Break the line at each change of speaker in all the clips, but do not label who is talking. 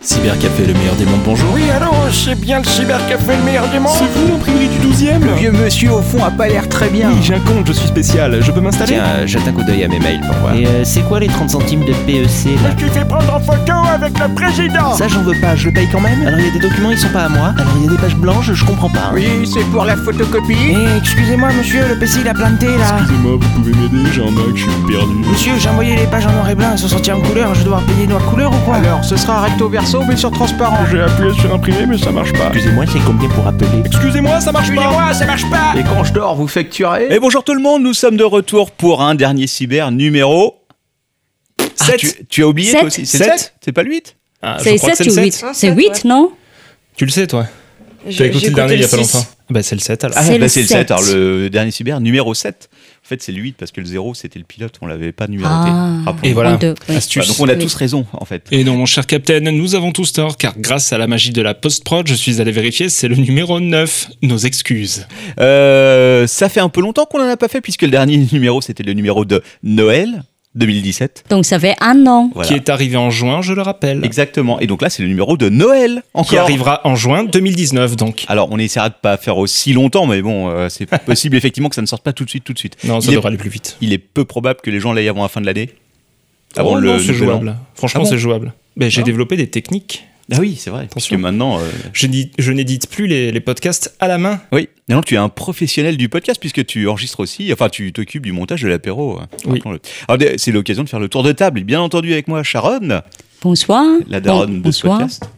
Cybercafé, le meilleur des mondes, bonjour.
Oui, allô, c'est bien le cybercafé le meilleur du monde
vous l'imprimerie du 12 e
Le vieux monsieur au fond a pas l'air très bien.
Oui, j'ai un compte, je suis spécial, je peux m'installer
Tiens, euh, jette un coup d'œil à mes mails pour voir.
Et euh, c'est quoi les 30 centimes de E PEC là
Tu fais prendre en photo avec le président
Ça j'en veux pas, je le paye quand même. Alors il y a des documents, ils sont pas à moi. Alors il y a des pages blanches, je comprends pas.
Oui, c'est pour la photocopie.
Eh, excusez-moi monsieur, le PC il a planté là.
Excusez-moi, vous pouvez m'aider, j'ai un Mac, je suis perdu.
Monsieur, j'ai envoyé les pages en noir et blanc, elles sont sorties en couleur, je dois payer noir couleur ou quoi
Alors, ce sera recto verso mais sur transparent.
J'ai appuyé sur imprimer, mais ça marche pas.
Excusez-moi, c'est combien pour appeler
Excusez-moi, ça marche pas
Excusez-moi, ça marche pas
Et quand je dors, vous facturez
Et bonjour tout le monde, nous sommes de retour pour un dernier cyber numéro. 7. Ah, tu, tu as oublié
Sept.
toi aussi C'est le
Sept.
7 C'est pas le 8
Ah, je
C'est
crois que
7 ou
le
8 C'est 8, non
Tu le sais, toi
J'ai
écouté le dernier il y a pas longtemps. Bah, c'est le 7 alors.
Ah,
C'est
bah,
le
c'est le 7.
sept.
Alors, le dernier cyber numéro 7. En fait, c'est le 8 parce que le 0, c'était le pilote, on l'avait pas numéroté.
Ah.
Rappelons.
Et voilà,
En deux, oui.
astuce.
Bah, donc, on a
Oui.
tous raison en fait.
Et non, mon cher Captain, nous avons tous tort, car grâce à la magie de la post-prod, je suis allé vérifier, c'est le numéro 9. Nos excuses.
Euh, ça fait un peu longtemps qu'on en a pas fait puisque le dernier numéro, c'était le numéro de Noël 2017.
Donc ça fait un an.
Voilà.
Qui est arrivé en juin, je le rappelle.
Exactement. Et donc là, c'est le numéro de Noël encore.
Qui arrivera en juin 2019, donc.
Alors, on essaiera de pas faire aussi longtemps, mais bon, euh, c'est possible effectivement que ça ne sorte pas tout de suite, tout de suite.
Non, ça
Il est-
devrait aller plus vite.
Il est peu probable que les gens l'aient avant la fin de l'année.
Oh non, c'est
nouvel an.
jouable. Franchement,
Ah bon
c'est jouable. Ben, j'ai
Ah.
développé des techniques.
Ah oui, c'est vrai. Parce que
Attention.
maintenant, euh,
Je n'édite- je n'édite plus les, les podcasts à la main.
oui. Maintenant, tu es un professionnel du podcast puisque tu enregistres aussi, enfin, tu t'occupes du montage de l'apéro. hein.
Oui.
Rappelons-le. Alors, d- c'est l'occasion de faire le tour de table. Bien entendu, avec moi, Sharon,
Bonsoir.
la
Bon-
daronne de ce
bonsoir.
podcast.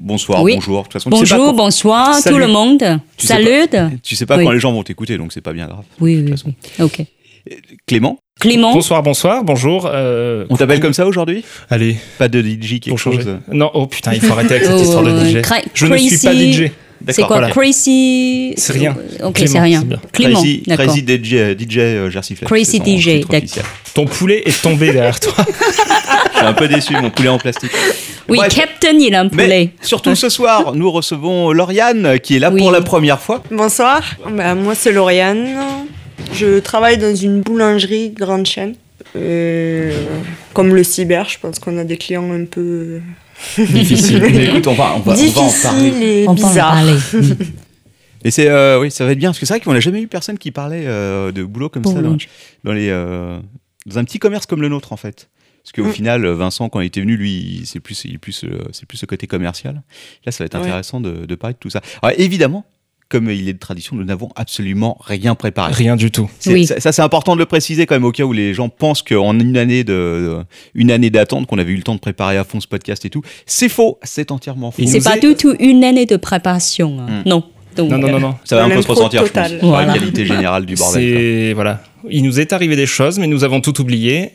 Bonsoir,
Oui.
bonjour. De toute façon, tu sais pas
Bonjour,
quand,
bonsoir,
Salut.
tout le monde.
Tu sais
Salut.
tu sais pas
Oui.
quand les gens vont t'écouter, donc c'est pas bien grave.
Oui,
De
oui,
toute façon.
oui. Ok.
Clément,
Clément,
Bonsoir, bonsoir, bonjour. euh,
on t'appelle comme ça aujourd'hui
Allez,
Pas de DJ quelque
pour
chose
changer. Non, oh putain, il faut arrêter avec cette
Oh,
histoire de
ouais,
DJ.
cra-
Je ne suis pas
crazy.
DJ.
c'est
D'accord,
quoi
voilà.
Crazy
C'est rien.
Ok,
Clément,
c'est rien.
c'est bien.
Clément,
Crazy,
d'accord.
Crazy DJ, euh, DJ euh, Gersiflex,
Crazy
c'est son
DJ,
titre
d'accord.
officiel.
Ton poulet est tombé derrière toi.
Je suis un peu déçu, mon poulet en plastique.
Oui,
Bref,
Captain, il a un poulet.
mais surtout ce soir, nous recevons Lauriane qui est là
Oui.
pour la première fois.
Bonsoir, Bah, moi c'est Lauriane. Je travaille dans une boulangerie grande chaîne. Euh, comme le cyber, je pense qu'on a des clients un peu
Difficile. écoute, on va, on va, on va en parler.
difficiles et
On peut en
bizarres.
parler.
Et c'est, euh, oui, ça va être bien parce que c'est vrai qu'on n'a jamais eu personne qui parlait euh, de boulot comme ça dans,
Boulanger.
dans les, euh, dans un petit commerce comme le nôtre en fait. Parce qu'au
Mm.
final, Vincent, quand il était venu, lui, c'est plus, il est plus, euh, c'est plus ce côté commercial. Là, ça va être
Ouais.
intéressant de, de parler de tout ça. Alors, évidemment, comme il est de tradition, nous n'avons absolument rien préparé.
Rien du tout.
C'est-
Oui.
Ça, ça, c'est important de le préciser quand même au cas où les gens pensent qu'en une année de, de- une année d'attente qu'on avait eu le temps de préparer à fond ce podcast et tout, c'est faux, c'est entièrement faux.
Il
C'est
nous
pas
est-
du tout une année de préparation. hein.
Hmm.
Non. Donc,
Non, non, non, non.
Ça va un peu se
L'impro
ressentir, je pense,
totale.
sur la
Voilà.
qualité générale du bordel. quoi.
C'est. Voilà. Il nous est arrivé des choses, mais nous avons tout oublié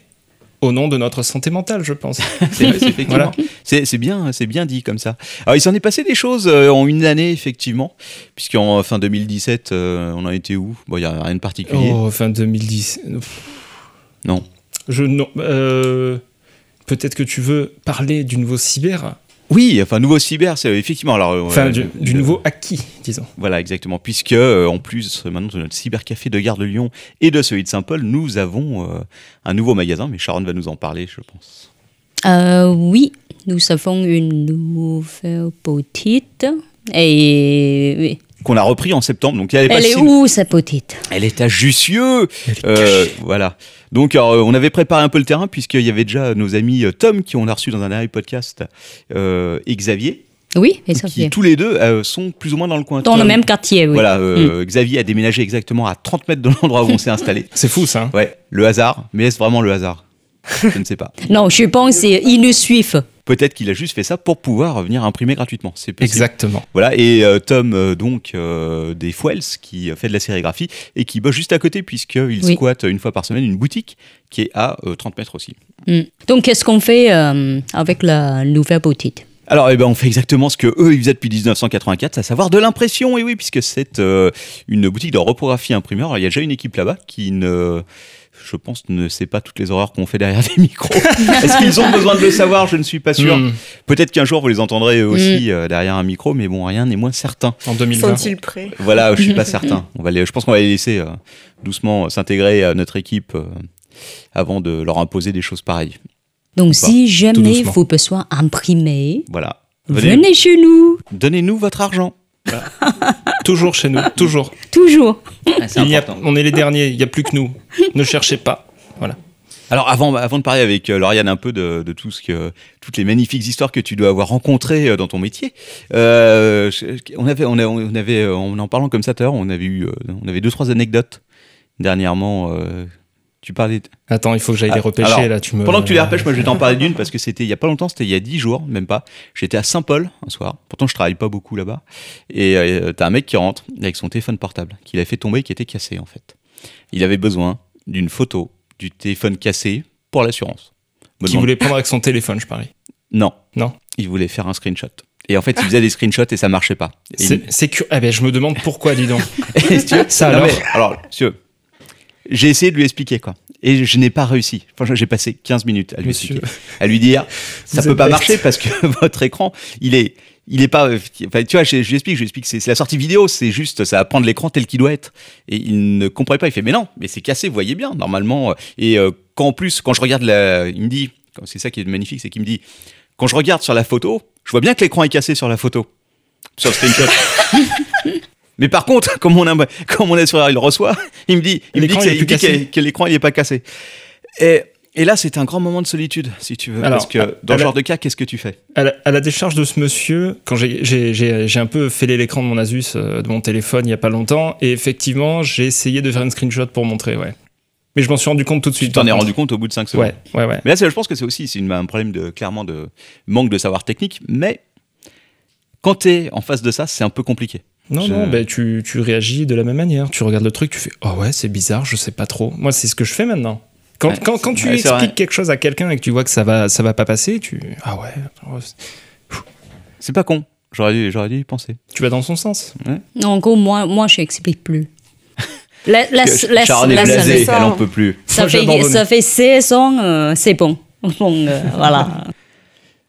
au nom de notre santé mentale, je pense.
C'est c'est effectivement.
Voilà.
C'est c'est bien, c'est bien dit comme ça. Alors, il s'en est passé des choses euh, en une année effectivement, puisqu'en fin 2017, euh, on en était où Bon, il y a rien de particulier.
Oh, fin 2010. Pff.
Non.
Je. Non. euh, Peut-être que tu veux parler du nouveau cyber,
Oui, enfin nouveau cyber, c'est effectivement. Alors, euh,
enfin du,
euh,
du nouveau acquis, disons.
Voilà, exactement. Puisque, euh, en plus, euh, maintenant, de notre cybercafé de Gare de Lyon et de celui de Saint-Paul, nous avons euh, un nouveau magasin, mais Sharon va nous en parler, je pense.
Euh, oui, nous avons une nouvelle petite. Et oui.
Qu'on a repris en septembre, donc il y avait pas
elle
de
est
signe.
où cette petite
Elle est à Jussieu Euh, Voilà. Donc, alors, euh, on avait préparé un peu le terrain, puisqu'il y avait déjà nos amis euh, Tom, qui on a reçu dans un dernier podcast, euh, et Xavier,
Oui, et
qui
Sophie.
tous les deux euh, sont plus ou moins dans le coin.
Dans le
Tom,
même quartier, oui. Mm.
Voilà, euh, Xavier a déménagé exactement à 30 mètres de l'endroit où on s'est installé.
C'est fou, ça. hein.
Ouais, le hasard, mais est-ce vraiment le hasard Je ne sais pas.
Non, je pense qu'ils nous suivent.
Peut-être qu'il a juste fait ça pour pouvoir venir imprimer gratuitement. C'est possible.
Exactement.
Voilà. Et euh, Tom, euh, donc, euh, des Fouels, qui euh, fait de la sérigraphie et qui bosse juste à côté, puisqu'il
Oui.
squatte une fois par semaine une boutique qui est à euh, 30 mètres aussi.
Hmm. Donc, qu'est-ce qu'on fait euh, avec la nouvelle boutique
Alors, eh ben, on fait exactement ce que eux, ils faisaient depuis 1984, à savoir de l'impression. Et oui, puisque c'est euh, une boutique de reprographie imprimeur. Alors, il y a déjà une équipe là-bas qui ne. Je pense ne sait pas toutes les horreurs qu'on fait derrière les micros. Est-ce qu'ils ont besoin de le savoir Je ne suis pas sûr.
Mm.
Peut-être qu'un jour vous les entendrez aussi euh, derrière un micro, mais bon, rien n'est moins certain.
En 2020.
Sont-ils prêts
Voilà, je suis pas certain. On va les, je pense qu'on va les laisser euh, doucement euh, s'intégrer à notre équipe euh, avant de leur imposer des choses pareilles.
Donc, si
tout
jamais
doucement.
vous besoin imprimer,
Voilà. Venez.
Venez chez nous,
Donnez-nous votre argent.
Toujours chez nous, toujours.
toujours.
Ah,
Il y a- on est les derniers, il n'y a plus que nous. Ne cherchez pas. Voilà.
Alors avant, avant de parler avec euh, Lauriane un peu de, de tout ce que, toutes les magnifiques histoires que tu dois avoir rencontrées euh, dans ton métier, euh, je- on avait, on, a- on avait, euh, en en parlant comme ça tout à l'heure, on avait eu, euh, on avait deux trois anecdotes dernièrement. euh, tu parlais de-
Attends, il faut que j'aille les
Ah,
repêcher
alors,
là. Tu me...
pendant que tu les repêches, moi je vais t'en parler d'une parce que c'était il y a pas longtemps, c'était il y a dix jours, même pas. J'étais à Saint-Paul un soir. Pourtant je travaille pas beaucoup là-bas et euh, t'as un mec qui rentre avec son téléphone portable qu'il a fait tomber, et qui était cassé en fait. Il avait besoin d'une photo du téléphone cassé pour l'assurance. Me
Qui
demande-
voulait prendre avec son téléphone, je parie.
Non.
Non.
Il voulait faire un screenshot. Et en fait, il faisait des screenshots et ça marchait pas. Et
C'est c'est cur- Ah ben, je me demande pourquoi, dis donc.
il- Si tu veux,
Ça
non,
alors.
mais, alors, monsieur, j'ai essayé de lui expliquer quoi. Et je n'ai pas réussi. Franchement, j'ai passé 15 minutes à lui
Monsieur.
expliquer. À lui dire, ça
Vous
peut
êtes
pas
bête.
marcher parce que votre écran, il est, il est pas, enfin, tu vois, je, je lui explique, je lui explique, c'est c'est la sortie vidéo, c'est juste, ça va prendre l'écran tel qu'il doit être. Et il ne comprenait pas, il fait, mais non, mais c'est cassé, vous voyez bien, normalement. Et euh, quand en plus, quand je regarde la, il me dit, c'est ça qui est magnifique, c'est qu'il me dit, quand je regarde sur la photo, je vois bien que l'écran est cassé sur la photo. Sur le screenshot. Mais par contre, comme mon, im- comme mon assureur il le reçoit, il me dit, il me dit
L'écran,
que,
il est
c'est-
plus
il dit que-
cassé.
que l'écran il est pas cassé. Et, et là, c'était un grand moment de solitude, si tu veux.
Alors,
parce que
à-
dans ce
à la-
genre de cas, qu'est-ce que tu fais
à la, à la décharge de ce monsieur, quand j'ai- j'ai j'ai- j'ai un peu fêlé l'écran de mon Asus, euh, de mon téléphone, il n'y a pas longtemps, et effectivement, j'ai essayé de faire une screenshot pour montrer, ouais. Mais je m'en suis rendu compte tout de
Tu
suite.
t'en
par
es
contre.
rendu compte au bout de 5 secondes.
Ouais, ouais, ouais.
Mais là, c'est- je pense que c'est aussi c'est une- un problème de clairement de manque de savoir technique. Mais quand tu es en face de ça, c'est un peu compliqué.
Non,
Je-
non, ben, tu, tu réagis de la même manière. Tu regardes le truc, tu fais Oh ouais, c'est bizarre, je sais pas trop. Moi, c'est ce que je fais maintenant. Quand,
Ouais,
quand, quand
c'est-
tu
ouais, c'est
expliques
vrai.
quelque chose à quelqu'un et que tu vois que ça va, ça va pas passer, tu. Ah ouais, oh, c'est-
C'est pas con. J'aurais dû, j'aurais dû y penser.
tu vas dans son sens.
Non, en gros, moi, moi je n'explique plus. La- la-
Parce que
la-
Sharon est
la-
blasée.
blasé,
ça.
elle en peut plus.
ça,
Moi,
fait,
j'abandonne.
ça fait 16 ans, euh, c'est bon. Bon, euh, voilà.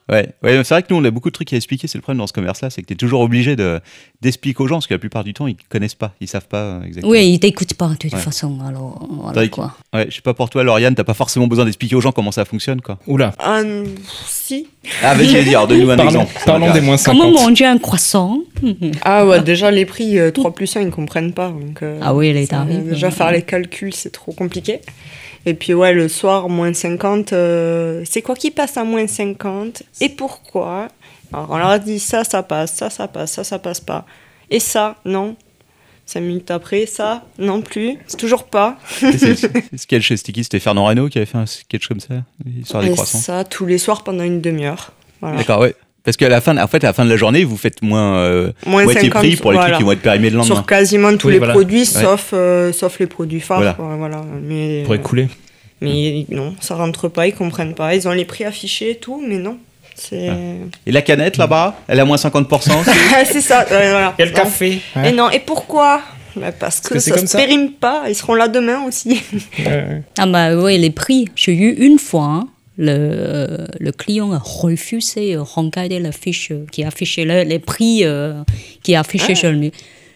Ouais, ouais c'est vrai que nous, on a beaucoup de trucs à expliquer. C'est le problème dans ce commerce-là, c'est que tu es toujours obligé de, d'expliquer aux gens, parce que la plupart du temps, ils connaissent pas, ils savent pas euh, exactement.
Oui, ils t'écoutent pas de toute
Ouais.
façon, alors voilà
T'as-
quoi.
Ouais, je sais pas pour toi, Lauriane, t'as pas forcément besoin d'expliquer aux gens comment ça fonctionne, quoi.
Oula,
Ah, n- si.
Ah, mais j'allais dire, donne-nous un
parlons,
exemple. ça
parlons des
m'intéresse.
moins 50.
Comment manger un croissant
Ah ouais, déjà les prix euh, 3 plus 1, ils comprennent pas. Donc, euh,
Ah oui, les
ça,
tarifs,
Déjà
euh,
faire les calculs, c'est trop compliqué. Et puis ouais, le soir, moins 50, euh, c'est quoi qui passe à moins 50 Et pourquoi Alors on leur a dit ça, ça passe, ça, ça passe, ça, ça passe pas. Et ça, non. 5 minutes après, ça, non plus. C'est toujours pas.
C'est- c'est- c'est ce qu'elle chez Sticky, c'était Fernand Reynaud qui avait fait un sketch comme ça, histoire des
Et
croissants.
ça, tous les soirs pendant une demi-heure. Voilà.
D'accord, ouais. Parce qu'à la fin, en fait, à la fin de la journée, vous faites moins, euh,
Moins
moitié
50,
prix pour les
voilà.
trucs qui vont être périmés le lendemain.
Sur quasiment tous
Oui,
les
voilà.
produits, sauf, euh, sauf les produits phares.
Voilà.
quoi, voilà. Mais, euh,
pourrait couler
Mais non, ça rentre pas, ils comprennent pas. Ils ont les prix affichés et tout, mais non. C'est
Et la canette là-bas, elle a moins 50%. c'est-
Ah.
c'est ça. ouais, voilà. Non.
Ouais.
Et non, et pourquoi Bah, Parce que,
que c'est
ça
comme
se
ça.
périme pas, ils seront là demain aussi.
Ah bah oui, les prix. J'ai eu une fois, hein, le, le client a refusé de regarder la fiche euh, qui affichait le- les prix euh, qui
Ah.
affichait chez lui.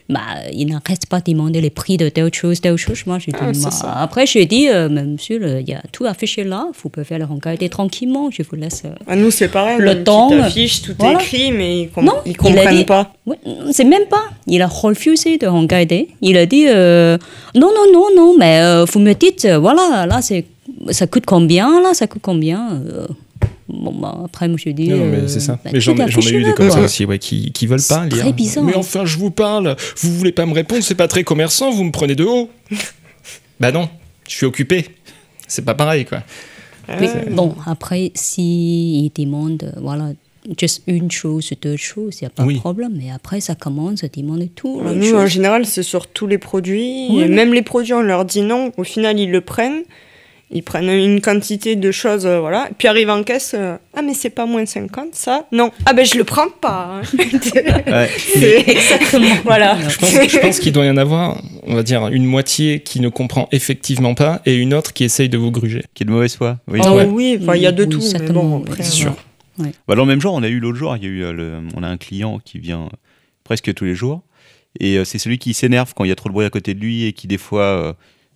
Bah, il n'arrête pas de demander les prix de telle chose, telle chose. Moi, j'ai dit,
Ah, c'est
bah,
ça.
après, j'ai dit, euh, mais monsieur, le- il y a tout affiché là, vous pouvez le regarder tranquillement, je vous laisse. euh.
À nous, c'est pareil.
Le
on a une
temps,
petite
euh,
affiche, tout
voilà.
est écrit, mais ils, com-
Non,
ils
il a
comprennent
dit-
pas.
Ouais, c'est même pas. Il a refusé de regarder. Il a dit euh, non, non, non, non, mais euh, vous me dites, euh, voilà, là, c'est, ça coûte combien, là, ça coûte combien euh, Bon, bah, après, moi, je dis.
Non, non, mais
euh,
c'est ça.
bah,
mais j'en
tout est
ai, j'en ai
affiché
eu
là,
des comme ça
quoi.
aussi, ouais, qui, qui veulent
C'est
pas lire.
très bizarre.
Mais enfin, je vous parle, vous voulez pas me répondre, c'est pas très commerçant, vous me prenez de haut. bah non, je suis occupé. C'est pas pareil, quoi.
Mais
Ouais.
bon, après, si il demande, euh, voilà, juste une chose, deux choses, il n'y a pas
Oui.
de problème. Mais après, ça commence à demander tout. la
Ah, Nous,
chose.
en général, c'est sur tous les produits.
Ouais.
Et Même les produits, on leur dit non. Au final, ils le prennent. Ils prennent une quantité de choses, euh, voilà. Puis arrivent en caisse, euh, ah mais c'est pas moins 50, ça Non. Ah ben je le prends pas.
Ouais.
C'est- voilà.
Je pense, je pense qu'il doit y en avoir, on va dire, une moitié qui ne comprend effectivement pas et une autre qui essaye de vous gruger.
qui est de mauvaise foi. Oui.
Ah
Ouais.
oui, enfin, il y a de
Oui,
tout. Mais
certainement,
bon,
oui.
après, euh,
C'est sûr.
Bah, dans le même genre, on a eu l'autre jour, il y a eu euh, le- on a un client qui vient presque tous les jours, et euh, c'est celui qui s'énerve quand il y a trop de bruit à côté de lui et qui des fois euh,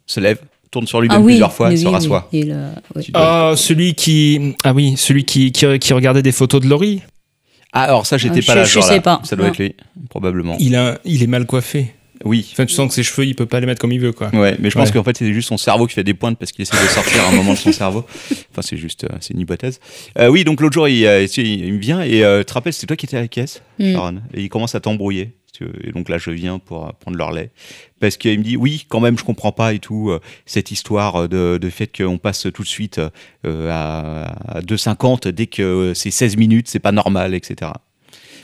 se lève, tourne sur lui-même
Ah oui,
plusieurs fois,
oui,
se
oui,
rassoit.
oui, il, euh, oui.
Tu dois-
Ah, celui qui. Ah oui, celui qui, qui, qui regardait des photos de Laurie.
Ah, alors ça, j'étais
Euh,
pas
je-
là.
je
genre,
sais
là.
pas.
Ça doit
Non.
être lui, probablement.
Il, a, il est mal coiffé.
Oui.
Enfin, tu sens que ses cheveux, il peut pas les mettre comme il veut, quoi.
Ouais, mais je pense
Ouais.
qu'en fait, c'est juste son cerveau qui fait des pointes parce qu'il essaie de sortir un moment de son cerveau. Enfin, c'est juste, euh, c'est une hypothèse. Euh, oui, donc l'autre jour, il, euh, il- il me vient et euh, tu te rappelles, c'est toi qui étais à la caisse,
Mm.
Sharon, et il commence à t'embrouiller. si tu veux. Et donc là, je viens pour euh, prendre leur lait. Parce qu'il me dit, oui, quand même, je comprends pas et tout, euh, cette histoire euh, de, de fait qu'on passe tout de suite euh, à, à 2,50 dès que c'est 16 minutes, c'est pas normal, etc.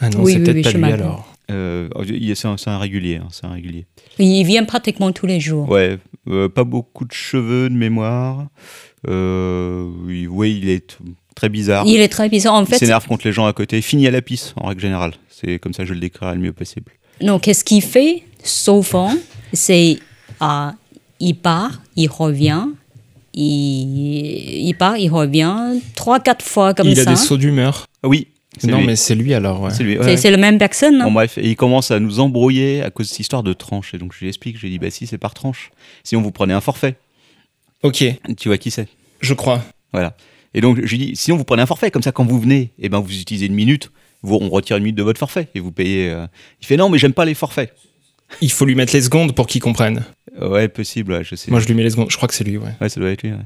Ah non,
Oui,
c'est
oui,
peut-être
oui,
pas
je
lui
m'appelle.
alors.
Euh, il- c'est un, c'est un régulier, hein, c'est un régulier.
Il vient pratiquement tous les jours.
Ouais, euh, pas beaucoup de cheveux de mémoire. Euh, oui, ouais, il est t- très bizarre.
Il est très bizarre. En
Il
fait,
s'énerve contre les gens à côté. Fini à la pisse, en règle générale. C'est comme ça que je le décrirai le mieux possible.
non, qu'est-ce qu'il fait souvent C'est ah, il part, il revient, il, il part, il revient trois, quatre fois comme
il
ça. hein.
a des sauts d'humeur.
Ah Oui, c'est
Non,
lui.
mais c'est lui alors, ouais.
C'est lui, ouais,
C'est
ouais.
c'est le même personne. hein.
Bon, bref, et il commence à nous embrouiller à cause de cette histoire de tranche. Et donc je lui explique, je lui dis, bah si, c'est par tranche. Sinon, vous prenez un forfait.
Ok,
Tu vois qui c'est
je crois.
Voilà. Et donc, je lui dis, sinon, vous prenez un forfait. Comme ça, quand vous venez, eh ben, vous utilisez une minute. Vous, on retire une minute de votre forfait et vous payez. euh. Il fait, non, mais j'aime pas les forfaits.
Il faut lui mettre les secondes pour qu'il comprenne.
Ouais, possible, ouais, je sais.
Moi, je lui mets les secondes. Je crois que c'est lui, ouais.
Ouais, ça doit être lui. ouais.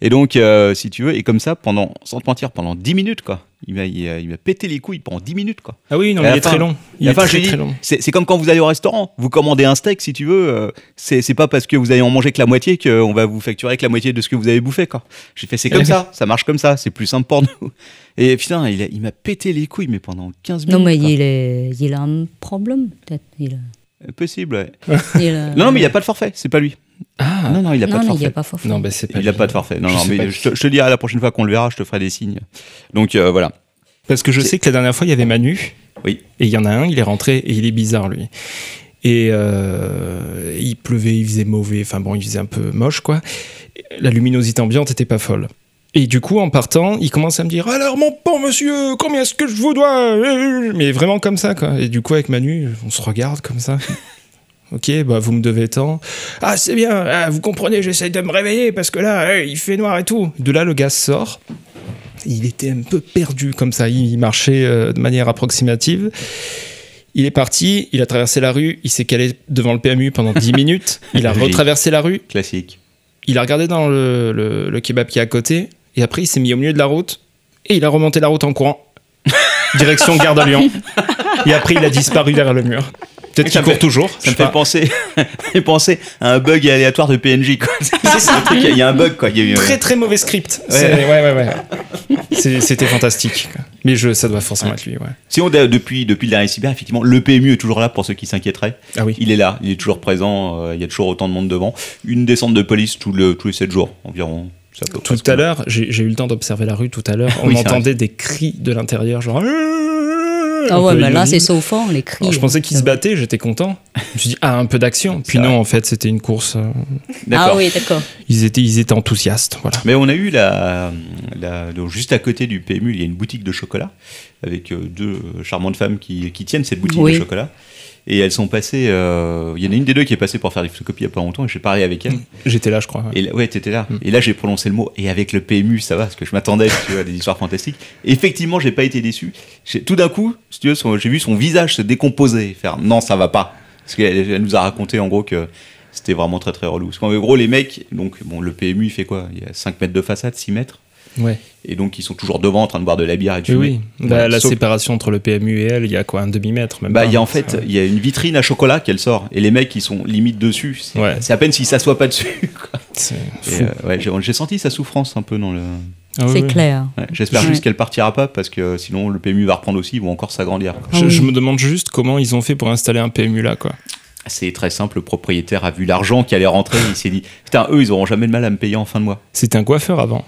Et donc, euh, si tu veux, et comme ça, pendant, sans te mentir, pendant 10 minutes, quoi. Il m'a, il, euh, il m'a pété les couilles pendant 10 minutes, quoi.
Ah oui, non,
Et à
il
la
est
fin-
très long. Il
Et
est
enfin, je
très,
lui dis,
très long.
C'est, c'est comme quand vous allez au restaurant, vous commandez un steak, si tu veux, euh, c'est, c'est pas parce que vous allez en manger que la moitié qu'on va vous facturer que la moitié de ce que vous avez bouffé, quoi. J'ai fait, c'est comme
Ouais.
ça, ça marche comme ça, c'est plus simple pour nous. Et putain, il, a- il m'a pété les couilles, mais pendant 15 minutes.
Non, mais
quoi.
il, est, il a un problème, peut-être. Il a-
Euh, Possible, ouais.
il a-
Non, non, mais il n'y a pas de forfait, c'est pas lui.
Ah
non, non, il a
Ah Non,
pas de
non, il
forfait.
n'y a pas forfait.
Non, bah, c'est pas
Il n'a
lui.
pas de forfait. Non,
Je
non,
sais
mais
pas
je, te- je te dirai la prochaine fois qu'on le verra, je te ferai des signes. Donc euh, voilà.
Parce que je
C'est-
sais que la dernière fois, il y avait Manu.
Oui.
Et il y en a un, il est rentré et il est bizarre, lui. Et euh, il pleuvait, il faisait mauvais, enfin bon, il faisait un peu moche, quoi. La luminosité ambiante était pas folle. Et du coup, en partant, il commence à me dire Alors, mon bon monsieur, combien est-ce que je vous dois Euh, Mais vraiment comme ça, quoi. Et du coup, avec Manu, on se regarde comme ça. Ok, bah vous me devez tant. Ah, c'est bien, ah, vous comprenez, j'essaie de me réveiller parce que là, euh, il fait noir et tout. De là, le gars sort. Il était un peu perdu comme ça, il marchait euh, de manière approximative. Il est parti, il a traversé la rue, il s'est calé devant le PMU pendant 10 minutes, il a
Logique.
retraversé la rue,
Classique.
il a regardé dans le, le- le kebab qui est à côté, et après il s'est mis au milieu de la route, et il a remonté la route en courant, direction Gare de Lyon. Et après il a disparu derrière le mur. Peut-être
Ça
qu'il
me
court
fait-
toujours. je
Ça me
sais
fait
pas.
penser, ça me fait penser à un bug aléatoire de PNJ. quoi. C'est ça le truc, il y a un bug. Quoi. Il y a eu- euh,
Très très mauvais script. C'est- Ouais, ouais, ouais. C'est- C'était fantastique. quoi. Mais je, ça doit forcément être lui, ouais.
Sinon, d'a- depuis, depuis le dernier cyber, effectivement, le PMU est toujours là pour ceux qui s'inquiéteraient.
Ah oui.
Il est là, il est toujours présent, euh, il y a toujours autant de monde devant. Une descente de police tout le, tous les 7 jours environ. Ça peut
Tout
presque-
à l'heure, j'ai j'ai eu le temps d'observer la rue tout à l'heure. On
Oui, c'est
entendait des cris de l'intérieur, genre.
Ah
Ah
ouais, mais là, c'est sauvant, les cris.
Oh,
hein.
je pensais qu'ils se battaient, j'étais content. Je me suis dit, ah, un peu d'action. Puis
vrai.
non, en fait, c'était une course. euh,
D'accord.
Ah oui, d'accord.
Ils étaient, ils étaient enthousiastes, voilà.
Mais on a eu la, la- donc juste à côté du PMU, il y a une boutique de chocolat avec euh, deux euh, charmantes femmes qui, qui tiennent cette boutique
Oui.
de chocolat. Et elles sont passées. euh, Il y en a une des deux qui est passée pour faire des photocopies il n'y a pas longtemps et j'ai parlé avec elle.
J'étais là, je crois. ouais.
Et là, ouais, t'étais là. Et là, j'ai prononcé le mot. Et avec le PMU, ça va, parce que je m'attendais, tu vois, à des histoires fantastiques. Effectivement, j'ai pas été déçu. J'ai- Tout d'un coup, si tu veux, son- j'ai vu son visage se décomposer, faire non, ça va pas. Parce qu'elle elle nous a raconté, en gros, que c'était vraiment très, très relou. Parce qu'en gros, les mecs, donc, bon, le PMU, il fait quoi Il y a 5 mètres de façade, 6 mètres.
Ouais.
Et donc, ils sont toujours devant en train de boire de la bière et de
Oui,
fumer.
oui. Bah,
Ouais,
la
sauf-
séparation entre le PMU et elle, il y a quoi, un demi-mètre même
bah,
pas.
il y a en fait, il y a une vitrine à chocolat qu'elle sort, et les mecs, ils sont limite dessus. C'est
Ouais.
c'est à peine s'ils s'assoient pas dessus. quoi.
C'est
Et,
fou.
euh, ouais, j'ai- j'ai senti sa souffrance un peu dans le.
Ah, ouais,
C'est
ouais.
clair.
Ouais, J'espère
Ouais.
juste qu'elle partira pas parce que sinon le PMU va reprendre aussi, ils vont encore s'agrandir. quoi.
Je,
Ah oui.
je me demande juste comment ils ont fait pour installer un PMU là, quoi.
C'est très simple, le propriétaire a vu l'argent qui allait rentrer, il s'est dit Putain, eux ils auront jamais de mal à me payer en fin de mois.
C'était un coiffeur avant.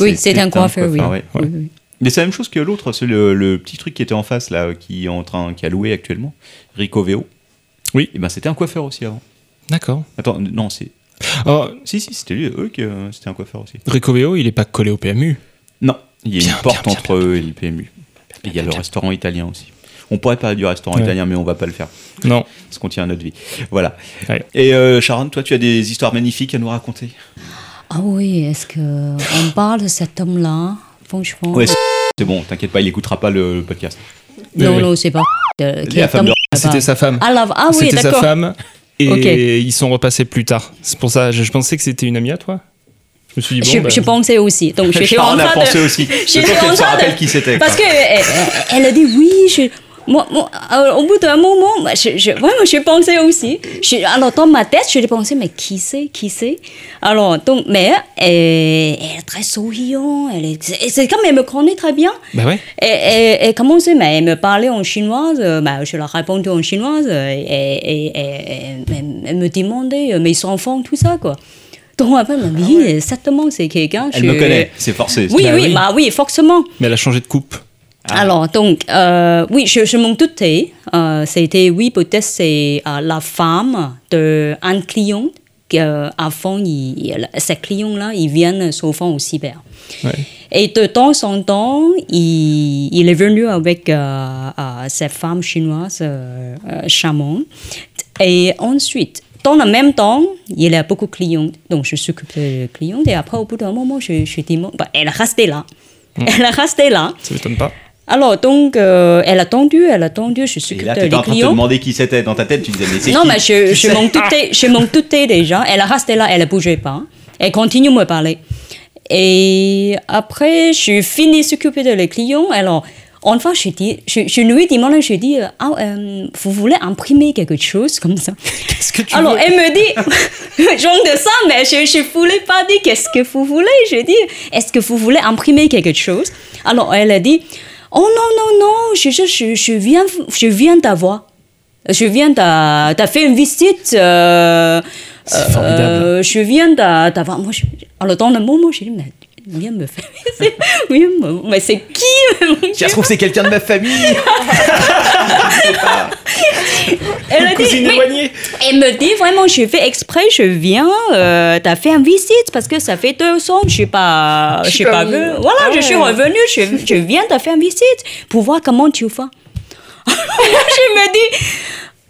Oui, c'est un coiffeur, oui.
ouais.
Oui, oui.
Mais c'est la même chose que l'autre, c'est le, le petit truc qui était en face là, qui est en train, qui a loué actuellement, Rico Veo.
Oui.
Et ben c'était un coiffeur aussi avant.
D'accord.
Attends, non, c'est.
Oh,
Si, si, c'était lui, eux que euh, c'était un coiffeur aussi.
Ricoveo, il est pas collé au PMU.
Non, il y a
Bien,
une porte
bien, bien,
entre eux et le PMU. Et il y a le restaurant italien aussi. On pourrait parler du restaurant
Ouais.
italien, mais on va pas le faire.
Non.
parce qu'on tient à notre vie. Voilà.
Ouais.
Et euh, Sharon, toi, tu as des histoires magnifiques à nous raconter
Ah oui, est-ce qu'on parle de cet homme-là Franchement.
Ouais, c'est bon, t'inquiète pas, il écoutera pas le, le podcast.
Non,
oui.
non, c'est pas. euh, qui
la
est
femme de-
comme-
C'était sa femme.
Ah, la- ah oui,
c'était sa
d'accord.
femme. Et
Ok.
ils sont repassés plus tard. C'est pour ça, je, je pensais que c'était une amie à toi. Je me suis dit, bon,
Je,
bah,
je pensais aussi. Donc, je suis en
On a
train de.
pensé aussi.
suis
Je pense
en
qu'elle se
train de-
rappelle qui c'était.
Parce
quoi.
que elle, elle- elle a dit oui, je, moi, moi, euh, au bout d'un moment, moi, je, je, ouais, moi, je pensais aussi. Je- alors dans ma tête, je pensais mais qui c'est, qui c'est Alors donc mais euh, elle est très souriante, elle est, c'est- c'est comme elle me connaît très bien.
Ben
bah ouais.
Et, et, et comment c'est mais Elle me parlait en chinoise, euh, bah, je leur répondais en chinoise, euh, et, et, et- et- elle- elle me demandait euh, mes enfants, tout ça quoi. Donc après, elle m'a dit, oui, exactement, c'est quelqu'un.
Ah Elle
je-
me connaît, c'est Ah. forcé.
Oui,
Bah
oui,
oui.
bah oui, forcément.
Mais elle a changé de coupe.
Alors, donc, euh, oui, je, je m'en doutais. Euh, C'était, oui, peut-être c'est euh, la femme d'un client. que, avant, il, il- ces clients-là, ils viennent souvent au cyber.
Ouais.
Et de temps en temps, il, il est venu avec euh, euh, cette femme chinoise, euh, euh, Chamon. Et ensuite, dans le même temps, il a beaucoup de clients. Donc, je s'occupe des clients. Et après, au bout d'un moment, je, je demande... bah, elle restait là.
Hmm.
Elle restait là.
Ça m'étonne pas.
Alors, donc, euh, elle a tendu, elle a tendu, je suis
Et là,
que
t'étais
les
en train de te
clients.
demander qui c'était dans ta tête. Tu disais, mais c'est
Non,
qui
mais je,
Qui Ah.
je
c'est
m'en doutais, je m'en doutais déjà. Elle a resté là, elle ne bougeait pas. hein. Elle continue de me parler. Et après, je finis s'occuper de les clients. Alors, enfin, je, dis, je, je lui demande, je dis, euh, ah, euh, vous voulez imprimer quelque chose comme ça
Qu'est-ce que tu
alors,
veux
elle me dit, genre de ça, mais je ne voulais pas dire qu'est-ce que vous voulez. Je dis, est-ce que vous voulez imprimer quelque chose Alors, elle a dit, oh non, non, non, je, je, je, je viens, je viens d'avoir. Je viens d'a- t'as fait une visite. euh,
C'est formidable.
euh, je viens d'a- d'avoir. Moi, je- alors, dans le moment, j'ai dit, mais viens me faire. visite. Oui, mais- mais c'est qui mon Dieu
Ça se trouve, c'est quelqu'un de ma famille.
Elle a dit, mais- Elle me dit vraiment, je fais exprès, je viens, euh, t'as fait un visite parce que ça fait deux ans que je suis pas, je suis pas
venue.
venue. Voilà,
Ah
je suis
ouais.
revenue, je, je viens, t'as fait un visite pour voir comment tu vas. je me dis,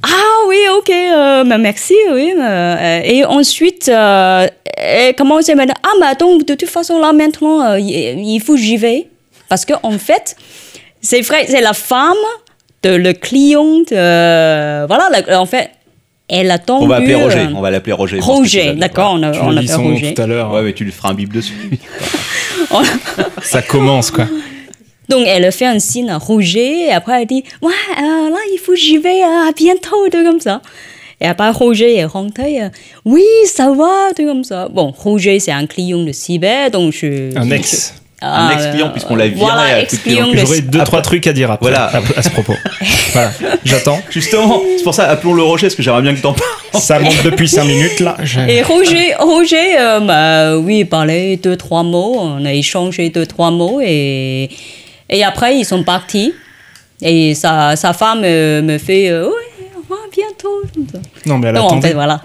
ah oui, ok, euh, bah, merci, oui. euh, et ensuite, euh, elle commence à me dire, ah mais donc de toute façon là maintenant, euh, il il faut que j'y vais. Parce que en fait, c'est vrai, c'est la femme de le client, euh, voilà, la- en fait, elle a tendu...
On va appeler Roger.
euh,
On va l'appeler Roger. parce que c'est
Roger,
ça.
d'accord, on, a-
Tu
on
me dis
l'appelle
son nom
Roger.
tout à l'heure. hein.
Ouais, mais tu le feras un bip dessus.
Ça commence, quoi.
Donc elle fait un signe à Roger, et après elle dit Ouais, euh, là, il faut que j'y vais, euh, à bientôt, tout comme ça. Et après Roger est rentré, euh, Oui, ça va, tout comme ça. Bon, Roger, c'est un client de cyber, donc je. ah,
Un ex.
Un ex-client, puisqu'on l'a viré
Voilà,
à coups de pied dans
ex-clion
le
J'aurais
de
deux, trois trucs à dire après,
Voilà.
à, à ce propos. voilà, j'attends.
Justement, c'est pour ça, appelons le Roger, parce que j'aimerais bien que t'en parles.
Ça monte depuis cinq minutes, là.
Et Roger, Roger euh, bah, oui, il parlait deux, trois mots. On a échangé deux, trois mots. Et, et après, ils sont partis. Et sa, sa femme euh, me fait euh, Ouais, au revoir, bientôt. comme ça.
Non, mais elle
Non, en fait,
attendait.
voilà.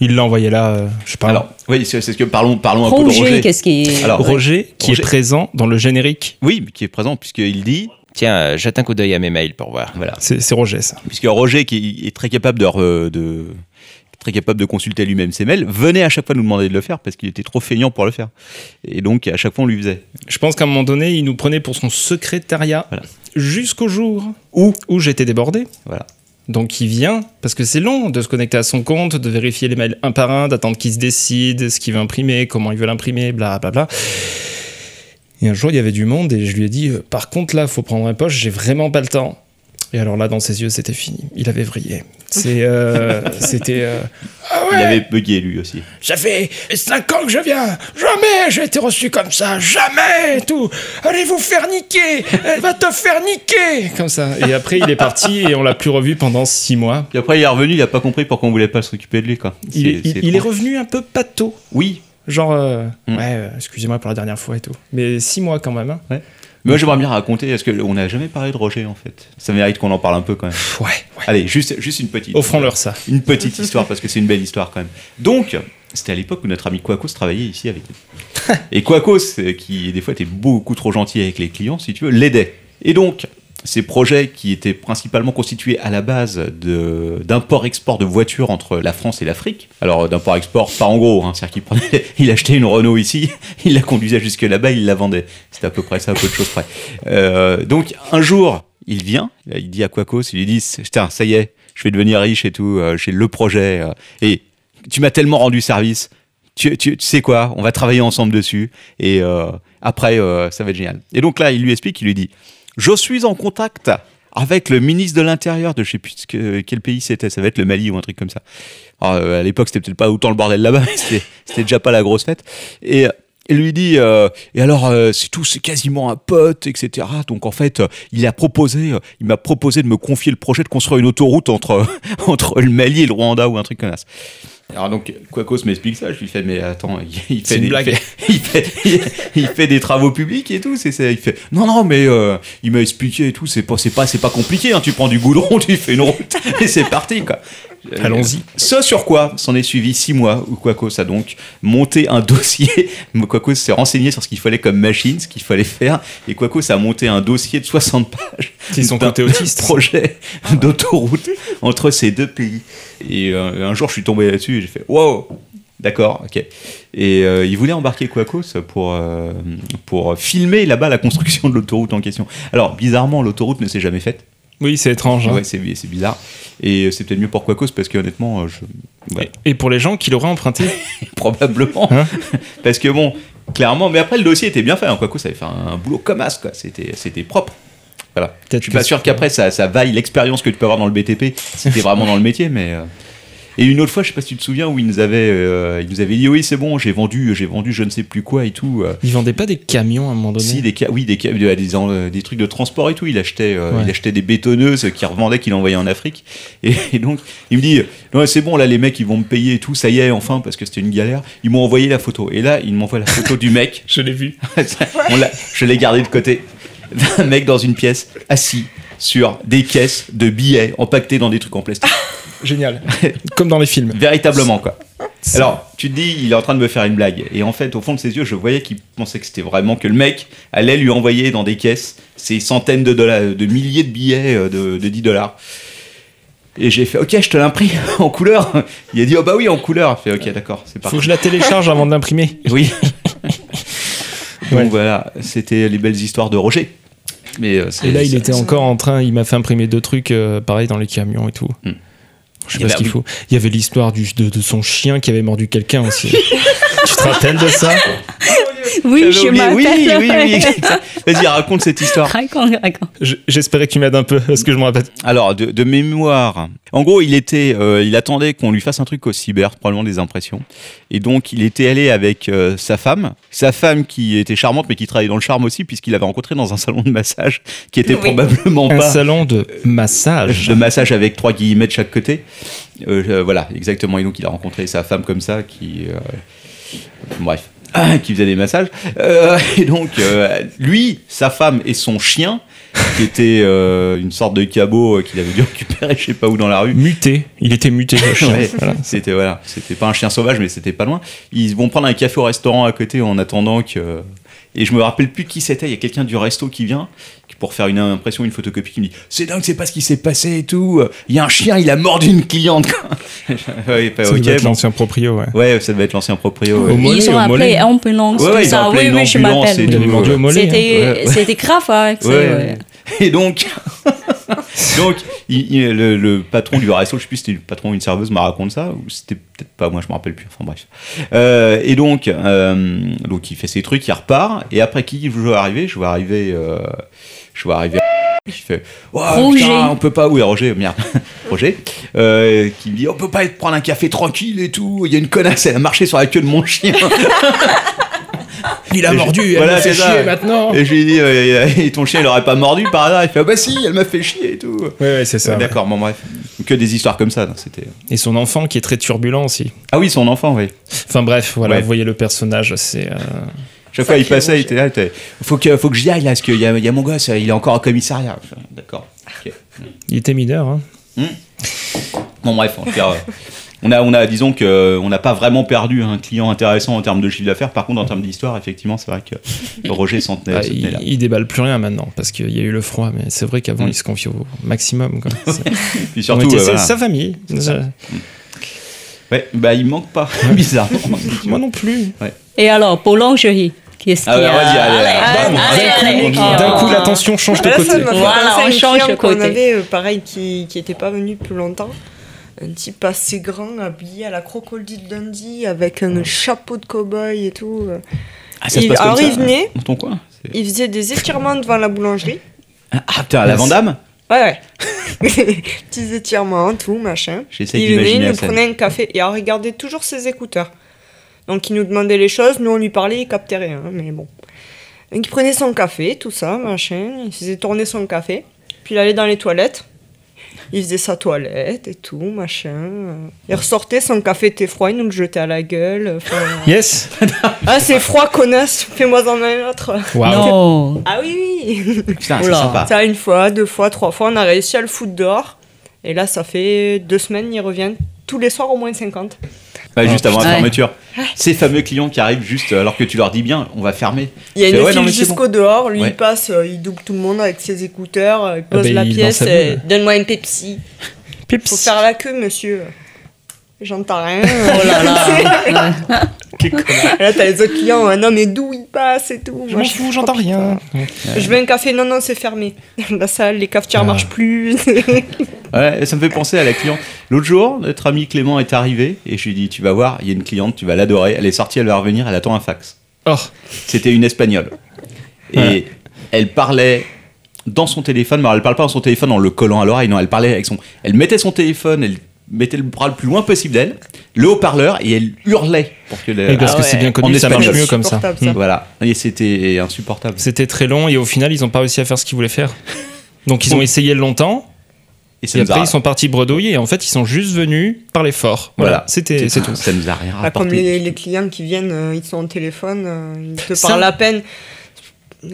Il l'a envoyé là, euh, je sais pas.
Alors, oui, c'est c'est ce que parlons, parlons un peu de Ah,
Roger,
Roger.
qu'est-ce qui.
Alors,
Roger, qui
Roger.
est présent dans le générique.
Oui, mais qui est présent, puisqu'il dit.
Tiens, euh, jette un coup d'œil à mes mails pour voir.
Voilà.
C'est c'est Roger, ça.
Puisque Roger, qui est très capable de. re- de très capable de consulter lui-même ses mails, venait à chaque fois nous demander de le faire parce qu'il était trop feignant pour le faire. Et donc, à chaque fois, on lui faisait.
Je pense qu'à un moment donné, il nous prenait pour son secrétariat
Voilà.
jusqu'au jour où, où j'étais débordé.
Voilà.
Donc il vient, parce que c'est long de se connecter à son compte, de vérifier les mails un par un, d'attendre qu'il se décide, ce qu'il veut imprimer, comment il veut l'imprimer, bla bla bla. Et un jour, il y avait du monde et je lui ai dit, euh, par contre là, faut prendre un poche, j'ai vraiment pas le temps. Et alors là, dans ses yeux, c'était fini. Il avait vrillé. C'est, euh, C'était... euh,
Il avait bugué lui aussi.
ça fait 5 ans que je viens. Jamais j'ai été reçu comme ça. Jamais et tout. Allez vous faire niquer. Elle va te faire niquer. Comme ça. Et après, il est parti et on l'a plus revu pendant 6 mois.
Puis après, il est revenu, il a pas compris pourquoi on voulait pas s'occuper de lui, quoi.
Il, est,
C'est- c'est
il- il est
étrange.
revenu un peu pâteau.
Oui.
Genre, euh,
Mm.
ouais, euh, excusez-moi pour la dernière fois et tout. Mais 6 mois quand même. hein.
Moi, j'aimerais bien raconter, parce qu'on n'a jamais parlé de Roger, en fait. Ça mérite qu'on en parle un peu, quand même.
Pff, ouais, ouais.
Allez, juste, juste une petite.
Offrons-leur ça.
Une petite histoire, parce que c'est une belle histoire, quand même. Donc, c'était à l'époque où notre ami Quacos travaillait ici avec nous. Et Quacos, euh, qui des fois était beaucoup trop gentil avec les clients, si tu veux, l'aidait. Et donc, ces projets qui étaient principalement constitués à la base de- d'import-export de voitures entre la France et l'Afrique. Alors, euh, d'import-export, pas en gros, hein, c'est-à-dire qu'il prenait- il achetait une Renault ici, il la conduisait jusque là-bas, il la vendait. C'était à peu près ça, à peu de choses près. Euh, donc, un jour, il vient, il dit à Quacos, il lui dit Putain, ça y est, je vais devenir riche et tout, euh, j'ai le projet. euh, et tu m'as tellement rendu service. Tu, tu- tu sais quoi On va travailler ensemble dessus. Et euh, après, euh, ça va être génial. Et donc là, il lui explique, il lui dit Je suis en contact avec le ministre de l'Intérieur de je sais plus ce que- quel pays c'était. Ça va être le Mali ou un truc comme ça. Alors, euh, à l'époque, c'était peut-être pas autant le bordel là-bas. mais C'était c'était déjà pas la grosse fête. Et. Il lui dit, euh, et alors, euh, c'est tout, c'est quasiment un pote, etc. Donc, en fait, euh, il a proposé, euh, il m'a proposé de me confier le projet de construire une autoroute entre, entre le Mali et le Rwanda ou un truc comme ça. Alors, donc, Quacos m'explique ça. Je lui fais, mais attends, il, il
C'est
fait,
une
des,
blague.
il fait- il fait- il- il fait des travaux publics et tout. C'est, c'est- il fait, non, non, mais euh, il m'a expliqué et tout. C'est pas, c'est pas, c'est pas compliqué. hein. Tu prends du goudron, tu fais une route et c'est parti, quoi.
Allons-y.
Euh, Ce sur quoi s'en est suivi six mois où Quacos a donc monté un dossier. Quacos s'est renseigné sur ce qu'il fallait comme machine, ce qu'il fallait faire. Et Quacos a monté un dossier de 60 pages.
C'est son
d'un
côté autiste, ça.
projet d'autoroute entre ces deux pays. Et euh, un jour, je suis tombé là-dessus et j'ai fait Wow D'accord, ok. Et euh, il voulait embarquer Quacos pour, euh, pour filmer là-bas la construction de l'autoroute en question. Alors, bizarrement, l'autoroute ne s'est jamais faite.
Oui, c'est étrange. hein.
Ouais, c'est c'est bizarre. Et euh, c'est peut-être mieux pour Quacos parce que honnêtement, euh, je, voilà.
Et et pour les gens qui l'auraient emprunté,
probablement.
Hein
Parce que bon, clairement, mais après le dossier était bien fait, hein. Quaco, ça avait fait un boulot comme as, quoi. C'était, c'était propre. Voilà. Je
Peut-être
suis
que
pas
c'est-
sûr qu'après ça, ça vaille l'expérience que tu peux avoir dans le BTP, si t'es vraiment dans le métier, mais. euh, Et une autre fois, je sais pas si tu te souviens, où il nous avait, euh, il nous avait dit oui, c'est bon, j'ai vendu, j'ai vendu, je ne sais plus quoi et tout. euh,
ils vendaient pas des camions à un moment donné.
si, des, ca- oui, des, ca- des, des- euh, des trucs de transport et tout. Il achetait, euh,
Ouais.
il achetait des bétonneuses qu'il revendait, qu'il envoyait en Afrique. Et, et donc, il me dit Non, c'est bon, là, les mecs, ils vont me payer et tout. Ça y est, enfin, parce que c'était une galère. Ils m'ont envoyé la photo. Et là, il m'envoie la photo du mec.
Je l'ai vu.
On l'a- je l'ai gardé de côté. Un mec dans une pièce, assis sur des caisses de billets empaquetés dans des trucs en plastique.
Génial. Comme dans les films.
Véritablement, quoi. Alors, tu te dis, il est en train de me faire une blague. Et en fait, au fond de ses yeux, je voyais qu'il pensait que c'était vraiment que le mec allait lui envoyer dans des caisses ces centaines de dollars, de milliers de billets euh, de, de 10 dollars. Et j'ai fait, ok, je te l'imprime en couleur. Il a dit, oh bah oui, en couleur. J'ai fait, ok, d'accord, c'est
Faut
parti.
que je la télécharge avant de l'imprimer.
Oui. Donc
Ouais.
voilà, c'était les belles histoires de Roger. Mais euh, c'est-
Et là, il
c'est-
était encore en train, il m'a fait imprimer deux trucs, euh, pareil, dans les camions et tout.
Hmm.
Je sais
Et
pas
bah
ce qu'il
oui.
faut. Il y avait l'histoire du- de, de son chien qui avait mordu quelqu'un aussi. tu te rappelles de ça
Oui,
J'avais
je
oublié.
m'appelle.
Oui, oui, oui. Vas-y, raconte cette histoire.
Raconte, raconte.
Je- J'espérais que tu m'aides un peu, parce que je me rappelle.
Alors, de, de mémoire. En gros, il était, euh, il attendait qu'on lui fasse un truc au cyber, probablement des impressions. Et donc, il était allé avec euh, sa femme. Sa femme qui était charmante, mais qui travaillait dans le charme aussi, puisqu'il l'avait rencontrée dans un salon de massage, qui était
Oui.
probablement
Un
pas
salon de massage.
de massage avec trois guillemets de chaque côté. Euh, euh, voilà, exactement. Et donc, il a rencontré sa femme comme ça, qui. euh, bref. qui faisait des massages. Euh, et donc, euh, lui, sa femme et son chien, qui était euh, une sorte de cabot euh, qu'il avait dû récupérer, je sais pas où dans la rue.
Muté. Il était muté, le chien.
Ouais,
Voilà.
C'était voilà, c'était pas un chien sauvage, mais c'était pas loin. Ils vont prendre un café au restaurant à côté en attendant que. Et je me rappelle plus qui c'était. Il y a quelqu'un du resto qui vient qui- pour faire une impression, une photocopie, qui me dit c'est dingue, c'est pas ce qui s'est passé et tout. Il y a un chien, il a mordu une cliente. ouais, pas,
Ça
ok,
devait être
bon.
l'ancien proprio, ouais.
ouais, ça devait être l'ancien proprio. ouais.
Au mollet,
Ils ont
au
appelé
mollet.
ambulance,
Ouais,
tout
ouais, ils ont
ça.
appelé
Oui,
une
oui, je
ambulance et
Il
tout.
m'appelle.
avait mordu au mollet. hein.
C'était
ouais.
c'était grave, hein, que c'est- ouais.
Ouais. Et donc, donc il- il- le, le patron du resto, je sais plus si c'était le patron ou une serveuse, m'a raconté ça, ou c'était peut-être pas moi, je me rappelle plus. Enfin bref. Euh, et donc, euh, donc, il fait ses trucs, il repart, et après qui je vois arriver Je vois arriver. euh, je vois arriver. Qui fait Ouah,
Roger.
putain, on peut pas. Oui, Roger, merde. Roger. euh, qui me dit On peut pas être prendre un café tranquille et tout. Il y a une connasse, elle a marché sur la queue de mon chien.
Il a
Et je-
mordu, elle
voilà,
me
c'est
fait
ça,
chier
ouais.
maintenant.
Et je lui ai dit, euh, et ton chien, il aurait pas mordu par hasard. Il fait, ah bah si, elle m'a fait chier et tout.
Ouais, ouais, c'est ça.
Ouais, D'accord, bon, bref. Que des histoires comme ça. non, C'était. euh.
Et son enfant qui est très turbulent aussi.
Ah oui, son enfant, oui.
Enfin bref, voilà,
Ouais.
vous voyez le personnage, c'est. euh,
Chaque fois, il passait, il était là. il était, faut que, faut que j'y aille, là, parce qu'il y a, il y a mon gosse, il est encore au commissariat. Je fais, D'accord. ok.
Il était mineur, hein.
Bon, bref, en tout cas, euh, on a, on a, disons que, euh, on n'a pas vraiment perdu un client intéressant en termes de chiffre d'affaires. Par contre, en termes d'histoire, effectivement, c'est vrai que Roger s'en tenait,
Ah,
se tenait
il,
là.
il déballe plus rien maintenant parce qu'il y a eu le froid, mais c'est vrai qu'avant
Mm.
il se confiait au maximum. quoi. C'est-
Puis
on
surtout,
était
euh,
sa,
voilà.
sa famille. Euh,
ouais, bah, il manque pas, bizarrement.
Moi non plus.
Et alors, pour l'Algérie, Qu'est-ce
Ah
qu'il
ouais,
y a
vas-y, allez,
allez,
bam,
allez,
d'un coup,
allez.
on dit-
Oh.
D'un coup,
Ah.
l'attention change de
Là, ça
côté.
m'a fait
Voilà,
penser à
on
un
change
client
de
qu'on
côté.
avait, euh, pareil, qui qui était pas venu plus longtemps. Un type assez grand, habillé à la crocodile Dundee, avec un chapeau de cow-boy et tout.
Ah, ça se
Il-
passe comme
alors,
ça,
il venait.
Dans ton coin c'est-
Il faisait des étirements devant la boulangerie.
Ah putain, la Vandame
Ouais, ouais. Petits étirements, hein, tout, machin.
J'essaie
Il venait, il
d'imaginer
nous
la scène.
prenait un café et il regardait toujours ses écouteurs. Donc il nous demandait les choses, nous on lui parlait, il captait rien, hein, mais bon. Donc il prenait son café, tout ça, machin, il faisait tourner son café, puis il allait dans les toilettes, il faisait sa toilette et tout, machin. Il ressortait, son café était froid, il nous le jetait à la gueule. enfin,
Yes
ah c'est froid connasse, fais-moi en un autre.
Waouh.
Non.
Ah oui, oui
Putain, c'est
Oula.
Ah.
sympa.
ça, une fois, deux fois, trois fois, on a réussi à le foutre dehors. Et là, ça fait deux semaines, ils reviennent tous les soirs au moins 50.
Bah, juste avant la
Ouais.
fermeture. Ces fameux clients qui arrivent juste euh, alors que tu leur dis bien, on va fermer.
Il y a une
C'est- ouais, non,
file
mais c'est
jusqu'au dehors, lui
Ouais.
il passe, euh, il double tout le monde avec ses écouteurs, euh, il
Ah
pose
ben,
la
il est dans
pièce
sa
et
bulle.
donne-moi une Pepsi. Faut faire la queue, monsieur. J'entends rien.
Oh là là.
là, t'as les autres clients, euh, non mais d'où il passe et tout.
Je
Moi,
m'en fous, j'entends rien.
Je veux un café, non, non, c'est fermé. La salle, les cafetières
Ah.
marchent plus.
Ouais, ça me fait penser à la cliente. L'autre jour, notre ami Clément est arrivé et je lui ai dit Tu vas voir, il y a une cliente, tu vas l'adorer. Elle est sortie, elle va revenir, elle attend un fax.
Oh,
C'était une espagnole. Et
Ouais.
elle parlait dans son téléphone, mais alors elle parle pas dans son téléphone en le collant à l'oreille, non, elle parlait avec son. Elle mettait son téléphone, elle mettait le bras le plus loin possible d'elle, le haut-parleur, et elle hurlait pour que le-
Et parce
Ah
que
ouais.
c'est bien
En
connu, ça
espagnol.
marche mieux comme ça.
Insupportable,
Mm.
Voilà, et c'était insupportable.
C'était très long et au final, ils n'ont pas réussi à faire ce qu'ils voulaient faire. Donc, ils ont essayé longtemps
Et ça
et
nous
après,
a-
ils sont partis bredouiller. Et en fait, ils sont juste venus par l'effort. Voilà,
Voilà.
c'était c'est tout.
Ça nous a rien
Ah, comme
rapporté.
les, les clients qui viennent, euh, ils sont au téléphone, euh, ils te
Ça-
parlent à peine.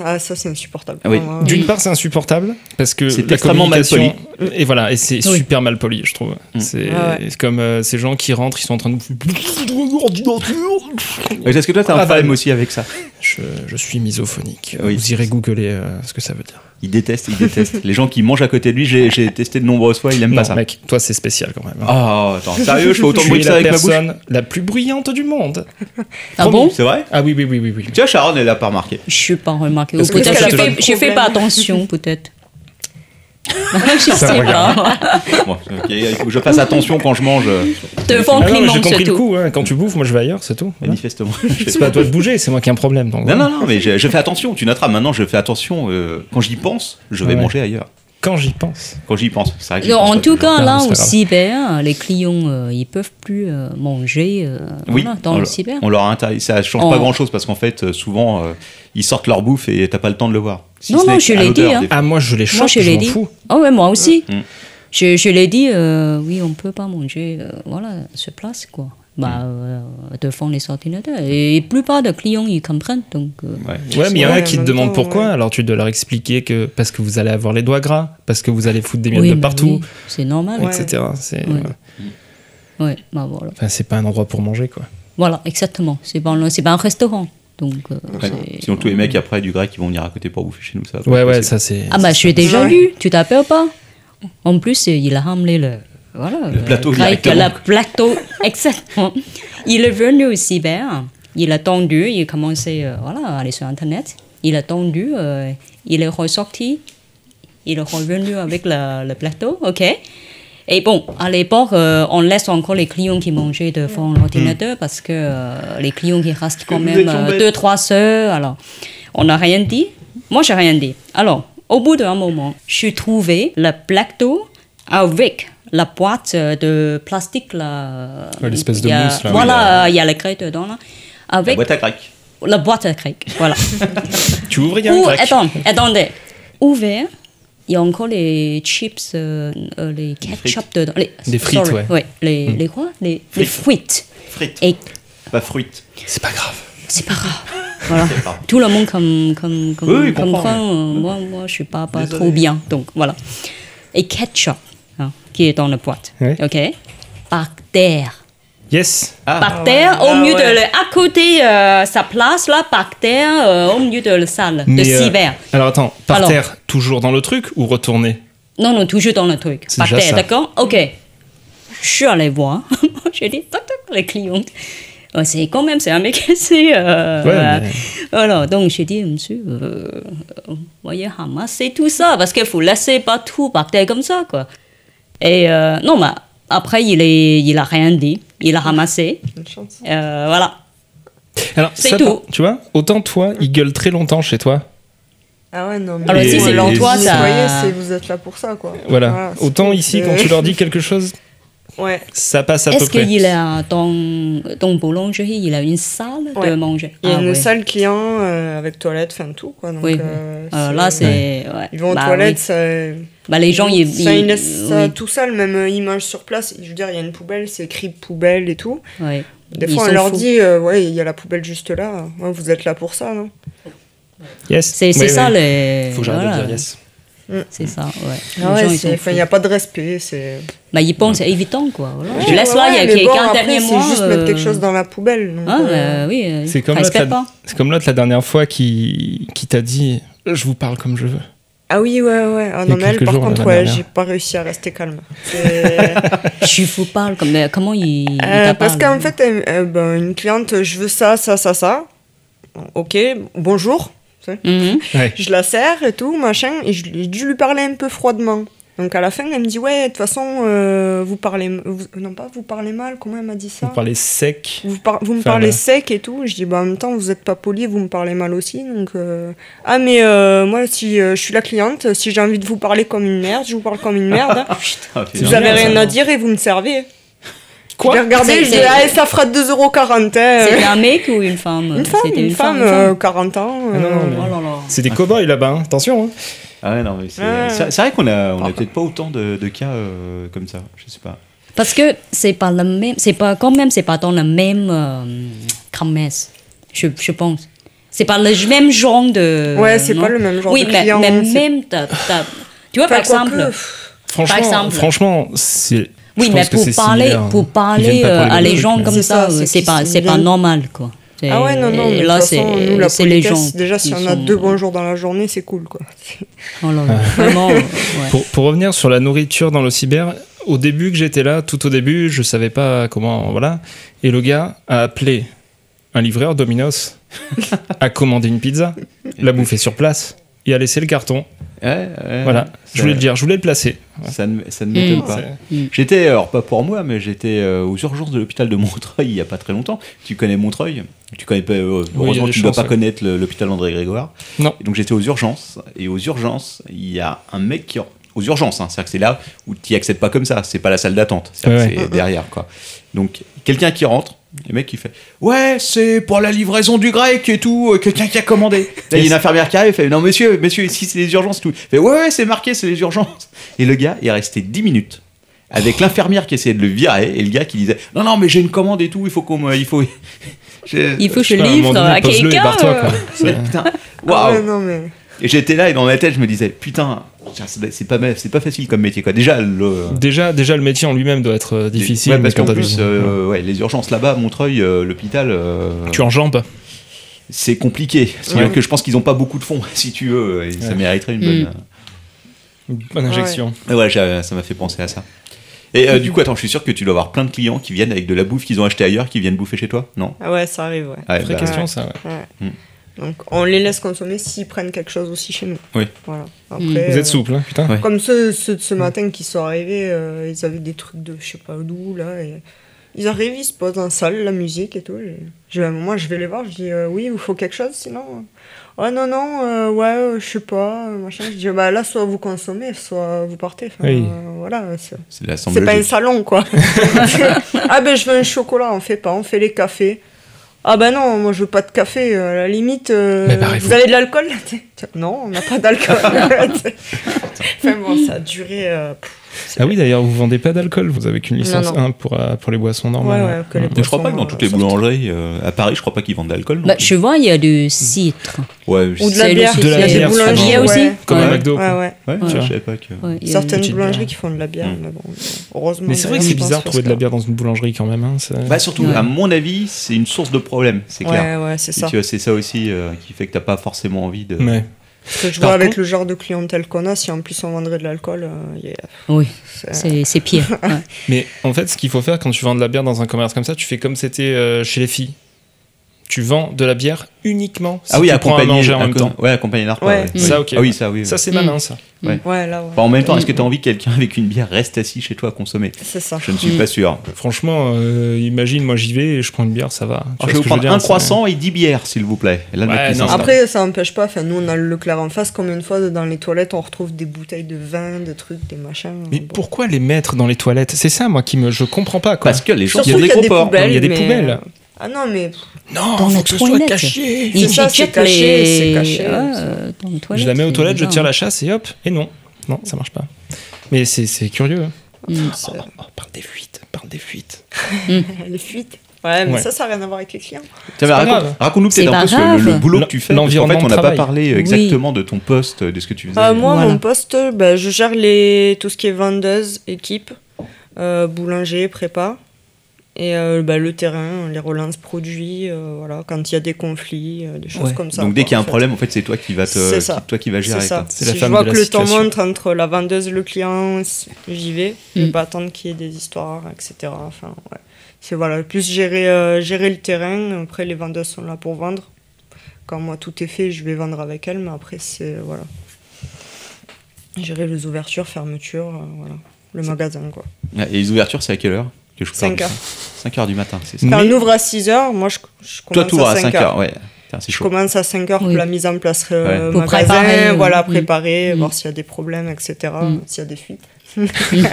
Ah, ça, c'est insupportable.
Ah oui.
Vraiment.
D'une part, c'est insupportable parce que
C'est
la
extrêmement mal
communication euh, et voilà et c'est super mal poli, je trouve.
Mm.
C'est
Ah ouais.
c'est comme euh, ces gens qui rentrent, ils sont en train de
Est-ce que toi, t'as un
Ah,
problème
bah,
aussi avec ça
Je, je suis misophonique.
Oui.
Vous irez googler euh, ce que ça veut dire.
Il déteste, il déteste. les gens qui mangent à côté de lui, j'ai j'ai testé de nombreuses fois, il aime
Non,
pas ça.
mec, toi c'est spécial quand même.
Oh, attends, sérieux, je fais autant
Ah, je
de bruit
suis
que ça
la
avec ma bouche
personne la plus bruyante du monde.
Ah bon
C'est vrai
Ah oui oui oui oui oui.
Tu vois, Sharon, elle l'a pas remarqué.
Je suis pas remarqué. Ou
Est-ce que
peut-être
ça
je
te
fais,
donne
je fais
problème
pas attention, peut-être. je sais pas.
Bon, ok, il faut que je fasse attention quand je mange, euh,
Devant
Ah non,
Clément,
j'ai
c'est
compris le
tout.
coup. hein. Quand tu bouffes, moi je vais ailleurs, c'est tout. Voilà.
manifestement. Je fais
C'est pas à toi de bouger, c'est moi qui ai un problème. donc
Non,
voilà.
non, non, mais je, je fais attention, tu noteras, maintenant je fais attention, euh, quand j'y pense, je vais
Ouais.
manger ailleurs.
Quand j'y pense.
Quand j'y pense, c'est vrai que j'y
Non,
pense
en
pas
tout
toujours.
cas,
Non,
là,
c'est
au
pas grave.
cyber, les clients, euh, ils peuvent plus euh, manger euh,
oui, Oh
voilà, dans
on,
le
le-
cyber. Oh.
on leur a interdit, ça change
On-
pas grand chose parce qu'en fait, euh, souvent, euh, ils sortent leur bouffe et t'as pas le temps de le voir. Si
Non,
ce
non,
n'est
je
qu'à
l'ai dit,
l'odeur,
hein.
des fois.
Ah moi je les chope,
Moi, je
je
l'ai
m'en
dit.
fous.
Ah ouais, moi aussi.
Mm.
Je, je l'ai dit, euh, oui, on peut pas manger, euh, voilà, sur place, quoi.
Mm.
Bah, euh, devant les ordinateurs. Et la plupart des clients, ils comprennent, donc... euh,
Ouais.
Ouais, mais il y en
Ouais,
a
en
qui te
même
demandent
temps,
pourquoi,
ouais.
alors tu dois leur expliquer que parce que vous allez avoir les doigts gras, parce que vous allez foutre des miettes
oui,
de
mais
partout,
oui, c'est normal.
Ouais.
etc. C'est
Ouais.
voilà.
Ouais, bah voilà.
Enfin, c'est pas un endroit pour manger, quoi.
Voilà, exactement. C'est pas, un- c'est pas un restaurant, donc... euh,
Ouais.
c'est-
Sinon, tous les mecs après du grec qui vont venir à côté pour bouffer chez nous, ça va pas
Ouais,
être
ouais,
possible.
ça c'est.
Ah bah, je l'ai déjà
Ouais.
lu, tu t'appelles pas En plus, euh, il a ramené le... Voilà, le
plateau
grec,
directement.
le plateau, exactement. Il est venu au cyber, il a attendu, il commençait euh, voilà, à aller sur Internet, il a attendu, euh, il est ressorti, il est revenu avec la- le plateau, ok et bon, à l'époque, euh, on laisse encore les clients qui mangeaient devant l'ordinateur parce que euh, les clients qui restent quand
vous
même
étions
euh,
bêtes.
deux, trois heures. Alors, on n'a rien dit. Moi, j'ai rien dit. Alors, au bout d'un moment, je suis trouvé le plateau avec la boîte euh, de plastique là.
Ouais, l'espèce de
Il y a-
mousse, là.
Voilà, euh, il y a le grès dedans là.
La
Avec
boîte à grec.
la boîte à grec. Voilà.
Tu ouvres, il y a un
Ou,
grec.
attends, attendez. Ouvert, il y a encore les chips, euh, euh, les ketchup dedans. Les,
Des frites,
sorry,
ouais. Hmm.
les, les quoi les, les frites.
Frites.
Et
Pas fruites.
C'est pas grave.
c'est pas grave. Voilà.
C'est pas grave.
Tout le monde comme, comme, comme,
Oui, oui,
comme
comprends,
quoi, euh, moi, moi, je suis pas, pas trop bien. Donc, voilà. Et ketchup, hein, qui est dans la boîte.
Ouais.
OK Par terre.
Yes.
Par terre, au
Ah
milieu
ouais.
de... le- à côté, euh, sa place, là, par terre, euh, au milieu de la salle, de
euh,
cyber.
alors attends, par
Alors.
terre, toujours dans le truc ou retourner
Non, non, toujours dans le truc.
C'est
Par
déjà
terre,
ça.
d'accord Ok. Je suis allée voir. J'ai dit, toc, toc, les clients. Euh, C'est quand même, c'est un mec, c'est. euh,
Ouais,
euh,
mais-
Alors, donc, j'ai dit, monsieur, euh, euh, voyez, ramassez tout ça, parce qu'il faut laisser pas tout par terre comme ça, quoi. Et euh, non, mais après, il, est, il a rien dit, il a ramassé.
Une chance.
Euh, voilà.
Alors,
C'est
ça,
tout.
par- Tu vois, autant toi, il gueule très longtemps chez toi.
Ah ouais, non, mais.
Alors,
Et- si c'est
vous
l'endroit,
voyez,
ça-
c'est- vous êtes là pour ça, quoi.
Voilà.
c'est
autant
tout.
ici,
Euh,
quand tu leur dis quelque chose,
Ouais.
ça passe à peu
Est-ce
près.
qu'il a dans, dans boulangerie, il a une salle de
Ouais.
manger
Il y a
Ah,
une
ouais.
salle client euh, avec toilette, enfin tout, quoi. Donc,
Oui, oui.
euh,
Euh,
c'est-
là, c'est. ouais.
Ils vont aux
Bah,
toilettes,
oui.
ça.
Bah, les gens, ils.
ça, ils laissent
ils-
ça
oui,
tout seul, même euh, ils mangent sur place. Je veux dire, il y a une poubelle, c'est écrit poubelle et tout.
ouais.
Des
Ils
fois, on
s'en
leur
foutent.
dit, euh, ouais, il y a la poubelle juste là. Ouais, vous êtes là pour ça, non
Yes.
C'est c'est
Oui,
ça
oui.
les.
Faut que j'arrête de
voilà.
dire yes.
C'est ça, ouais.
Ah ouais,
les gens, ils
c'est-
sont.
enfin, il n'y a pas de respect. C'est.
Bah, ils pensent, c'est évident, quoi. voilà.
Ouais,
Je laisse
ouais,
là, il y
ouais,
a
mais bon,
quelqu'un
après,
derrière moi.
C'est juste mettre quelque
euh,
chose dans la poubelle. donc,
Ah,
euh,
bah, oui. euh,
C'est comme, l'autre,
respecte
la-
pas.
c'est comme l'autre la dernière fois qui, qui t'a dit Je vous parle comme je veux.
Ah oui, ouais, ouais. Ah,
Il y
non,
a
mais elle,
quelques
par
jours, la
contre, ouais,
dernière.
j'ai pas réussi à rester calme. C'est-
Je vous parle comme. mais Comment il. il
Euh,
t'a
parce
parlé
qu'en fait, elle- euh, ben, une cliente, je veux ça, ça, ça, ça. Ok, bonjour. euh,
Mhm.
Ouais.
Je la serre et tout, machin, et j'ai dû lui parler un peu froidement. Donc à la fin, elle me dit Ouais, de toute façon, euh, vous parlez. vous- non, pas vous parlez mal, comment elle m'a dit
Vous
ça
parlez sec.
vous, par- vous me
Enfin,
parlez
euh,
sec et tout. Je dis Bah en même temps, vous êtes pas poli, vous me parlez mal aussi. Donc, euh, Ah, mais euh, moi, si euh, je suis la cliente, si j'ai envie de vous parler comme une merde, je vous parle comme une merde.
Putain,
C'est
vous
génial,
avez rien
ça.
à dire et vous me servez.
Quoi
J'ai regardé,
C'est-
je dis
c'est-
Ah, ça fera 2,40€. hein.
C'était un mec ou une femme
Une femme,
C'était
une, femme, euh, 40 ans. euh,
Ah, non, non, mais-
Oh là là.
C'est des cow-boys là-bas, hein. attention. hein.
Ah ouais, non, mais c'est
Ouais.
c'est- c'est vrai qu'on a, on a peut-être pas autant de, de cas euh, comme ça. Je sais pas.
Parce que c'est pas le même, c'est pas quand même, c'est pas dans le même euh, commerce, je, je pense. C'est pas le même genre de.
Ouais, c'est
non
pas le même genre
oui,
de
mais,
client,
mais
c'est-
même ta- ta- tu vois
Enfin,
par exemple.
quoique,
Par
Franchement,
exemple.
franchement c'est. je
oui,
pense
mais
que
pour
c'est
parler,
similaire, hein.
pour
Ils
parler
viennent pas pour
euh,
les
à les
trucs,
gens
mais-
comme
C'est
ça,
ça,
euh,
c'est
c'est
qu'ils
pas,
sont
c'est pas
bien-
normal quoi. C'est-
Ah ouais, non, non, mais
là
de toute façon,
c'est,
nous, la
c'est les gens.
politesse, Déjà, si
qui
on a
sont-
deux bonjours dans la journée, c'est cool, quoi.
Oh là là, vraiment. ouais.
Pour, pour revenir sur la nourriture dans le cyber, au début que j'étais là, tout au début, je savais pas comment, voilà. Et le gars a appelé un livreur Domino's, a commandé une pizza, l'a bouffé sur place et a laissé le carton.
Ah
Ouais, ouais,
voilà.
ça-
Je voulais le dire, je voulais le placer.
Ça ne, ça ne m'étonne
Mm.
pas.
C'est-
Mm.
J'étais, alors pas pour moi, mais j'étais euh, aux urgences de l'hôpital de Montreuil il y a pas très longtemps. Tu connais Montreuil Tu connais pas, euh,
il y a
heureusement,
des
tu ne dois
chances,
pas
ouais.
connaître le- l'hôpital André Grégoire.
Non.
Et donc j'étais aux urgences, et aux urgences, il y a un mec qui. Aux urgences, hein, c'est-à-dire que c'est là où tu n'y accèdes pas comme ça, c'est pas la salle d'attente, c'est-à-dire
Ouais,
que c'est derrière quoi. Donc quelqu'un qui rentre, le mec qui fait Ouais, c'est pour la livraison du grec et tout, euh, quelqu'un qui a commandé. Là, il y a une infirmière qui arrive, elle fait Non, monsieur, monsieur, ici c'est les urgences, tout. Il fait Ouais, ouais, c'est marqué, c'est les urgences. Et le gars est resté 10 minutes avec l'infirmière qui essayait de le virer et le gars qui disait Non, non, mais j'ai une commande et tout, il faut qu'on me. Il faut. J'ai-
Il faut que je
Je sais pas, à un moment
livre
donné,
à
pose-le et
quelqu'un.
barre-toi,
euh,
quoi. C'est-
Putain,
Ah
waouh
ouais, non, mais...
et j'étais là et dans ma tête je me disais putain tiens, c'est c'est pas ma- c'est pas facile comme métier quoi. Déjà le
Déjà, déjà, le métier en lui-même doit être euh, difficile.
Ouais, parce
mais
qu'en
quand t'as
plus
du-
euh, ouais, les urgences là-bas à Montreuil euh, l'hôpital euh,
tu enjambes.
c'est compliqué. C'est-à-dire que je pense qu'ils ont pas beaucoup de fonds si tu veux et ça
Ouais.
mériterait une
Mm.
bonne
Une bonne injection.
Et ouais, j'ai- ça m'a fait penser à ça. Et euh, du coup attends, je suis sûr que tu dois avoir plein de clients qui viennent avec de la bouffe qu'ils ont achetée ailleurs qui viennent bouffer chez toi, non
Ah ouais, ça arrive, ouais.
Ouais,
Vraie
bah,
question, ça. ouais.
Ouais.
Mm.
Hmm.
Donc, on les laisse consommer s'ils prennent quelque chose aussi chez nous.
Oui.
Voilà. Après,
Hmm.
Vous
euh,
êtes souple, hein, putain.
Ouais.
Comme ceux, ceux de ce matin qui sont arrivés, euh, ils avaient des trucs de je sais pas d'où, là. et Ils arrivent, ils se posent en salle, la musique et tout. J'ai- J'ai un moment, je vais les voir, je dis euh, Oui, il vous faut quelque chose sinon Oh non, non, euh, ouais, euh, je sais pas, euh, machin. Je dis Bah là, soit vous consommez, soit vous partez. Enfin,
Oui.
euh, voilà, c'est-
C'est l'assemblée.
C'est pas un salon, quoi. ah ben, je veux un chocolat, on fait pas, on fait les cafés. Ah ben non, moi je veux pas de café, euh, à la limite, euh,
Mais barrez-vous.
vous avez de l'alcool Non, on n'a pas d'alcool. enfin bon, ça a duré... euh, pff, c'est-
Ah oui, d'ailleurs, vous vendez pas d'alcool, vous avez qu'une licence
Non, non.
1 pour, euh, pour les boissons normales.
Ouais, ouais, que les
Mm.
Je crois pas que
boissons,
dans toutes les
euh, sortent.
boulangeries euh, à Paris, je crois pas qu'ils vendent de l'alcool. non
Bah, je vois, il y a du citre.
Ouais, je-
Ou de la
C'est
bière,
le
Mm. De la
il y a
bière,
des boulangeries
souvent.
aussi.
ouais.
Comme un
Ouais.
McDo. quoi.
Ouais, ouais.
ouais,
Ouais.
je savais pas que.
Ouais, il y a-
Certaines
petite
boulangeries
bière.
qui font de la bière,
Mm.
mais bon, heureusement.
Mais c'est vrai
d'ailleurs,
que c'est
je pense,
bizarre de
parce
trouver de la
que-
bière dans une boulangerie quand même. hein, ça-
Bah surtout,
Ouais.
à mon avis, c'est une source de problème, c'est clair.
Ouais, ouais, c'est
Et
ça.
tu vois, c'est ça aussi euh, qui fait que t'as pas forcément envie de.
Ouais.
Parce que je
Par
vois avec
contre-
le genre de clientèle qu'on a, si en plus on vendrait de l'alcool, euh, y a-
Oui,
c'est-
c'est c'est pire. ouais.
Mais en fait, ce qu'il faut faire quand tu vends de la bière dans un commerce comme ça, tu fais comme c'était euh, chez les filles. Tu vends de la bière uniquement si
ah oui,
tu prends à
accompagner
manger en même temps.
Ouais, accompagner l'art.
Ouais.
ouais.
Ça, ok.
Ah oui, ça, oui.
Ça, c'est
Mm.
malin, ça.
Ouais, là, ouais.
Enfin, en même temps, est-ce que tu as envie que quelqu'un avec une bière reste assis chez toi à consommer
C'est ça.
Je ne suis
Mm.
pas sûr.
Franchement, euh, imagine, moi j'y vais et je prends une bière, ça va. Tu
Alors,
vois
je vais
ce
vous
que veux
prendre
dire,
un
c'est-
croissant et 10 bières, s'il vous plaît. Et là, le mec,
Ouais,
il
non.
s'installe.
Après, ça n'empêche pas. Enfin, nous, on a le Leclerc en face. Combien de fois, dans les toilettes, on retrouve des bouteilles de vin, de trucs, des machins.
Mais
bon.
pourquoi les mettre dans les toilettes C'est ça, moi, qui me, je comprends pas. Quoi.
parce que les gens
Surtout
qui ont
qu'il
des
y a des
comports.
poubelles.
Il y a des
mais-
poubelles.
Ah non, mais pff,
Non,
Dans la
faut que ce soit
toilette.
caché.
Ils
ça,
ils
c'est
jettent
caché,
les...
c'est caché,
ouais,
c'est-
euh, dans les toilettes,
Je la mets aux
c'est
toilettes, je
bizarre.
tire la chasse et hop. Et non, non, ça marche pas. Mais c'est- c'est curieux. hein.
Mm.
Oh, oh, parle des fuites, parle des fuites.
les fuites. Ouais, mais
Ouais.
ça, ça n'a rien à voir avec les clients.
Tiens, mais
pas
raconte-
grave.
Raconte-nous
C'est
peut-être un
pas
peu ce que- le, le
grave.
boulot que tu fais. parce qu'en
L'environnement
fait, on
de
n'a pas
travail.
parlé
Oui.
exactement de ton poste, de ce que tu faisais.
Ah, moi,
Voilà.
mon poste, ben, je gère les, tout ce qui est vendeuse, équipe, euh, boulanger, prépa. Et euh, ben, le terrain, les relances produits, euh, voilà, quand il y a des conflits, euh, des choses
Ouais.
comme ça.
Donc dès
quoi,
qu'il y a
en
un
fait.
problème, en fait, c'est toi qui va te,
C'est ça.
qui- toi qui va gérer.
C'est ça.
quoi.
C'est la
si je
femme
vois
de la
que le temps
situation.
monte entre la vendeuse et le client, si- j'y vais. Je
Mm.
vais pas attendre qu'il y ait des histoires, etc. Enfin, ouais. C'est voilà, plus gérer, euh, gérer le terrain. Après, les vendeuses sont là pour vendre. Quand moi tout est fait, je vais vendre avec elles, mais après, c'est. Voilà. Gérer les ouvertures, fermetures, euh, voilà. Le magasin, quoi.
Ah, Et les ouvertures, c'est à quelle heure que je
5 heures.
5 heures du matin, c'est ça.
Mais-
Enfin, on ouvre à 6 heures, moi je, je
Toi,
commence
tout
à
à
5
5
heures.
heures, ouais. Putain, C'est
Je
chaud.
commence à 5 heures pour
Oui.
la mise en place euh,
Ouais. Pour
magasin,
préparer,
voilà,
oui.
préparer,
Mm.
voir s'il y a des problèmes, etc.,
Mm.
s'il y a des fuites.
Ah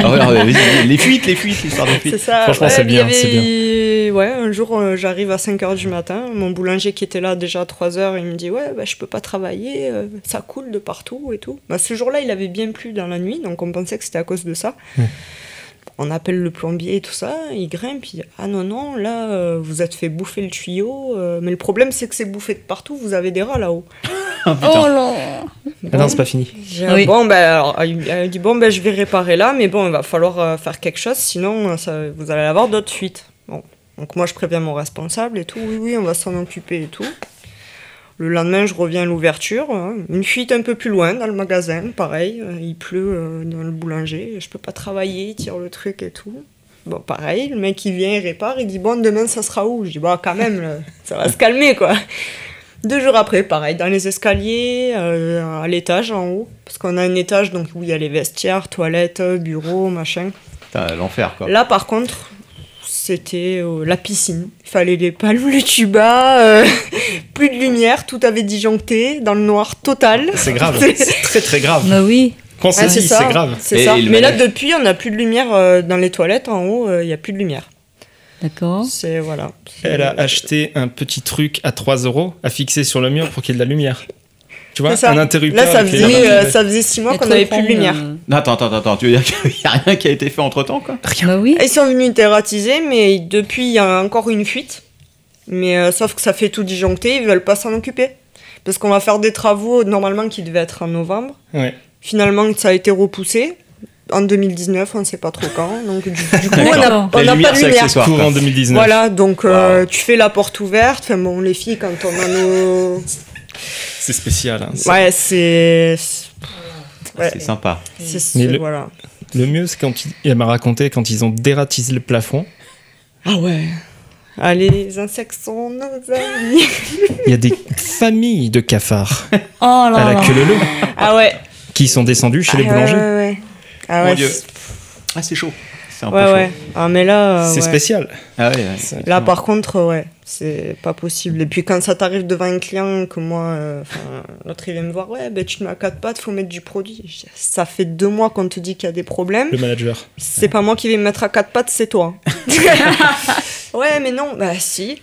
ouais, ouais, vas-y, les fuites, les fuites, l'histoire des
C'est
fuites.
ça.
Franchement,
ouais,
c'est
il y
bien, c'est
avait- Ouais, un jour, euh, j'arrive à 5 h du matin. Mon boulanger qui était là déjà à 3 h, il me dit Ouais, bah, je peux pas travailler, euh, ça coule de partout et tout. Bah, ce jour-là, il avait bien plu dans la nuit, donc on pensait que c'était à cause de ça.
Hmm.
On appelle le plombier et tout ça, il grimpe, il dit Ah non, non, là, euh, vous êtes fait bouffer le tuyau, euh, mais le problème, c'est que c'est bouffé de partout, vous avez des rats là-haut.
Oh là
Ah non, c'est pas fini.
J'ai-
Oui.
Bon, ben, alors, il il dit Bon, ben, je vais réparer là, mais bon, il va falloir euh, faire quelque chose, sinon euh, ça- vous allez avoir d'autres fuites. Bon, donc moi, je préviens mon responsable et tout Oui, oui, on va s'en occuper et tout. Le lendemain, je reviens à l'ouverture. hein, Une fuite un peu plus loin dans le magasin, pareil. euh, Il pleut euh, dans le boulanger, je peux pas travailler, il tire le truc et tout. Bon, pareil, le mec il vient, il répare, il dit Bon, demain ça sera où Je dis Bah, quand même, là, ça va se calmer quoi. Deux jours après, pareil, dans les escaliers, euh, à l'étage en haut, parce qu'on a un étage donc où il y a les vestiaires, toilettes, bureaux, machin.
Putain, l'enfer,
Ah.
quoi.
Là par contre, c'était euh, la piscine. Il fallait les palmes, le tuba, euh, plus de lumière, tout avait disjoncté, dans le noir total.
C'est grave.
C'est-
c'est très très grave.
Bah oui
Quand c'est
Ah,
dit, c'est grave.
c'est
Et
ça.
le
Mais là
manège.
depuis, on n'a plus de lumière euh, dans les toilettes en haut, euh, il n'y a plus de lumière.
D'accord.
C'est voilà.
Oh. Elle a acheté un petit truc à 3 euros à fixer sur le mur pour qu'il y ait de la lumière. Tu vois,
C'est ça.
un interrupteur.
Là, ça
avec les
faisait, euh,
lampes.
ça faisait six mois
Et
qu'on
trop
n'avait plus de
prendre,
lumière.
euh,
Non, attends, attends, attends, tu veux dire qu'il n'y a rien qui a été fait entre temps, quoi
Bah oui.
Ils sont venus terratiser, mais depuis, il y a encore une fuite. Mais euh, sauf que ça fait tout disjoncter, ils veulent pas s'en occuper. Parce qu'on va faire des travaux, normalement, qui devaient être en novembre.
Ouais.
Finalement, ça a été repoussé. En 2019, on sait pas trop quand. Donc, du, du coup, on
D'accord.
n'a
La
pas de
c'est
lumière.
accessoire.
Courant
quoi.
2019.
Voilà, donc euh, tu fais la porte ouverte. Enfin bon, les filles, quand on a nos.
C'est spécial. hein. C'est-
Ouais, c'est. Ouais,
C'est sympa.
c'est-
Mais le-
Voilà.
Le mieux, c'est quand ils- elle m'a raconté quand ils ont dératisé le plafond.
Ah ouais. Allez, les insectes sont nos amis.
Il y a des familles de cafards
Oh
à
là
la
là.
queue leu leu
Ah ouais.
qui sont descendus chez les
Ah ouais,
boulangers.
ouais, ouais. Ah
Mon
ouais.
Dieu.
c'est-
Ah, c'est chaud. C'est un peu
Ouais,
chaud.
ouais. Ah, mais là. euh,
C'est
ouais.
spécial.
Ah ouais, ouais.
Là, par contre, ouais, c'est pas possible. Et puis, quand ça t'arrive devant un client, que moi, euh, enfin, l'autre, il vient me voir, ouais, ben tu te mets à quatre pattes, faut mettre du produit. Je dis, Ça fait deux mois qu'on te dit qu'il y a des problèmes.
Le manager.
C'est pas moi qui vais me mettre à quatre pattes, c'est toi. ouais, mais non, bah si.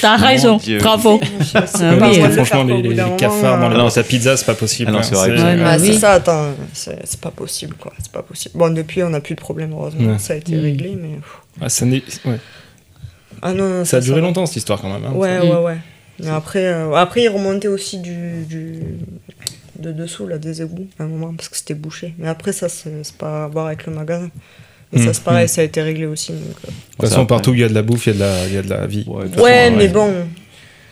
T'as
Mon
raison.
Dieu.
Bravo.
pas
Ah
moi
oui.
de le
franchement,
faire, quoi,
les,
au bout
les
d'un
cafards
moment, hein.
dans la
euh,
pâte à pizza, c'est pas possible.
Ah non,
hein.
c'est vrai que
Ouais,
Ah,
bah
c'est
oui.
ça, attends, c'est c'est pas possible, quoi. C'est pas possible. Bon, depuis, on a plus de problème, heureusement.
Ouais.
Ça a été
Mm.
réglé, mais. pff.
Ah, ça, n'est- ouais.
Ah non, non,
Ça a
ça,
duré
ça va.
longtemps cette histoire quand même. hein.
Ouais,
Mm.
ouais, ouais. Mais après, euh, après, il remontait aussi du, du- de dessous, là, des égouts, à un moment, parce que c'était bouché. Mais après, ça, c'est c'est pas à voir avec le magasin. Mais
Mm.
ça, c'est pareil, ça a été réglé aussi. donc, euh.
De toute façon, partout où il y a de la bouffe, il y a de la, il y a de la vie.
Ouais, de toute
Ouais,
façon,
mais bon,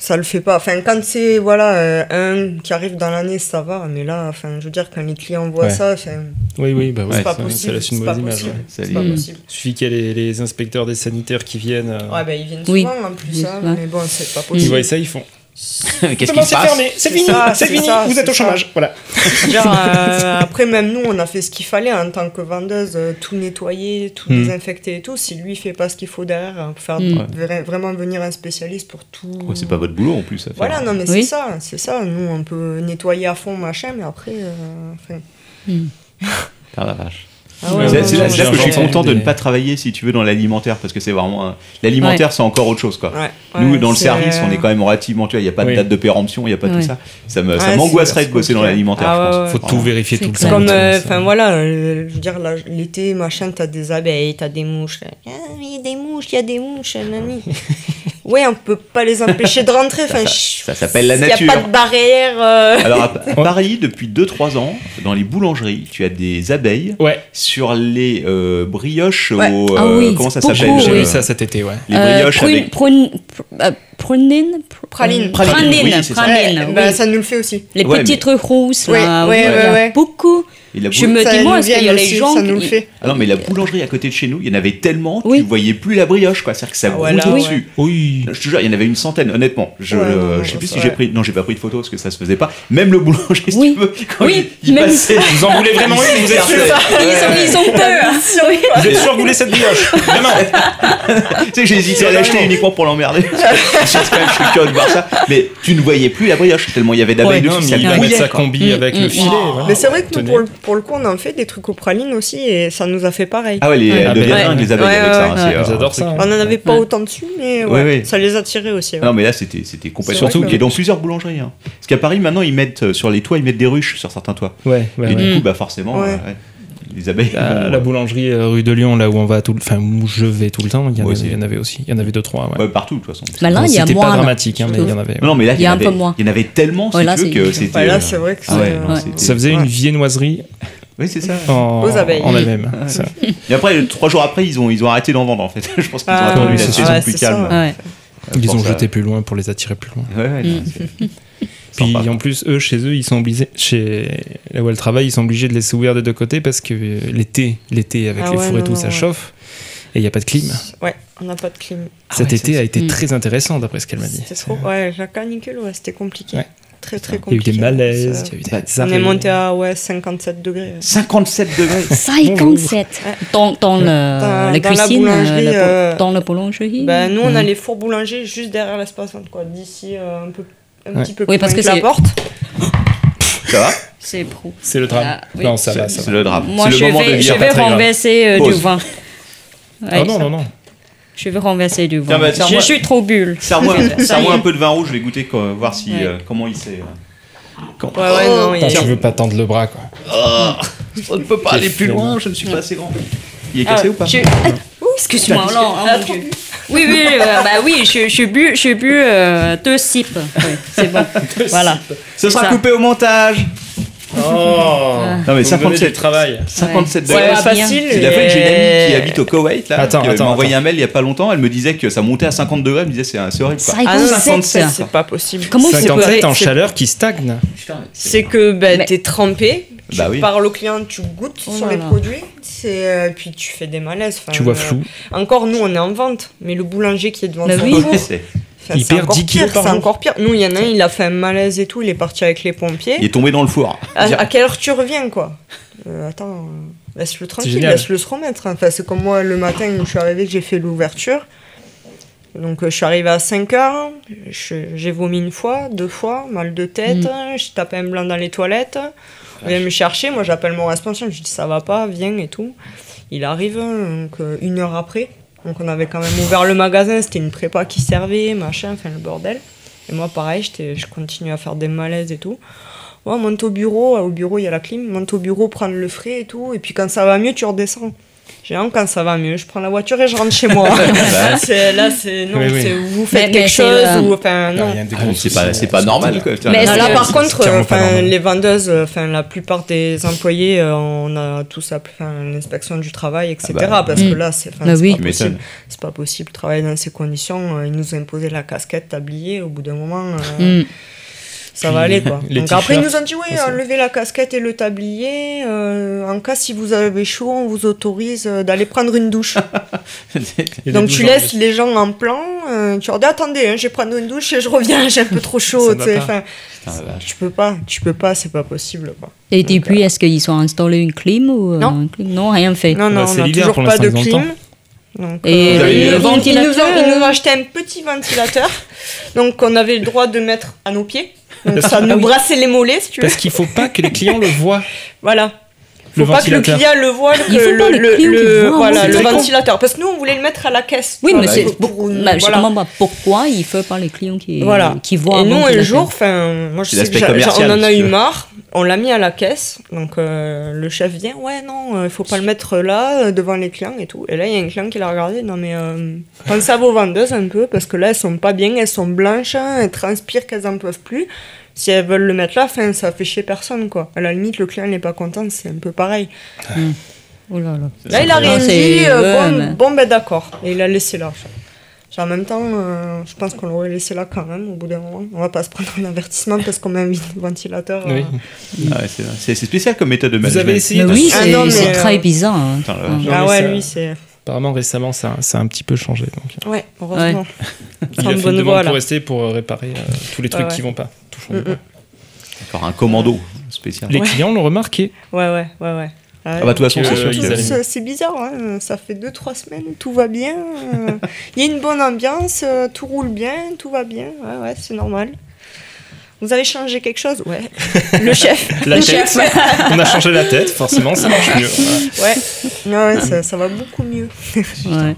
ça le fait pas. Enfin, quand c'est voilà euh, un qui arrive dans l'année, ça va. Mais là, enfin, je veux dire, quand les clients voient
Ouais.
ça, enfin,
Oui, oui, bah
c'est
ouais,
pas
ça, ça
possible.
laisse une
C'est pas
mauvaise image.
possible.
ouais.
Ça
c'est pas
les-
possible.
Il suffit qu'il y ait les, les inspecteurs des sanitaires qui viennent. euh,
Ouais, ben ils viennent souvent
Oui.
en plus, hein,
Ouais.
mais bon, c'est pas
Ils
possible.
voient ça, ils font.
Qu'est-ce
Demain,
qui se
c'est
passe
fermé, c'est
C'est
fini,
ça,
c'est
c'est
fini,
ça,
vous êtes au
c'est ça.
chômage. Voilà.
Genre, euh, après, même nous, on a fait ce qu'il fallait en tant que vendeuse, euh, tout nettoyer, tout
Mm.
désinfecter et tout. Si lui fait pas ce qu'il faut derrière, euh, faire
Mm.
vra- vraiment venir un spécialiste pour tout.
Ouais, C'est pas votre boulot en plus. à faire.
Voilà, non, mais
Oui.
c'est ça, c'est ça. Nous, on peut nettoyer à fond, machin, mais après. euh, enfin,
Ah, la vache.
ah
Ouais,
C'est-
ouais,
c'est
ouais,
là,
ouais,
c'est là
ouais,
que je suis
ouais.
content de ne
Des-
pas travailler, si tu veux, dans l'alimentaire, parce que c'est vraiment. un- L'alimentaire, c'est encore autre chose, quoi.
Ouais,
Nous,
ouais,
dans le
c'est-
service, on est quand même relativement. Tu vois, il n'y a pas de
Oui.
date de péremption, il n'y a pas
Ouais.
tout ça. Ça me-
Ouais,
ça
c'est-
m'angoisserait
c'est
de bosser dans
compliqué.
l'alimentaire,
Ah,
je
ouais,
pense.
ouais.
Faut tout vérifier tout le
C'est
C'est
temps.
comme,
tout
euh,
ça.
enfin voilà, euh, je veux dire, la- l'été, machin, t'as des abeilles, t'as des mouches. là. Ah, il y a des mouches, il y a des mouches, euh, mamie. ouais, on peut pas les empêcher de rentrer. Enfin,
ça s'appelle la
Il n'y a pas
nature.
de barrière. euh.
Alors, à Paris, depuis 2-3 ans, dans les boulangeries, tu as des abeilles
Ouais,
sur les euh, brioches
Ouais.
au.
Ah
euh,
oui,
comment ça
c'est
s'appelle
beaucoup,
j'ai
oui. Euh,
euh,
vu ça cet été, ouais.
Les brioches
prune,
avec.
prune, pr- euh, prunine, pr- euh,
Praline.
praline,
Praline, oui, c'est ça.
praline,
Ouais,
oui.
bah, ça nous le fait aussi.
Les
Ouais,
petits
mais-
trucs rousses,
Ouais,
là,
ouais,
oui,
ouais,
il y a
ouais.
beaucoup.
et la
Je
boule-
me
Ça
dis,
nous
moi, est-ce qu'il y a
vient
les
aussi,
gens
Ça nous le
qui-
fait.
Ah non, mais la boulangerie à côté de chez nous, il y en avait tellement que
Oui.
tu voyais plus la brioche, quoi. C'est-à-dire que ça
Ah,
roulait
voilà, ouais.
dessus.
Oui.
Je te jure, il y en avait une centaine, honnêtement. Je,
Ouais,
euh,
ouais,
je sais
ouais,
plus si
ouais.
j'ai pris. Non, j'ai pas pris de photo parce que ça se faisait pas. Même le boulanger, si
Oui.
tu veux, quand
Oui,
il, il
même-
passait.
Vous en voulez vraiment une, vous êtes sûr
Ils ont, ils ont peur. Oui.
Vous êtes sûr que vous voulez cette brioche Vraiment
tu sais, j'ai hésité à l'acheter uniquement pour l'emmerder. Parce que quand même, je suis curieux de voir ça. Mais tu ne voyais plus la brioche, tellement il y avait
Ouais,
d'abeilles
non,
dessus.
mais
Ça
il va
bouillait,
mettre sa
quoi.
combi
Mm,
avec
mm,
le
mm.
filet.
Ah,
voilà.
Mais c'est vrai que nous,
Tenez.
pour le, pour le coup, on en fait des trucs aux pralines aussi et ça nous a fait pareil.
Ah ouais, les, elles
Ouais.
deviennent
Ouais.
dingues, les abeilles
Ouais,
avec
ouais,
ça.
ouais.
hein, c'est, euh,
J'adore ça.
On n'en avait pas
Ouais.
autant dessus, mais
Ouais,
ouais,
ouais.
ça les a tirés aussi. ouais.
Non mais là c'était c'était complètement
Surtout
fou.
que-
et dans plusieurs boulangeries hein. parce qu'à Paris maintenant ils mettent euh, sur les toits ils mettent des ruches sur certains toits
Ouais,
et
ouais, ouais. Ah,
du
ouais.
coup bah forcément
Ouais.
euh, ouais, les abeilles
La,
vont-
la boulangerie euh, rue de Lyon, là où on va tout, le- enfin où je vais tout le temps, il y en,
Ouais,
avait-
c'est-
il y en avait aussi, il y en avait deux trois. Ouais.
ouais, partout de toute façon
Mais là,
Bon,
il y a
C'était pas
moins. là.
dramatique, hein, mais il y en avait.
Non, non, mais là, il
Il y
y,
a
en
un peu
avait-
moins.
Il y en avait tellement, si
Ouais, là,
tu veux,
c'est-
que c'était.
Bah, là,
euh,
c'est vrai que
ah ouais,
c'est,
non,
euh,
c'était-
Ça faisait une viennoiserie
Oui, c'est ça.
en,
Aux abeilles.
en elle-même. ça.
Et après, le- trois jours après, ils ont, ils ont arrêté d'en vendre, en fait. Je pense qu'ils ont
Ah,
attendu la
ouais, c'est
saison
ça.
plus
Ouais, c'est ça.
calme.
Ouais.
euh,
Ils
pour
ont
ça.
jeté plus loin pour les attirer plus loin.
Ouais, ouais, non, c'est-
Puis
Sympa.
en plus, eux, chez eux, ils sont obligés, chez là où elle travaille, ils sont obligés de laisser ouvert des deux côtés parce que euh, l'été, l'été avec
Ah
les
ouais,
fours et
non,
tout,
non,
ça
ouais. Ah
chauffe et il n'y a pas de clim.
Ouais, on n'a pas de clim.
Cet
ouais,
été
ça,
a été
Mm.
très intéressant d'après ce qu'elle m'a dit.
C'était hmm. trop. Ouais, la canicule, ouais, c'était compliqué.
Ouais.
Très, très
Il y a eu
compliqué.
des malaises,
Ça-
il y a eu
Bah,
des
On est
arrêts.
monté à ouais, 57 degrés.
57 degrés.
57 dans, dans le, la
dans la
cuisine, euh,
boulangerie,
la bou-
euh,
dans la boulangerie.
Bah, nous,
Mhm.
on
Mm.
a les fours boulangers juste derrière l'espace vente, quoi. D'ici euh, un, peu, un
Ouais.
petit peu
Oui,
plus
parce
loin
que
la
c'est-
porte.
Ça va
C'est pro.
C'est le drame.
Ah, oui.
Non, ça va, ça
C'est
va.
le drame.
Moi,
C'est
je
le moment de
vais, je
dire.
vais
pas très grave.
renverser euh, du
Pause.
vin.
Ah
Ouais,
non,
ça-
non, non.
Je vais renverser du
Tiens,
vin.
bah, tiens,
je
moi-
suis trop bulle.
Serre-moi
Ça y
serre-moi
est.
un peu de vin rouge, je vais goûter, quoi, voir si,
Ouais.
euh, comment il s'est.
Ouais, ouais, non, il y
Putain,
a-
tu veux pas tendre le bras, quoi.
Je ne peux pas aller plus loin, je ne suis pas assez grand. Il est cassé ou pas
Ah, Je- Ouh, Excuse-moi, non,
Ah,
hein, mon Dieu. Oui, oui, euh, bah oui, je, je bu, je bu euh, deux sips. Oui, c'est bon. voilà.
Ce sera
ça.
coupé au montage
Oh
Ah.
Non, mais 57
travail.
57
Ouais.
degrés.
Ça va bien.
C'est la fois que j'ai une amie qui habite au Koweït là,
Attends,
qui euh,
attends,
m'a envoyé
attends.
un mail il y a pas longtemps, elle me disait que ça montait à 50 degrés, elle me disait c'est c'est horrible quoi.
Ah non,
57.
57, c'est pas possible.
Comment c'est
vrai,
57 en
c'est-
chaleur qui stagne.
C'est que bah,
Mais-
t'es trempé, tu
Bah oui.
parles au client, tu goûtes
Oh
sur
là
les
là.
produits, c'est, euh, puis tu fais des malaises. enfin,
Tu vois
euh,
flou.
Encore, nous, on est en vente, mais le boulanger qui est devant
Bah
son
oui.
four,
Ouais, c'est-
enfin,
Il
c'est
perd
encore
10 kilos
pire,
par
C'est
jour.
encore pire. Nous, il y en a un, il a fait un malaise et tout, il est parti avec les pompiers.
Il est tombé dans le four.
À, à quelle heure tu reviens, quoi Euh, Attends, euh, laisse-le tranquille,
génial.
laisse-le se remettre. hein. Enfin, c'est comme moi, le matin où je suis arrivée, que j'ai fait l'ouverture. Donc, euh, je suis arrivée à 5h, j'ai vomi une fois, deux fois, mal de tête, hein, je tapais un blanc dans les toilettes. On vient me chercher, moi j'appelle mon responsable, je dis ça va pas, viens et tout. Il arrive, hein, donc, euh, une heure après. Donc, on avait quand même ouvert le magasin, c'était une prépa qui servait, machin, enfin le bordel. Et moi, pareil, j'étais- je continue à faire des malaises et tout. Ouais, monte au bureau, euh, au bureau il y a la clim, monte au bureau, prendre le frais et tout, et puis quand ça va mieux, tu redescends. Généralement, quand ça va mieux, je prends la voiture et je rentre chez moi.
Bah.
C'est- là, c'est non,
Oui, oui.
c'est vous faites
Mais- mais c'est,
quelque chose
euh,
ou enfin
Ah,
non.
Ah
c'est pas, c'est pas normal. Quoi.
Mais
Non,
c'est-
là, par
c'est
contre,
clairement
euh,
pas
enfin,
normal.
les vendeuses, euh, enfin, la plupart des employés, euh, on a tous appelé enfin, l'inspection du travail, etc.
Ah bah,
parce
mm.
que là, c'est enfin,
Bah
c'est
oui.
pas
Tu
possible.
m'étonnes.
C'est pas possible de travailler dans ces conditions. Euh, Ils nous ont imposé la casquette, tablier. Au bout d'un moment, euh,
Mm.
ça
Puis,
va aller quoi.
les
Donc après, ils
t-shirts,
nous ont dit oui,
ça, c'est-
enlevez la casquette et le tablier. euh, en cas si vous avez chaud, on vous autorise euh, d'aller prendre une douche. Donc tu laisses les gens en plan. euh, tu leur dis attendez, hein, je vais prendre une douche et je reviens. J'ai un peu trop chaud.
Ça va
tu sais,
pas.
enfin,
Putain, la vache.
tu peux pas, tu peux pas, c'est pas possible. Quoi.
Et depuis, est-ce qu'ils ont installé une clim ou euh,
Non.
une clim Non, rien fait.
Non, non,
Bah, c'est
on a
l'hiver
toujours
pour
pas de
l'instant, ils ont le
clim. Donc,
Et
Vous avez eu le
ils, nous ont, ils nous
ventilateur,
ont- ils nous ont acheté un petit ventilateur, donc on avait le droit de mettre à nos pieds. Donc ça
Ah
nous brassait les mollets, si tu veux.
Parce qu'il faut pas que les clients le voient.
Voilà.
Le
Faut pas que le
ventilateur.
client le voie,
Il faut
que
pas
le,
le client qui voit,
voilà,
c'est
le
très con.
ventilateur. Parce que nous, on voulait le mettre à la caisse.
Oui, mais
Voilà,
c'est.
il faut-
Ah pour-
bah, je
voilà.
comprends pas pourquoi il faut pas les clients qui,
Voilà.
qui voient.
et nous,
avant qu'il
un
la
jour,
fasse.
enfin, moi je
C'est
sais que
l'aspect
j'a- j'a-
commercial,
on en a
si
eu
tu veux.
marre, on l'a mis à la caisse, donc euh, le chef vient, ouais, non, il faut pas le mettre là, euh, devant les clients et tout. Et là, il y a un client qui l'a regardé, non mais euh, pensez à vos vendeuses un peu, parce que là, elles sont pas bien, elles sont blanches, hein, elles transpirent qu'elles en peuvent plus. Si elles veulent le mettre là, enfin, ça fait chier personne, quoi. À la limite, le client n'est pas content, c'est un peu pareil.
Oh là là.
Là, il a
Non,
rien
c'est-
dit, euh,
ouais,
bon,
mais-
bon, ben d'accord. Et il a laissé là. Genre, En même temps, euh, je pense qu'on l'aurait laissé là quand même, au bout d'un moment. On va pas se prendre un avertissement parce qu'on met un vide- ventilateur. euh.
Oui.
Ah ouais, c'est, c'est- c'est spécial comme méthode de
Vous avez
management.
essayé
Mais
de-
oui,
Ah
c'est
non, mais,
c'est
euh,
très bizarre. hein.
Putain, la
Ah.
vache.
Non,
Ah
mais
ouais,
ça-
lui, c'est.
Apparemment récemment ça, ça a un petit peu changé. Donc. euh,
Ouais, heureusement.
Il
Ça
a
me
fait
bonne
une
voie,
demande
là.
pour rester pour euh, réparer euh, tous les trucs
Ah ouais.
qui vont pas. Touchons du
Mm,
bois.
Encore un commando spécial.
Les clients l'ont remarqué.
Ouais, ouais, ouais, ouais.
Ah bah de toute façon,
Euh,
c'est sûr.
ils
que-
allaient-
C'est- C'est bizarre, hein, ça fait 2-3 semaines, tout va bien, euh, il y a une bonne ambiance, euh, tout roule bien, tout va bien, ouais, ouais, c'est normal. Vous avez changé quelque chose Ouais. Le chef.
La
le
tête.
chef, ouais.
On a changé la tête, forcément ça marche mieux. Voilà.
Ouais, ouais, ouais, ça, ça va beaucoup mieux.
Ouais.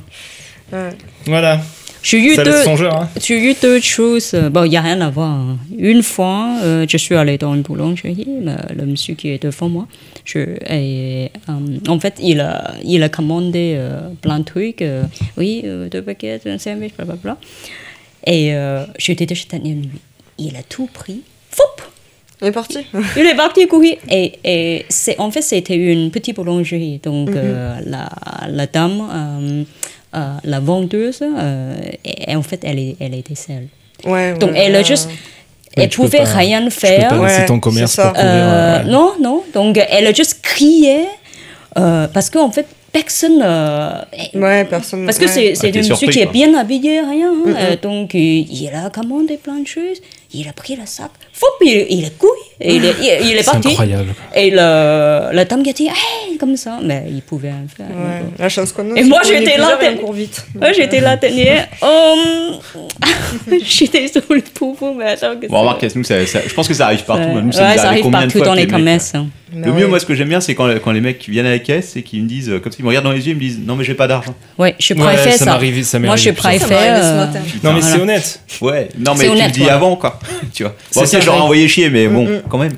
Ouais.
Voilà,
J'ai eu
ça laisse
deux,
songeur. hein.
J'ai eu deux choses. euh, Bon, il n'y a rien à voir. hein. Une fois, euh, je suis allée dans une boulangerie, mais bah, le monsieur qui est devant moi, je, et, euh, en fait, il a, il a commandé euh, plein de trucs. euh, oui, euh, deux baguettes, un sandwich, blablabla. Et euh, j'étais déjà tannée de lui. Il a tout pris. Foup
Il est parti.
il est parti courir. Et, et c'est, en fait, c'était une petite boulangerie. Donc,
Mhm.
euh, la, la dame, euh, euh, la vendeuse, euh, et- et en fait, elle, est- elle était seule.
Ouais,
Donc,
ouais,
elle a
ouais.
juste.
Ouais,
elle
tu peux
pouvait
pas-
rien
Je peux
faire.
pas
Ouais,
laisser ton
c'est
commerce
ça.
pour courir,
Euh,
ouais.
Non, non. Donc, elle a juste crié euh, parce qu'en fait, personne. euh, est-
Ouais, personne.
parce que
ouais.
c'est c'est
Ah, t'es
un monsieur
surpris,
qui est
quoi.
bien habillé, rien. hein.
Mm,
Euh, donc, il, il a commandé plein de choses. Il a pris la sac. Foup, il, il a couillé. Et il, est- il- il est
C'est
parti.
incroyable.
Et le, la dame qui a dit, hey, comme ça. Mais il pouvait rien faire.
Ouais, la chance qu'on a.
Et
c'est
moi,
qu'on est
j'étais là,
plusieurs et
t'es-
on court vite.
Ouais, j'étais là, dernière. Hum, j'étais sous le poupou, mais attends. que
Bon,
c'est-
remarque, nous, ça- ça- je pense que ça arrive partout. hein.
Ouais,
Nous, ça nous
ouais,
arrive
ça arrive
combien de
partout
fois
dans
que
les
mecs-
commerces. hein.
Mais
Le mieux,
ouais.
moi, ce que j'aime bien, c'est quand, quand les mecs viennent à la caisse et qu'ils me disent, euh, comme ça, ils me regardent dans les yeux, ils me disent, non, mais j'ai pas d'argent.
Ouais, je
Ouais,
préfère
ça
ça.
m'arrive- ça m'est
Moi, je
arrivé, putain.
Ça m'est arrivé
euh,
ce
préfère. euh,
matin.
Non mais
Voilà.
c'est honnête.
Ah, Ouais, non,
C'est
mais tu le
honnête,
dis
quoi.
avant, quoi. tu vois.
C'est
Bon, tu
ça,
sais, j'aurais
ouais.
envoyé chier,
Mm,
mais bon, quand même.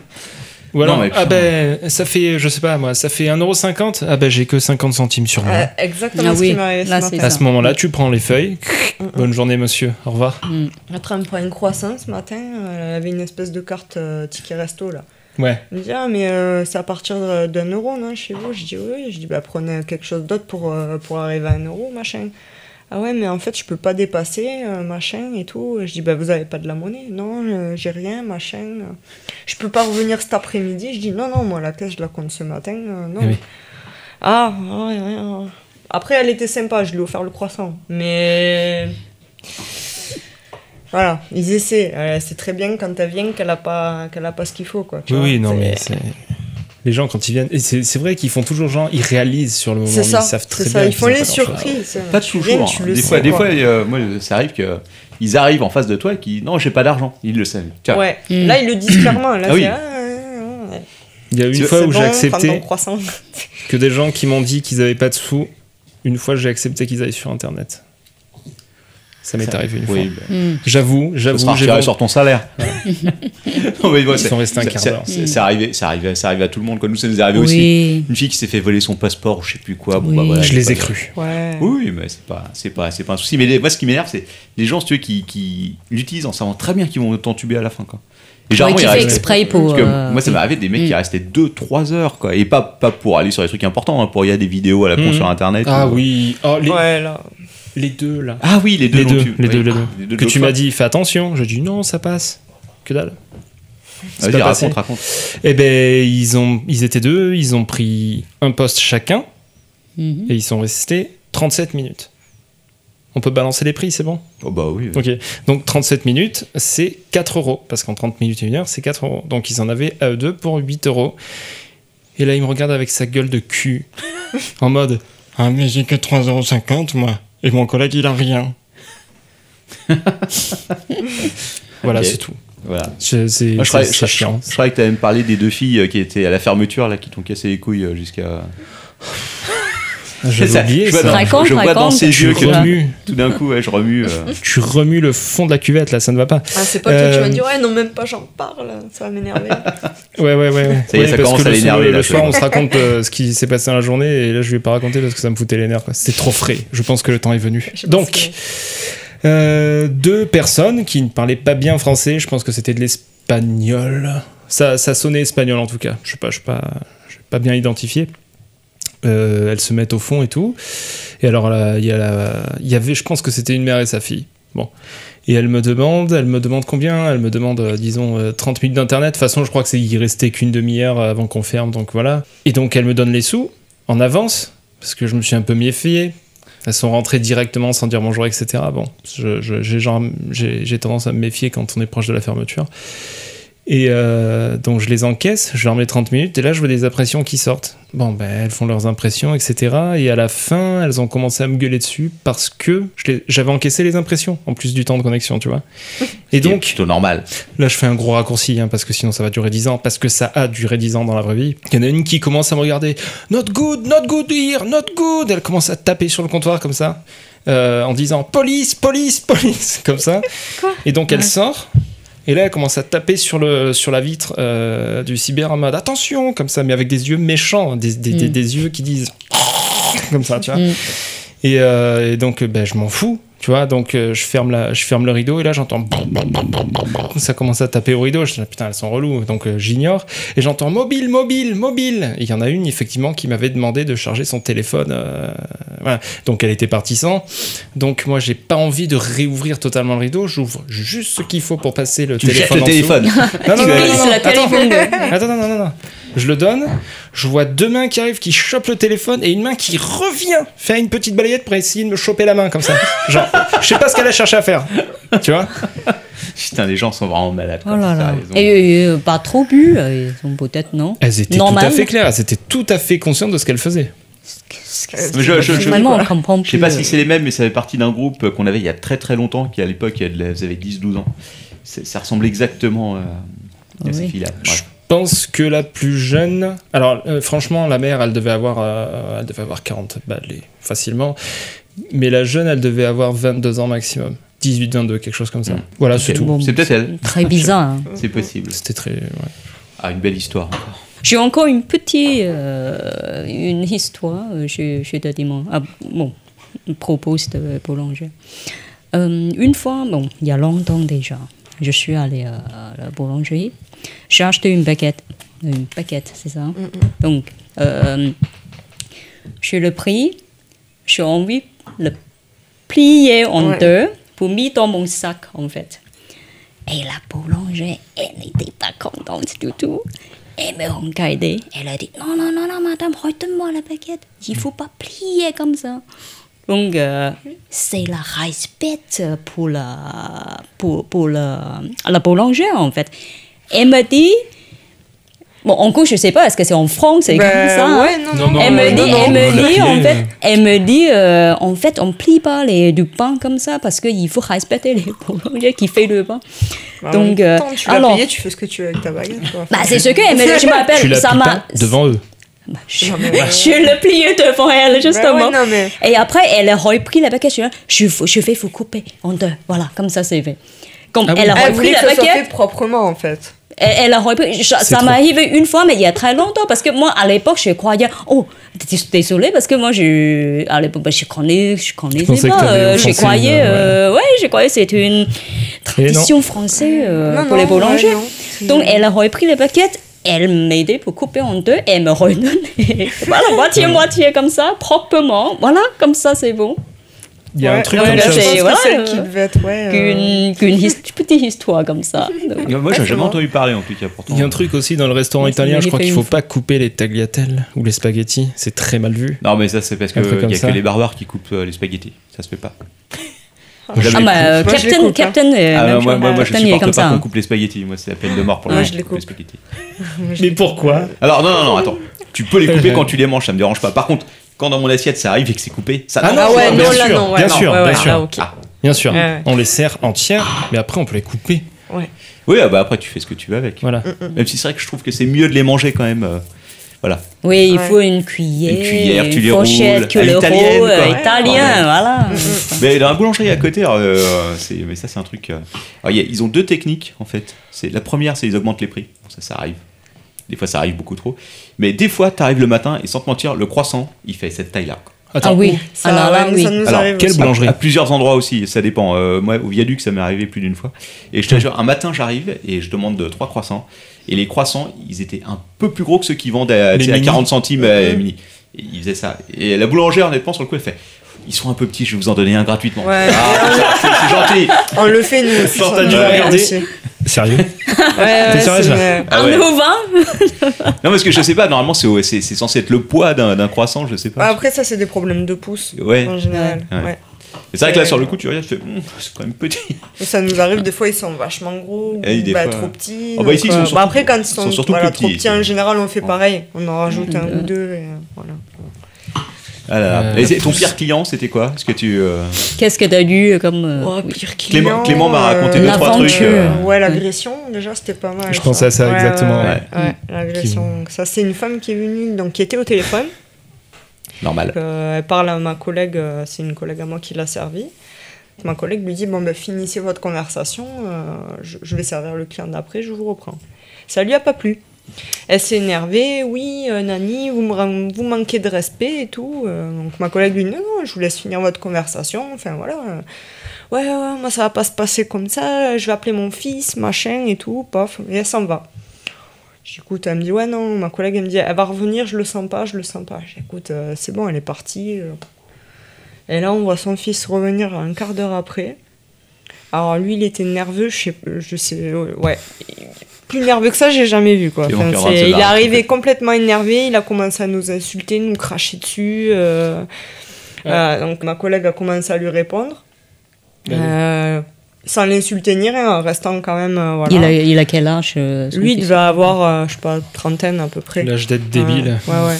Ou alors,
Non, mais putain.
ah ben ça fait, je sais pas moi, ça fait 1,50€, ah ben j'ai que 50 centimes sur moi.
Ouais, Euh, exactement
Ah
ce
oui,
qui m'est arrivé
là,
ce
c'est
matin.
à
ça.
ce moment-là, tu prends les feuilles. Bonne journée monsieur, au revoir.
Après, on me prend une croissance ce matin. euh, Elle avait une espèce de carte euh, ticket resto là.
Ouais.
Elle me dit Ah, mais euh, c'est à partir de- d'un euro, non, chez vous Je dis Oui. Je dis Bah, prenez quelque chose d'autre pour, euh, pour arriver à un euro, machin. Ah ouais, mais en fait, je peux pas dépasser, euh, machin et tout. Je dis Bah, vous avez pas de la monnaie Non, euh, j'ai rien, machin. Je peux pas revenir cet après-midi. Je dis Non, non, moi, la caisse, je la compte ce matin. euh, non.
Eh oui.
Ah, ouais, ouais, ouais. Après, elle était sympa, je lui ai offert le croissant. Mais. Voilà, ils essaient. Euh, c'est très bien quand elle vient qu'elle a pas, qu'elle a pas ce qu'il faut, quoi. tu
Oui
vois.
oui non
C'est-
mais c'est- les gens quand ils viennent, et c'est c'est vrai qu'ils font toujours genre ils réalisent sur le moment,
C'est ça,
ils savent très
c'est
bien.
ça. Ils
qu'ils
font
ont
les
leur choix.
surprises.
Pas
Tu viens,
toujours.
tu
hein.
le
Des
sais,
fois, des
quoi.
fois, euh, moi, ça arrive que ils arrivent en face de toi et qu'ils, non, j'ai pas d'argent. Ils le savent. Tiens.
Ouais.
Mm.
Là, ils le disent clairement. Là,
Ah oui.
c'est, ah, ouais, ouais.
Il y a
Tu
une
vois,
fois
C'est
où j'ai
bon, prends ton
accepté
croissant.
que des gens qui m'ont dit qu'ils avaient pas de sous, une fois j'ai accepté qu'ils allaient sur internet. Ça m'est arrivé une
Oui,
fois.
ben,
hum.
J'avoue,
ça sera
j'avoue, j'ai
retiré
vendu-
sur ton salaire. Non, mais voilà,
Ils
c'est-
sont restés un
c'est-
quart
c'est-
d'heure.
c'est- C'est arrivé, c'est arrivé, c'est arrivé à tout le monde. Quoi. Nous, ça nous est arrivé aussi.
Oui.
Une fille qui s'est fait voler son passeport ou je sais plus quoi. Bon,
Oui.
bah, voilà,
Je les ai
pas-
crus.
Ouais.
Oui, mais c'est pas, c'est pas, c'est pas un souci. Mais les- moi, ce qui m'énerve, c'est les gens, si tu veux, qui, qui l'utilisent en savant très bien qu'ils vont t'entuber à la fin, quoi. Et
Ouais,
généralement,
qui
ils
fait
restent-
exprès pour.
parce que
euh,
moi, ça m'est arrivé des mecs qui restaient 2-3 heures, quoi. Et pas, pas pour aller sur des trucs importants, hein, pour il y a des vidéos à la con
Mhm.
sur internet.
Ah
ou-
oui. Oh, les,
Ouais, là.
les deux, là.
Ah oui, les deux.
les,
l'ont
deux,
tué.
les
Oui.
deux, les
Ah,
deux.
les deux,
Que
deux
tu
fois.
m'as dit, fais attention. J'ai dit, non, ça passe. Que dalle. C'est
Vas-y,
pas passé.
raconte, raconte.
Eh ben, ils, ont, ils étaient deux, ils ont pris un poste chacun
mhm.
Mm-hmm.
et ils sont restés 37 minutes. On peut balancer les prix, c'est bon
Oh bah oui.
Ok. Donc 37 minutes, c'est 4 euros. Parce qu'en 30 minutes et une heure, c'est 4 euros. Donc ils en avaient à eux deux pour 8 euros. Et là, il me regarde avec sa gueule de cul. en mode Ah, mais j'ai que 3,50 euros, moi. Et mon collègue, il a rien. voilà,
Ok.
c'est tout.
Voilà.
C'est c'est-
Moi, je
c'est-
croyais,
c'est
je, je-
chiant.
je croyais que tu même parlé des deux filles euh, qui étaient à la fermeture, là, qui t'ont cassé les couilles euh, jusqu'à.
J'avais
Ça,
oublié
je vois
ça.
dans-
Raconte,
je vois dans
raconte.
ses
Tu
yeux que
remues,
tout d'un coup, ouais, je remue. euh.
tu remues le fond de la cuvette, là, ça ne va pas.
Ah, c'est pas que tu
Euh,
m'as dit, ouais, non, même pas, j'en parle, ça va m'énerver.
Ouais, ouais, ouais. ouais.
Ça y est,
Ouais,
ça
parce
commence
que
à
le-
l'énerver,
Le,
là,
le
je
soir,
vois.
on se raconte euh, ce qui s'est passé dans la journée, et là, je lui ai pas raconté parce que ça me foutait les nerfs. quoi. C'est trop frais. Je pense que le temps est venu.
Je pense
Donc, euh, deux personnes qui ne parlaient pas bien français, je pense que c'était de l'espagnol. Ça, ça sonnait espagnol en tout cas. Je sais pas, je sais pas, je sais pas bien identifié. Euh, elles se mettent au fond et tout. Et alors, là, il y, a la- il y avait, je pense que c'était une mère et sa fille. Bon. Et elle me demande, elle me demande combien Elle me demande, euh, disons, euh, 30 minutes d'internet. De toute façon, je crois que c'est il restait qu'une demi-heure avant qu'on ferme, donc voilà. Et donc, elle me donne les sous en avance, parce que je me suis un peu méfié. Elles sont rentrées directement sans dire bonjour, etc. Bon, je- je- j'ai genre- j'ai j'ai tendance à me méfier quand on est proche de la fermeture. Et euh, donc je les encaisse, je leur mets 30 minutes, et là je vois des impressions qui sortent. Bon, ben elles font leurs impressions, etc. Et à la fin, elles ont commencé à me gueuler dessus parce que je les- j'avais encaissé les impressions, en plus du temps de connexion, tu vois. Et
C'est
donc,
plutôt normal.
Là, je fais un gros raccourci, hein, parce que sinon ça va durer 10 ans, parce que ça a duré 10 ans dans la vraie vie. Il y en a une qui commence à me regarder, not good, not good here, not good. Elle commence à taper sur le comptoir comme ça, euh, en disant police, police, police, comme ça. et donc elle sort, et là elle commence à taper sur, le, sur la vitre euh, du cyber en mode attention, comme ça, mais avec des yeux méchants, hein, des, des- des-
Mm.
des yeux qui disent comme ça, tu vois.
Mm.
Et, euh, et donc, euh, ben, je m'en fous, tu vois. Donc, euh, je, ferme la, je ferme le rideau et là, j'entends. boum, boum, boum, boum, boum. Ça commence à taper au rideau. Je dis, ah, putain, elles sont reloues. Donc, euh, j'ignore. Et j'entends mobile, mobile, mobile. Et il y en a une, effectivement, qui m'avait demandé de charger son téléphone. euh, voilà. Donc, elle était partie sans. Donc, moi, j'ai pas envie de réouvrir totalement le rideau. J'ouvre juste ce qu'il faut pour passer le
Tu jettes
téléphone.
le
en dessous.
téléphone.
Non, non,
Tu
non, non,
brises
non,
la
attends.
téléphone de-
Attends, non, non, non, non. Je le donne, je vois deux mains qui arrivent, qui chopent le téléphone, et une main qui revient faire une petite balayette pour essayer de me choper la main comme ça. Genre, je sais pas ce qu'elle a cherché à faire. Tu vois
Putain, les gens sont vraiment malades.
Oh
quoi,
là
c'est ça,
là.
ils ont-
Et euh, pas trop bu, euh, ils ont peut-être, non
Elles étaient
Normal.
tout à fait claires, elles étaient tout à fait conscientes de ce qu'elles faisaient.
Mais je, je, je,
Vraiment, on comprend
je sais pas
plus, euh,
si c'est les mêmes, mais ça fait partie d'un groupe qu'on avait il y a très très longtemps, qui à l'époque elle avait 10-12 ans. C'est- Ça ressemble exactement euh, à ces
Oui.
filles-là.
Je pense que la plus jeune. Alors, euh, franchement, la mère, elle devait avoir, euh, elle devait avoir 40 balais facilement. Mais la jeune, elle devait avoir 22 ans maximum. 18, 22, quelque chose comme ça.
Mm.
Voilà,
C'est
c'est tout.
Bon.
C'est peut-être elle.
Très bizarre. hein.
C'est possible.
C'était très. ouais.
Ah, une belle histoire.
J'ai encore une petite euh, une histoire, euh, je, je te demande. Ah, bon, propose de boulanger. Euh, une fois, bon, il y a longtemps déjà, je suis allée à, à la boulangerie, j'ai acheté une baguette. Une baguette, c'est ça Donc, euh, je le pris, j'ai envie de le plier en
Ouais.
deux pour mettre dans mon sac, en fait. Et la boulangère, elle n'était pas contente du tout. Elle me regardait. Elle a dit Non, non, non, non, madame, retourne-moi la baguette. Il ne faut pas plier comme ça. Donc, euh, c'est la respect pour la, pour, pour la, la boulangère, en fait. Elle me dit Bon, en gros, je ne sais pas, est-ce que c'est en France, c'est
Ben,
comme ça hein?
ouais, non, non.
Non, non,
elle me
non,
dit,
non,
elle
non,
me dit,
non,
en
non.
fait, elle me dit, euh, en fait, on plie pas les, du pain comme ça parce qu'il faut respecter les boulangers qui fait le pain.
Bah, en
Donc,
même
euh,
temps, tu l'as
alors-
payé, tu fais ce que tu veux avec ta baguette, quoi.
Bah, c'est ce que elle me dit, je
Tu
m'appelle,
la
ça
plies
m'a.
pas devant eux.
Bah, je, je le pliais devant elle, justement.
Bah ouais, non, mais-
Et après, elle a repris la baguette. Je, dis, je, je vais vous couper en deux. Voilà, comme ça, c'est fait. Comme
Ah oui.
elle a
Elle
repris
voulait que
la
ça soit fait
baguette,
proprement en fait.
elle, elle a repris. je- ça
trop.
m'est arrivé une fois, mais il y a très longtemps, parce que moi, à l'époque, je croyais. Oh, dés- désolée, parce que moi, je, à l'époque, ben, je connais, je connaissais
pensais que
pas.
t'avais
euh,
offensé
je
une-
croyais,
ouais.
euh, ouais, je croyais que c'était une
Et non.
tradition française euh,
Non,
pour
non,
les boulangers.
ouais, non. C'est-
Donc, elle a repris les baguettes, elle m'aidait pour couper en deux, elle me redonnait. voilà, moitié-moitié comme ça, proprement. Voilà, comme ça, c'est bon.
Il y a un
Ouais,
truc
ouais,
comme
là,
ça.
je pense
c'est-
que
voilà,
celle
euh,
qui devait être, ouais. euh,
Qu'une qu'une his- petite histoire comme ça. Ah, Donc,
Moi, j'ai jamais
bon.
entendu parler en tout cas. Pourtant.
Il y a un truc aussi dans le restaurant
Ouais,
italien,
c'est
je crois
magnifique.
qu'il faut pas couper les tagliatelles ou les spaghettis, c'est très mal vu.
Non, mais ça, c'est parce
Un truc
qu'il
comme
n'y a
ça.
que les barbares qui coupent euh, les spaghettis. Ça se fait pas.
ah, bah, euh,
Moi, je les
Captain,
coupe, hein.
Captain, est
Ah,
même
moi, moi,
chose.
moi, je
Captain, il est
supporte
comme
pas
ça.
qu'on
hein.
coupe les spaghettis. Moi, c'est la peine de mort pour
Ouais,
moi,
je les coupe.
les spaghettis.
Mais pourquoi
Alors, non, non, non, attends. Tu peux les couper quand tu les manges, ça me dérange pas. Par contre, quand dans mon assiette ça arrive et que c'est coupé, ça.
Ah non,
Ah ouais,
bien
non, là
sûr,
non, ouais,
bien
non,
sûr,
ouais,
bien
ouais,
sûr.
ah, ok.
Ah.
Bien sûr,
Ouais, ouais.
on les sert entières, mais après on peut les couper.
Ouais.
Oui, ah bah après, tu fais ce que tu veux avec.
Voilà.
Mm,
Mm.
Même si c'est vrai que je trouve que c'est mieux de les manger quand même. euh, Voilà.
Oui, il
Ouais.
faut une cuillère,
Une cuillère, tu les roules,
fourchette, tu
à
le
l'italienne, quoi.
roules, euh, italien, voilà.
Mais dans la boulangerie à côté, euh, c'est- mais ça c'est un truc. euh, alors, il y a- ils ont deux techniques en fait. C'est la première, c'est ils augmentent les prix. Bon, ça, ça arrive. Des fois, ça arrive beaucoup trop. Mais des fois, t'arrives le matin et sans te mentir, le croissant, il fait cette taille-là. quoi.
Ah oui,
Ça,
alors là,
ouais,
oui.
ça nous
Alors,
arrive
quel
aussi.
blanc- Boulangerie.
À, à plusieurs endroits aussi, ça dépend. Euh, moi, au viaduc, ça m'est arrivé plus d'une fois. Et je te jure, un matin, j'arrive et je demande euh, trois croissants. Et les croissants, ils étaient un peu plus gros que ceux qui vendent à,
Les
tu sais, à
mini.
40 centimes à mini. Et ils faisaient ça. Et la boulangère, honnêtement, sur le coup, elle fait Ils sont un peu petits, je vais vous en donner un gratuitement.
Ouais.
Ah, c'est- c'est gentil.
On le fait nous aussi.
Genre, t'as
ça
dû
nous arrive
regarder.
aussi.
Sérieux
Ouais, ouais,
sérieuse,
c'est
là
vrai.
Ah
Un
ouais.
nouveau vin
Non, parce que je sais pas, normalement, c'est au- c'est c'est censé être le poids d'un d'un croissant, je sais
Ah,
pas.
Après, ça, c'est des problèmes de pouce.
Ouais.
En général.
Ouais.
ouais.
C'est vrai que là, sur le coup, tu regardes, tu fais Hum, c'est quand même petit.
Et Ça nous arrive, des fois, ils sont vachement gros.
Eh,
Ou
des
bah,
fois.
trop petits.
Ah bah,
donc,
ici, ils sont
euh,
surtout-
après, quand ils
ils sont
sont
surtout
voilà,
plus
trop
petits,
petits, en
ici.
général, on fait pareil. On en rajoute un
Euh.
ou deux. Et, euh, voilà.
Ah là là.
Euh,
Et
la
c'est- ton
pousse.
pire client, c'était quoi Est-ce que tu. euh,
Qu'est-ce que t'as eu comme... euh,
Clément, Clément m'a raconté
euh,
deux, trois trucs. euh,
l'aventure.
Ouais, l'agression, déjà, c'était pas mal.
Je pense à ça,
Ouais,
exactement,
Ouais,
ouais.
ouais, ouais, l'agression. Ça, c'est une femme qui est venue, donc qui était au téléphone.
normal.
Euh, elle parle à ma collègue, euh, c'est une collègue à moi qui l'a servi. Ma collègue lui dit Bon, ben, finissez votre conversation, euh, je, je vais servir le client d'après, je vous reprends. Ça lui a pas plu. Elle s'est énervée Oui, euh, Nani, vous, me, ran- vous manquez de respect et tout. Euh, donc ma collègue lui dit Non, non, je vous laisse finir votre conversation. Enfin voilà. euh, Ouais, ouais, ouais, moi ça va pas se passer comme ça, je vais appeler mon fils, machin et tout, paf, et elle s'en va. J'écoute, elle me dit, ouais, non, ma collègue, elle me dit, elle va revenir, je le sens pas, je le sens pas. J'écoute, euh, c'est bon, elle est partie. euh. Et là, on voit son fils revenir un quart d'heure après. Alors, lui, il était nerveux, je sais, je sais euh, ouais. Plus nerveux que ça, j'ai jamais vu, quoi.
C'est bon,
Enfin,
Pierre
c'est-
Ratzelaar,
il est
en
arrivé
fait.
complètement énervé, il a commencé à nous insulter, nous cracher dessus. euh, euh, donc, ma collègue a commencé à lui répondre. Euh, sans l'insulter ni rien, en restant quand même. euh, voilà.
il, a, il a quel âge euh, son
Lui, il
fils
devait avoir, euh, je sais pas, trentaine à peu près.
L'âge d'être débile.
Ouais, ouais.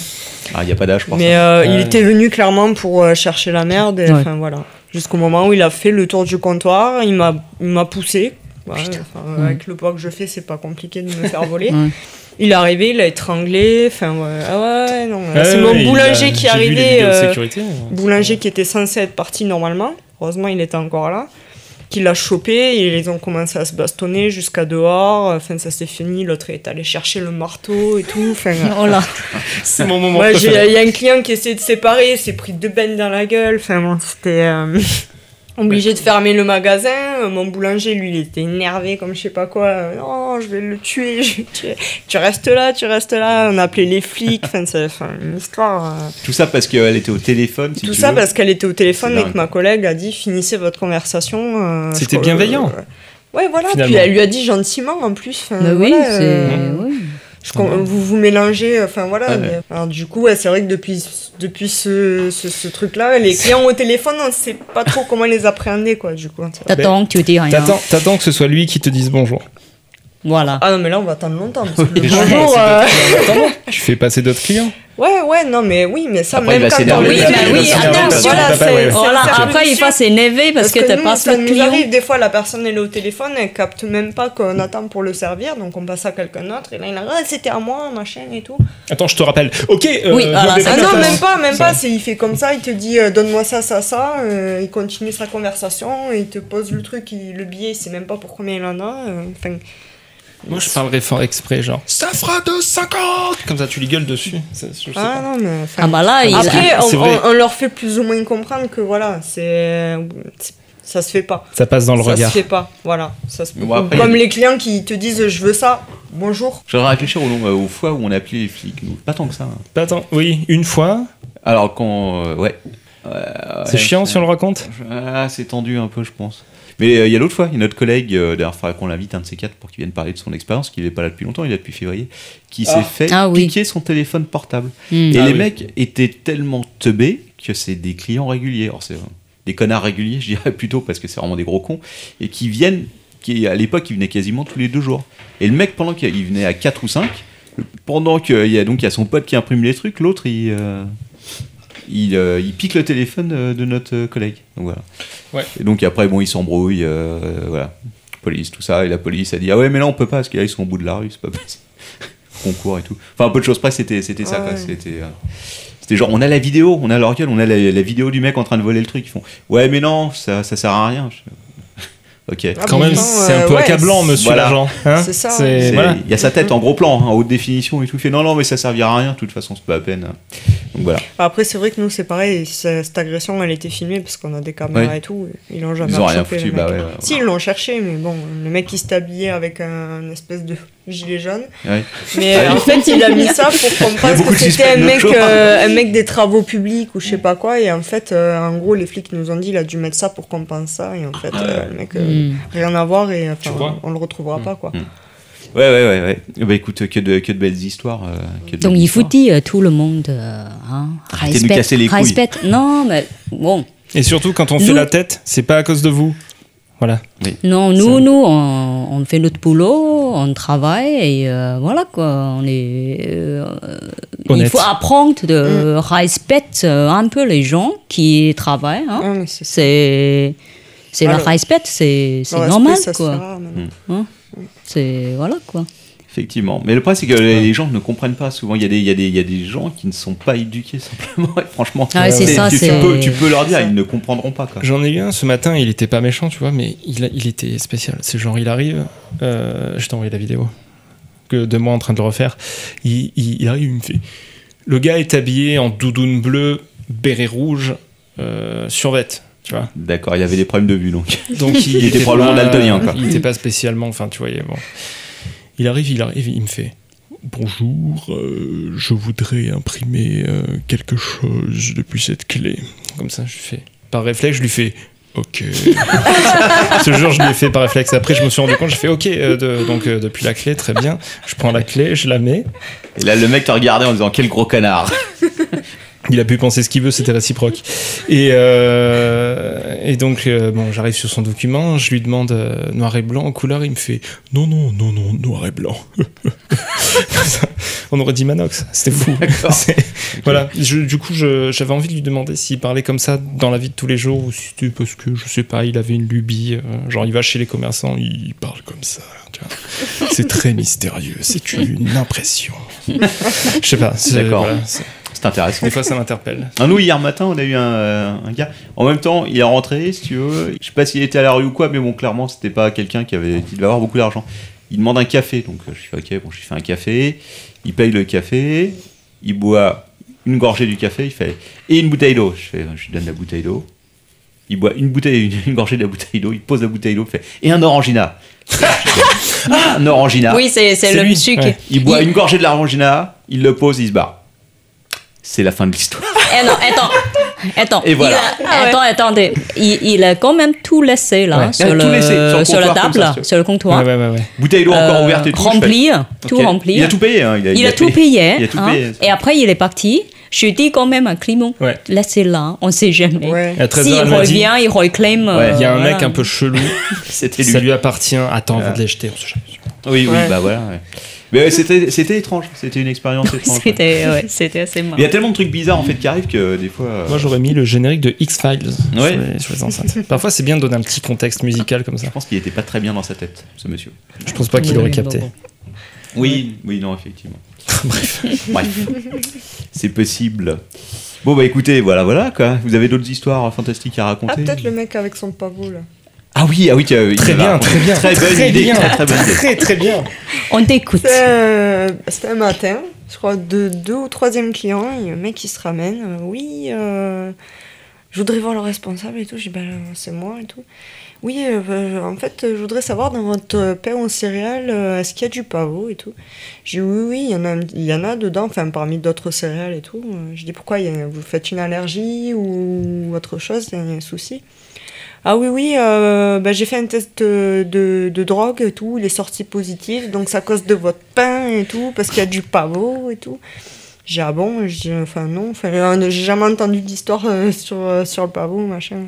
Ah, il n'y a pas d'âge pour
Mais euh, il
Ouais.
était venu clairement pour euh, chercher la merde, et,
Ouais.
enfin voilà. Jusqu'au moment où il a fait le tour du comptoir, il m'a, il m'a poussé. Ouais, enfin, euh,
Mm.
Avec le poids que je fais, c'est pas compliqué de me faire voler.
Ouais.
Il est arrivé, il a étranglé. Enfin, ouais, ah ouais, non.
Ah
c'est
ouais,
mon
ouais, il
boulanger
a-
qui
j'ai
est
vu
arrivé.
les vidéos de
euh,
sécurité. hein.
boulanger qui était censé être parti normalement, heureusement il était encore là, qui l'a chopé et ils ont commencé à se bastonner jusqu'à dehors, enfin ça s'est fini, l'autre est allé chercher le marteau et tout, enfin...
Oh là,
C'est mon moment
Ouais, j'ai- il y a un client qui essayait de séparer, il s'est pris deux bennes dans la gueule, enfin bon, c'était... euh, Obligé de fermer le magasin, Euh, mon boulanger lui il était énervé comme je sais pas quoi, Euh, non je vais le tuer, je vais le tuer. tu restes là, tu restes là, on a appelé les flics, enfin c'est enfin, une histoire... euh,
Tout ça parce qu'elle était au téléphone. si
tout
tu
ça
veux.
parce qu'elle était au téléphone
C'est
et
dingue.
que ma collègue a dit finissez votre conversation. euh,
C'était
je-
bienveillant.
euh, ouais, voilà.
Finalement.
Puis elle lui a dit gentiment en plus. enfin,
bah oui,
voilà,
c'est...
euh,
oui.
je com- vous vous mélangez, enfin voilà.
Ouais.
mais- Alors du coup, ouais, c'est vrai que depuis, depuis ce, ce, ce truc-là, les clients au téléphone, on ne sait pas trop comment les appréhender, quoi, du coup.
T'attends que tu dis rien.
T'attends, t'attends que ce soit lui qui te dise bonjour.
Voilà.
Ah non, mais là, on va attendre longtemps. Parce que
Oui,
le
je
bonjour,
Eh,
sais, c'est
euh,
Tu fais passer d'autres clients
Ouais, ouais, non, mais oui, mais ça,
Après, il
même
va
quand on
s'énerver,
le
il
Oui,
va
fait,
s'énerver
bah oui,
parce que-
attends,
Bah,
voilà,
bah,
c'est-
ouais.
c'est-
Voilà,
c'est
Oh après, il
solution.
va s'énerver parce, que, t'as
nous,
pas
ça
ce
nous
client.
arrive des fois, la personne elle est au téléphone, elle capte même pas qu'on attend pour le servir, donc on passe à quelqu'un d'autre, et là il a ah, c'était à moi, machin et tout.
Attends, je te rappelle. Ok. euh,
Oui, voilà,
je vais
ça-
pas
Ah
faire
non,
ça.
même pas, même
Ça.
pas, c'est- il fait comme ça, il te dit euh, donne-moi ça, ça, ça, euh, il continue sa conversation, il te pose le truc, il- le billet, il sait même pas pour combien il en a, euh, enfin.
Moi, je parlerais fort exprès, genre. Ça fera 2,50 Comme ça, tu lui gueules dessus. Ça, je sais
ah
pas.
non, mais. enfin,
Ah bah là, il
Après,
c'est
on,
vrai.
on- on leur fait plus ou moins comprendre que voilà, c'est. c'est- Ça se fait pas.
Ça passe dans le
ça
regard.
se fait pas, voilà. Ça se
Mais bon, après,
Comme
il y a-
les clients qui te disent je veux ça, bonjour.
J'aurais réfléchir au, nom, euh, aux fois où on a appelé les flics. nous. Pas tant que ça. hein.
Bah, attends, oui, une fois.
Alors quand... euh, ouais.
Ah
Euh,
C'est
ouais,
chiant si on le raconte
Ah, c'est tendu un peu, je pense. Mais euh, il y a l'autre fois, il y a notre collègue, euh, d'ailleurs, il faudra qu'on l'invite, un de ces quatre, pour qu'il vienne parler de son expérience, qu'il n'est pas là depuis longtemps, il est là depuis février, qui s'est fait
Ah oui.
piquer son téléphone portable.
Mm.
Et
Ah
les
oui.
mecs étaient tellement teubés que c'est des clients réguliers. Alors, c'est euh, des connards réguliers, je dirais plutôt, parce que c'est vraiment des gros cons, et qui viennent, qui à l'époque, ils venaient quasiment tous les deux jours. Et le mec, pendant qu'il venait à 4 ou 5, pendant qu'il y a donc il y a son pote qui imprime les trucs, l'autre, il, euh, il, euh, il pique le téléphone euh, de notre euh, collègue. Donc voilà.
Ouais.
Et donc après, bon, ils s'embrouillent, euh, voilà. Police, tout ça, et la police a dit Ah ouais, mais là on peut pas, parce qu'ils sont au bout de la rue, c'est pas possible. Concours et tout. Enfin, un peu de choses près, c'était c'était ça,
Ah
quoi.
ouais.
C'était. euh, c'était genre, on a la vidéo, on a leur gueule, on a la, la vidéo du mec en train de voler le truc. Ils font Ouais, mais non, ça, ça sert à rien. Je- Ok.
Ah,
Quand
bon,
même,
non,
c'est
euh,
un peu
ouais,
accablant, monsieur
Voilà.
l'agent. hein
C'est ça,
C'est- Il
voilà.
y a sa tête en gros plan, hein, en haute définition et tout. Il fait non, non, mais ça servira à rien, de toute façon, c'est pas à peine. Donc voilà.
Après, c'est vrai que nous, c'est pareil. c'est- Cette agression, elle était filmée parce qu'on a des caméras
Oui.
et tout. Ils l'ont jamais
Ils ont rien
attrapé,
foutu,
le
bah
mec.
ouais, ouais,
Si, ils l'ont cherché, mais bon, le mec, il s'est habillé avec un espèce de gilet jaune.
Ouais. Ah
Mais
oui.
euh, en fait, il a mis ça pour qu'on pense
beaucoup
que
de
c'était
suspects,
un,
notre
mec,
jour.
euh, un mec des travaux publics ou je sais pas quoi. Et en fait, euh, en gros, les flics nous ont dit il a dû mettre ça pour qu'on pense ça. Et en fait,
Ah ouais.
euh, le mec, euh,
Mm.
rien à voir et euh, enfin,
Tu Hmm. vois
on le retrouvera pas,
Hmm.
quoi.
Ouais, ouais, ouais. ouais. Bah écoute, que de, que de belles histoires. euh, que de
Donc
belles
il faut
histoires.
dire euh, tout le monde. euh, hein,
Arrêtez de nous casser les couilles.
respect. Non, mais bon.
Et surtout, quand on fait
Nous-
la tête, c'est pas à cause de vous. Voilà.
Non,
Ça-
nous, nous, on, on fait notre boulot, on travaille et euh, voilà quoi. On est, euh, il
Honnête.
faut apprendre de
Mm.
respecter euh, un peu les gens qui travaillent. hein.
Ah, mais c'est ça.
C'est c'est le
Alors,
respect, c'est c'est
Le respect,
normal
ça se
quoi.
fera, maintenant.
C'est voilà quoi.
Effectivement. Mais le problème, c'est que les, les gens ne comprennent pas. Souvent, il y, a des- il y, a des- il y a des gens qui ne sont pas éduqués, simplement. Et franchement,
Ah ouais, c'est
tu-
ça,
tu,
c'est-
peux, tu peux leur dire,
c'est ça.
ils ne comprendront pas. Quoi.
J'en ai eu un ce matin, il était pas méchant, tu vois, mais il, a- il était spécial. C'est genre, il arrive, euh, je t'ai envoyé la vidéo, que de moi en train de le refaire. Il, il- il arrive, il me fait. Le gars est habillé en doudoune bleue, béret rouge, euh, survette, tu vois.
D'accord, il avait des problèmes de vue, donc.
Donc il,
Il était probablement
pas-
daltonien, quoi.
Il était pas spécialement, enfin tu voyais. Bon. Il arrive, il arrive, il me fait. Bonjour, euh, je voudrais imprimer euh, quelque chose depuis cette clé. Comme ça, je lui fais. Par réflexe, je lui fais. Ok. Ce jour, je lui ai fait par réflexe. Après, je me suis rendu compte, j'ai fait ok. euh, de- donc euh, depuis la clé, très bien. Je prends la clé, je la mets.
Et là, le mec te regardait en disant quel gros connard.
Il a pu penser ce qu'il veut, c'était réciproque. Et, euh, et donc, euh, bon, j'arrive sur son document, je lui demande euh, noir et blanc, en couleur, il me fait non, non, non, non, noir et blanc. On aurait dit Manox, c'était fou. C'est- Voilà, Je- du coup, je- j'avais envie de lui demander s'il parlait comme ça dans la vie de tous les jours ou si c'était parce que, je sais pas, il avait une lubie. euh, genre, il va chez les commerçants, il parle comme ça. tu vois. C'est très mystérieux, c'est une impression. Je sais pas, c'est-
D'accord.
voilà, c'est-
C'est intéressant.
des fois, ça m'interpelle.
Ah, nous, hier matin, on a eu un, euh, un gars. En même temps, il est rentré, si tu veux. Je sais pas s'il était à la rue ou quoi, mais bon, clairement, c'était pas quelqu'un qui, avait, qui devait avoir beaucoup d'argent. Il demande un café. Donc, euh, je fais OK, bon, je lui fais un café. Il paye le café. Il boit une gorgée du café. Il fait Et une bouteille d'eau. Je fais euh, Je lui donne la bouteille d'eau. Il boit une bouteille, une, une gorgée de la bouteille d'eau. Il pose la bouteille d'eau. il fait Et un orangina. Je fais, Ah, un orangina.
Oui, c'est
C'est
c'est le
lui,
monsieur qui.
ouais.
Il boit une gorgée de l'orangina. Il le pose, il se barre. C'est la fin de l'histoire.
Eh non, attends. Attends,
Et voilà.
il
Ah,
a, attends, attendez. Il, il a quand même tout laissé là,
Ouais.
hein,
Il a
sur,
tout
le,
laissé, sur le
sur la
comptoir, comme
table,
ça,
là,
sur-
sur le comptoir.
Ouais, ouais, ouais, ouais.
Bouteille d'eau encore
Euh,
ouverte et tout. je fais-
Rempli, tout
Ok.
rempli.
Il a tout payé. Hein.
Il a tout payé.
Il a tout
hein.
payé.
Et après, il est parti. Je dis quand même à Clément,
Ouais.
laissez là, on sait jamais.
Ouais.
À 13
S'il
heures, elle m'a dit,
revient, il euh, reclaim.
euh,
Ouais.
il y a un mec un peu chelou,
C'était
ça
lui.
lui appartient. Attends, on va te les jeter. on se jette.
Oui, oui,
Ouais.
bah voilà. ouais. Mais ouais, c'était c'était étrange, c'était une expérience étrange. ouais.
C'était ouais, c'était assez marrant.
Il y a tellement de trucs bizarres en fait qui arrivent que des fois. euh,
Moi, j'aurais mis le générique de X-Files sur
Ouais.
les- sur les enceintes. Parfois, c'est bien de donner un petit contexte musical comme ça.
Je pense qu'il était pas très bien dans sa tête, ce monsieur.
Je pense pas qu'il aurait capté.
Oui, oui, non, effectivement. Bref. C'est possible. Bon, bah écoutez, voilà, voilà, quoi. Vous avez d'autres histoires fantastiques à
Ah,
raconter
peut-être le mec avec son pavot là.
Ah oui, ah oui, tiens, il
Très
avait
bien,
raconté.
très bien.
Très bonne idée, très, très bonne idée.
Très, très bien.
On t'écoute.
C'est euh, c'était un matin, je crois, de deux ou troisième client, et le mec qui se ramène, euh, oui, euh, je voudrais voir le responsable et tout, j'ai dit, ben, c'est moi et tout. Oui, euh, ben, en fait, euh, je voudrais savoir dans votre euh, pain en céréales, euh, est-ce qu'il y a du pavot et tout. J'ai dit, oui, oui, il y, en a- il y en a dedans, enfin, parmi d'autres céréales et tout. Euh, J'ai dit, pourquoi il y a- Vous faites une allergie ou autre chose, il y a un souci ah oui, oui, euh, bah, j'ai fait un test euh, de, de drogue et tout, il est sorti positif, donc c'est à cause de votre pain et tout, parce qu'il y a du pavot et tout. J'ai dit, ah bon, j'ai dit, enfin non, enfin, euh, j'ai jamais entendu d'histoire euh, sur, euh, sur le pavot, machin.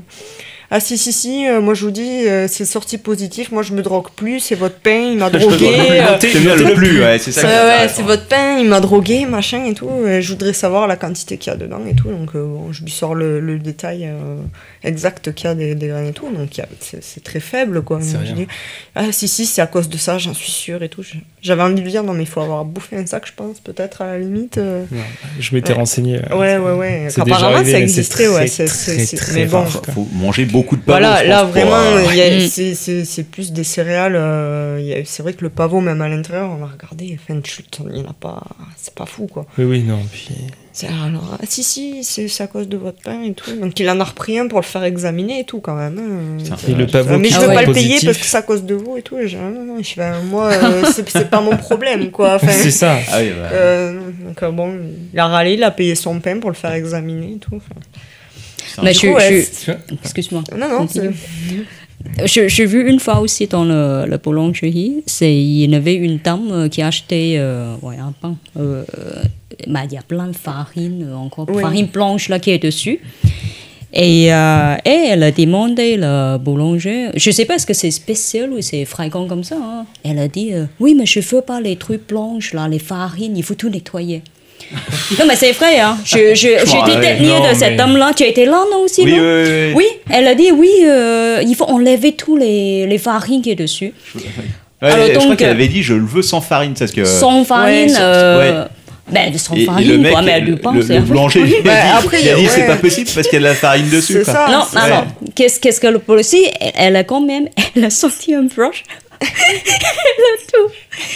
Ah si, si, si, euh, moi je vous dis, euh, c'est sorti positif, moi je me drogue plus, c'est votre pain, il m'a drogué. euh,
C'est bien le plus, ouais, c'est ça.
Ouais,
qui est
ouais,
intéressant.
c'est votre pain, il m'a drogué, machin et tout. et je voudrais savoir la quantité qu'il y a dedans et tout. Donc, euh, bon, je lui sors le, le détail euh, exact qu'il y a des, des graines et tout. Donc, il y a- c'est c'est très faible, quoi.
C'est
Je
rien.
dis, ah, si, si, c'est à cause de ça, j'en suis sûre et tout. Je- J'avais envie de dire, non, mais il faut avoir bouffé un sac, je pense, peut-être, à la limite. euh.
Je m'étais
Ouais.
renseigné. euh,
Ouais, ouais, ouais.
C'est déjà
Apparemment,
arrivé,
ça
mais c'est
existait,
très,
ouais. c'est-
très,
c'est- c'est-
très
Mais bon,
rare.
Faut manger beaucoup de pavot.
voilà,
je pense,
là
pour,
vraiment,
euh,
il y a-
Mm.
c'est- c'est c'est plus des céréales. euh, il y a- c'est vrai que le pavot, même à l'intérieur, on a regardé, fin de chute, il n'y en a pas. C'est pas fou, quoi.
Oui, oui, non. Puis...
C'est- Alors, ah, si, si, c'est c'est à cause de votre pain et tout. Donc, il en a repris un pour le faire examiner et tout, quand même. hein.
Putain.
Et le pavot
Euh, mais
qui
je
Ah
veux
ouais.
pas le
positif.
payer parce que c'est à cause de vous et tout. Et j'ai, ah, non, non, je fais, euh, moi, euh, c'est c'est pas mon problème, quoi. Enfin,
C'est ça.
Ah oui, bah,
euh, donc, euh, bon, il a râlé, il a payé son pain pour le faire examiner et tout. Enfin,
Mais
du
Bah, je,
coup, ouais,
je- excuse-moi.
non, non, c'est-
Je- J'ai vu une fois aussi dans le, le Pologne Tchéquie, c'est il y avait une dame euh, qui achetait euh, ouais, un pain. euh, euh, bah, il y a plein de farine, euh, encore
Oui.
farine blanche là qui est dessus. Et, euh, et elle a demandé le boulanger, je sais pas est-ce que c'est spécial ou c'est fréquent comme ça. hein. Elle a dit euh, oui mais je veux pas les trucs blanches là, les farines, il faut tout nettoyer. non mais c'est vrai hein. Je, je, j'étais
ouais,
détenue
non,
de cette
mais-
dame-là. Tu as été là non aussi
oui,
non
oui,
oui, elle a dit oui, euh, il faut enlever tous les, les farines qui est dessus.
Ouais,
Alors,
je crois
donc,
qu'elle
euh,
avait dit je le veux sans farine, parce que.
sans farine.
ouais, sans- bah,
euh, Ben, sans
Et, et
farine,
le mec,
quoi, mais elle
le,
lui pense.
le- le boulanger, il a dit,
Ouais, après, euh,
il a dit,
ouais.
c'est pas possible parce qu'il y a de la farine dessus.
c'est
quoi.
ça.
Non,
c'est
non,
ça.
non. Qu'est-ce qu'est-ce que le policier elle- Elle a quand même, elle a sorti un brush. elle a tout.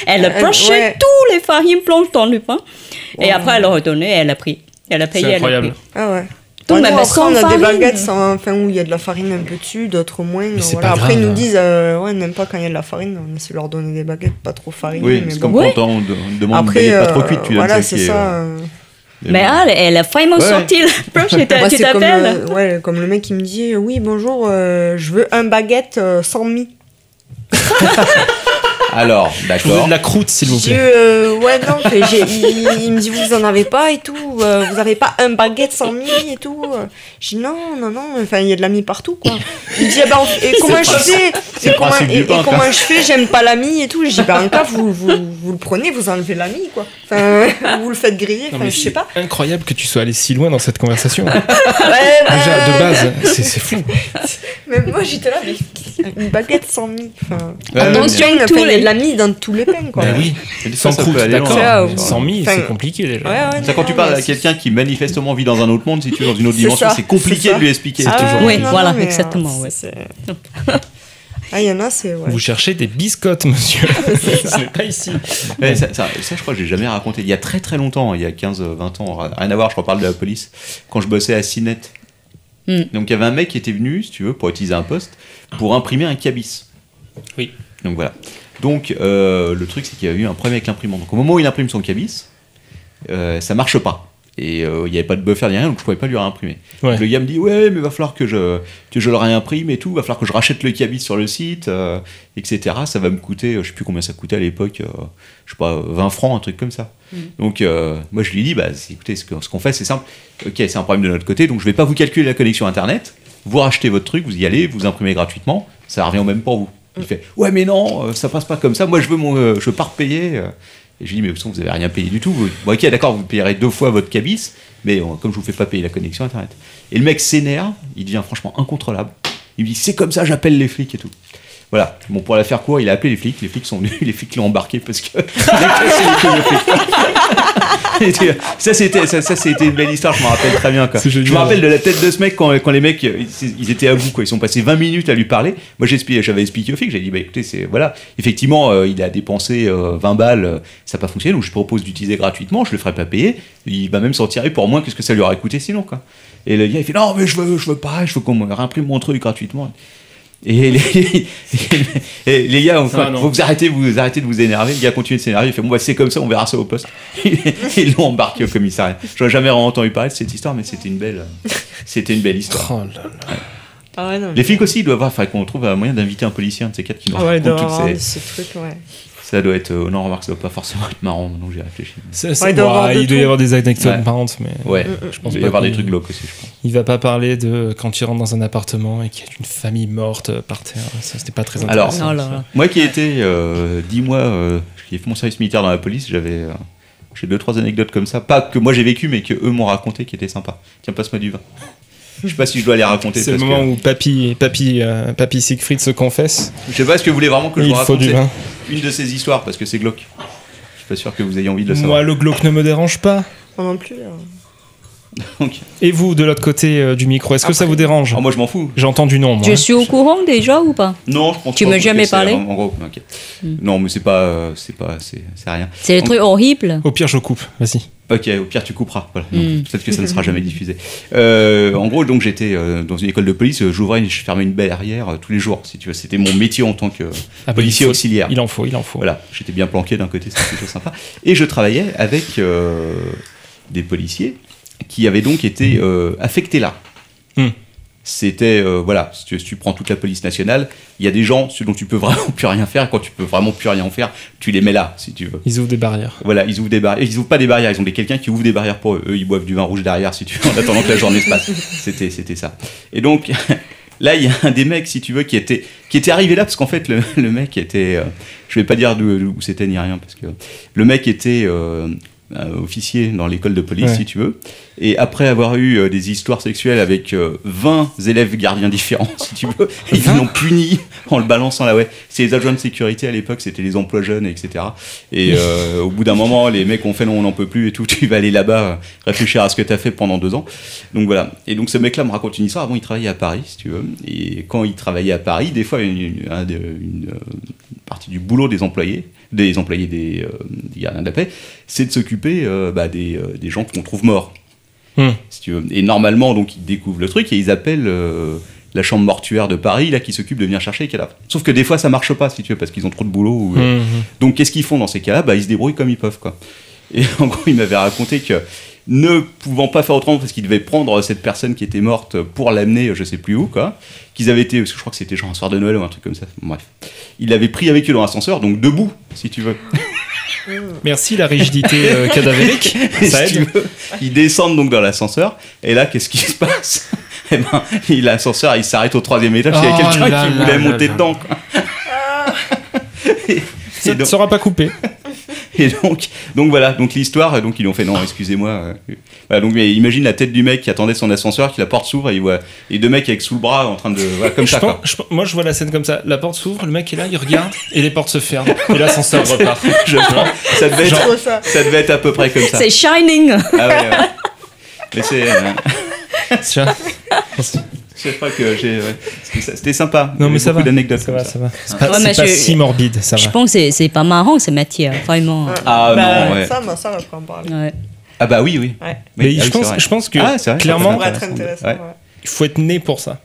Elle a
Euh,
brushé
ouais.
tous les farines blanches dans le pain. Et
Oh.
après, elle a redonné, elle a pris. Elle a payé,
C'est
elle a
incroyable.
pris.
Ah ouais.
Donc,
Ouais,
bah,
nous,
bah,
après,
sans
on a
farine.
des baguettes sans, enfin, où il y a de la farine un peu dessus, d'autres moins. donc
c'est
voilà.
pas
Après,
grave,
ils
hein.
nous disent, euh, ouais, on n'aime pas quand il y a de la farine, on essaie de leur donner des baguettes pas trop farinées.
Oui,
mais
parce
bon.
qu'en
Ouais.
comptant, on, de- on demande
Après,
mais pas trop
euh,
cuite, tu
voilà,
donnes
c'est
qui est,
ça.
euh,
euh,
et
Mais
bon.
elle, elle a vraiment
Ouais.
sorti le brush et t'as-
moi,
tu
c'est comme,
t'appelles.
euh, ouais, comme le mec qui me dit, euh, oui, bonjour, euh, je veux un baguette euh, sans mie. ah
Alors,
Je vous ai
d'accord.
de la croûte, s'il vous
Je dis,
plaît.
euh, ouais, non, mais j'ai- il, il me dit, vous en avez pas et tout, euh, vous avez pas un baguette sans mie et tout. euh. Je dis, non, non, non, enfin, il y a de la mie partout, quoi. Il me dit, ah ben, et comment je fais
c'est
Et
le
comment,
principe du
et- et
pain, quoi.
comment je fais J'aime pas la mie et tout. Je dis, bah, en cas, vous, vous, vous le prenez, vous enlevez la mie, quoi. Enfin, vous le faites griller,
Non,
enfin,
mais
je
c'est
sais pas.
Incroyable que tu sois allé si loin dans cette conversation. Déjà,
Ouais,
de
ouais.
base, c'est c'est fou.
Même moi, j'étais là, mais une baguette sans mie. Enfin,
Ouais,
un
ouais,
ancien,
mais-
enfin, il y a de la mie dans tous les pains, quoi.
Bah oui,
Mais des fois,
sans
ça peut
croûte,
aller
d'accord.
loin.
Ça,
mais
ou-
Sans mie,
Enfin,
c'est compliqué déjà.
Ouais, ouais,
Ça, quand
non,
tu
non,
parles
mais
à
c'est-
quelqu'un qui manifestement vit dans un autre monde, si tu es dans une autre
C'est
dimension,
ça,
c'est compliqué
c'est ça.
de lui expliquer.
Ah
toujours-
ouais,
Oui,
non,
voilà,
non, mais, euh,
exactement, ouais.
c'est- Ah, il y en a, c'est. ouais.
Vous cherchez des biscottes, monsieur. Ce n'est pas ici.
Ouais, ça, ça- ça, je crois que j'ai jamais raconté. Il y a très très longtemps, hein, il y a 15-20 ans, rien à voir, je reparle de la police, quand je bossais à Cinet.
Hmm.
Donc il y avait un mec qui était venu, si tu veux, pour utiliser un poste, pour imprimer un cabis.
Oui.
Donc voilà. Donc euh, le truc, c'est qu'il y avait eu un problème avec l'imprimante. Donc au moment où il imprime son cabis, euh, ça marche pas. Et euh, il n'y avait pas de buffer ni rien, donc je pouvais pas lui réimprimer.
Ouais.
Donc, Le gars me dit Ouais, mais va falloir que je, que je le réimprime et tout, va falloir que je rachète le cabis sur le site, euh, etc. Ça va me coûter, euh, je sais plus combien ça coûtait à l'époque, euh, je sais pas, 20 francs, un truc comme ça. Donc euh, moi je lui dis Bah c'est- écoutez, ce que- ce qu'on fait c'est simple, ok, c'est un problème de notre côté, donc je vais pas vous calculer la connexion internet, vous rachetez votre truc, vous y allez, vous imprimez gratuitement, ça revient au même pour vous. Il fait Ouais, mais non, euh, ça passe pas comme ça. Moi, je veux mon, euh, je pars payer. euh. Et je lui dis Mais de toute façon, vous avez rien payé du tout. Vous- Bon, ok, d'accord, vous payerez deux fois votre cabis, mais euh, comme je vous fais pas payer la connexion internet. Et le mec s'énerve, il devient franchement incontrôlable. Il me dit C'est comme ça, j'appelle les flics et tout. Voilà, bon pour la faire court, il a appelé les flics, les flics sont venus, les flics l'ont embarqué parce que il a cassé les couilles aux flics. Et tu vois, ça c'était ça, ça, c'était une belle histoire, je me rappelle très bien quoi.
C'est génial.
Je me rappelle de la tête de ce mec quand, quand les mecs euh, ils ils étaient à bout quoi, ils sont passés 20 minutes à lui parler. Moi j'expliquais- j'avais expliqué au flic, j'ai dit bah écoutez, c'est voilà, effectivement euh, il a dépensé euh, 20 balles, euh, ça n'a pas fonctionné, donc je propose d'utiliser gratuitement, je le ferai pas payer, il va même s'en tirer pour moins que ce que ça lui aurait coûté sinon quoi. Et le gars il fait non mais je veux je veux pas, je veux qu'on me réimprime mon truc gratuitement. Et les, et les gars, enfin,
va, non.
vous, vous arrêtez, vous arrêtez de vous énerver. Le gars continue de s'énerver. Il fait bon, bah, c'est comme ça, on verra ça au poste. Ils l'ont embarqué au commissariat. J'aurais jamais vraiment entendu parler de cette histoire, mais c'était une belle, c'était une belle histoire.
Oh là là.
Ah ouais, non. mais-
Les flics aussi, ils doivent avoir, enfin, qu'on trouve un moyen d'inviter un policier, un de ces quatre qui nous
Ah ouais,
raconte
d'avoir
toutes
rendu
ces-
ce truc, ouais.
Ça doit être, euh, non, remarque, ça doit pas forcément être marrant. Donc j'ai réfléchi.
Ça, ça-
Ouais, il doit y avoir
Ouah,
de
il doit y
tout.
avoir des anecdotes
Ouais.
marrantes, mais
Ouais,
je
il
pense
doit y
pas
avoir des
qu'on-
trucs glauques aussi, je pense.
Il va pas parler de quand il rentre dans un appartement et qu'il y a une famille morte par terre. Ça, c'était pas très
Alors,
intéressant.
Oh là là.
Moi qui ai été euh, dix mois, euh, j'ai fait mon service militaire dans la police, j'avais euh, j'ai deux trois anecdotes comme ça, pas que moi j'ai vécu, mais que eux m'ont raconté, qui étaient sympas. Tiens, passe-moi du vin. Je sais pas si je dois les raconter.
C'est le
parce
moment
que-
où papy, papy, euh, papy Siegfried se confesse.
Je sais pas ce que vous voulez vraiment que je
il
vous
faut
raconte.
du vin.
c'est Une de ces histoires parce que c'est glauque. Je suis pas sûr que vous ayez envie de le
Moi,
savoir.
le glauque ne me dérange pas.
Moi non plus. hein.
Donc,
Et vous, de l'autre côté euh, du micro, est-ce que ça vous dérange
alors Ah, moi je m'en fous.
J'entends du hein. nom, moi.
Je suis au courant déjà ou pas
Non, je pense
Tu
pas,
m'as
parce
jamais
que c'est-
parlé Hmm.
En, en gros, ok. Non, mais c'est pas, euh, c'est pas, c'est c'est rien.
C'est des
Donc-
trucs horribles.
Au pire, je coupe. Vas-y.
Ok, au pire tu couperas. Voilà. Donc,
Mm.
Peut-être que ça ne sera jamais diffusé. Euh, en gros, donc j'étais euh, dans une école de police, euh, j'ouvrais, et je fermais une barrière euh, tous les jours. Si tu veux, c'était mon métier en tant que euh,
Ah, bah,
policier
il faut-
auxiliaire.
Il en faut, il en faut.
Voilà, j'étais bien planqué d'un côté, c'était plutôt sympa. Et je travaillais avec euh, des policiers qui avaient donc été euh, affectés là.
Hmm.
C'était, euh, voilà, si tu, si tu prends toute la police nationale, il y a des gens, ceux dont tu peux vraiment plus rien faire, quand tu peux vraiment plus rien faire, tu les mets là, si tu veux.
Ils ouvrent des barrières.
Voilà, ils ouvrent des barrières. Ils ouvrent pas des barrières, ils ont des quelqu'un qui ouvre des barrières pour eux. Eux, ils boivent du vin rouge derrière, si tu veux, en attendant que la journée se passe. C'était, c'était ça. Et donc, là, il y a un des mecs, si tu veux, qui était, qui était arrivé là, parce qu'en fait, le, le mec était. euh, je vais pas dire d'où d'où c'était ni rien, parce que. Le mec était. euh, euh, officier dans l'école de police,
Ouais.
si tu veux. Et après avoir eu euh, des histoires sexuelles avec euh, 20 élèves gardiens différents, si tu veux, ils
20?
l'ont puni en le balançant là, ouais. C'est les adjoints de sécurité à l'époque, c'était les emplois jeunes, etc. Et euh, au bout d'un moment, les mecs ont fait non, on n'en peut plus et tout, tu vas aller là-bas euh, réfléchir à ce que tu as fait pendant deux ans. Donc voilà. Et donc ce mec-là me raconte une histoire. Avant, il travaillait à Paris, si tu veux. Et quand il travaillait à Paris, des fois, une, une- un de- une, euh, une partie du boulot des employés, des employés des, euh, des gardiens de la paix, c'est de s'occuper euh, bah, des, euh, des gens qu'on trouve morts.
Hmm.
Si tu veux. Et normalement, donc, ils découvrent le truc et ils appellent. euh, la chambre mortuaire de Paris, là, qui s'occupe de venir chercher les cadavres. Sauf que des fois, ça marche pas, si tu veux, parce qu'ils ont trop de boulot. Ou, euh,
Mhm.
donc qu'est-ce qu'ils font dans ces cas-là bah, Ils se débrouillent comme ils peuvent. Quoi. Et en gros, il m'avait raconté que ne pouvant pas faire autrement parce qu'ils devaient prendre cette personne qui était morte pour l'amener euh, je sais plus où, quoi, qu'ils avaient été, parce que je crois que c'était genre un soir de Noël ou un truc comme ça, bref. Ils l'avaient pris avec eux dans l'ascenseur, donc debout, si tu veux.
Merci la rigidité euh, cadavérique. Ça
Si tu
aide.
veux. Ils descendent donc dans l'ascenseur, et là, qu'est-ce qui se passe Eh ben, il- l'ascenseur, il s'arrête au troisième étage, il y a
Oh
quelqu'un
là
qui
là
voulait
là
monter
là.
dedans, quoi. Et- et
Ça ne
donc-
sera pas coupé.
Et donc, donc voilà, donc l'histoire, donc ils ont fait non, excusez-moi. euh, Voilà, donc mais imagine la tête du mec qui attendait son ascenseur, qui la porte s'ouvre et il voit et deux mecs avec sous le bras en train de voilà, comme
Je
ça.
pense-
quoi.
je pense- moi, je vois la scène comme ça. La porte s'ouvre, le mec est là, il regarde, et les portes se ferment. Et l'ascenseur repart.
Je pense. Ça devait
Genre-
être, ça devait être à peu près comme ça.
C'est Shining.
Ah ouais, ouais. Mais c'est, euh,
Tiens.
je sais pas que j'ai. ouais. C'était ça- C'était sympa. Il
Non, mais
y avait
ça
beaucoup
va.
d'anecdotes
Ça
comme
va,
ça.
ça va. C'est pas,
Ouais,
c'est
mais
pas
je-
si morbide, ça
Je
va.
pense que c'est- c'est pas marrant ce métier, vraiment.
Ah
Bah,
non, ouais.
Ça, moi, ça va pas en parler.
Ouais.
Ah bah oui, oui.
Ouais.
Oui,
Mais
ah
je
oui,
pense-
c'est vrai.
je pense que,
Ah, c'est vrai, ça peut
clairement,
Ça pourrait être
intéressant.
intéressant.
Ouais.
ouais.
Il faut être né pour ça.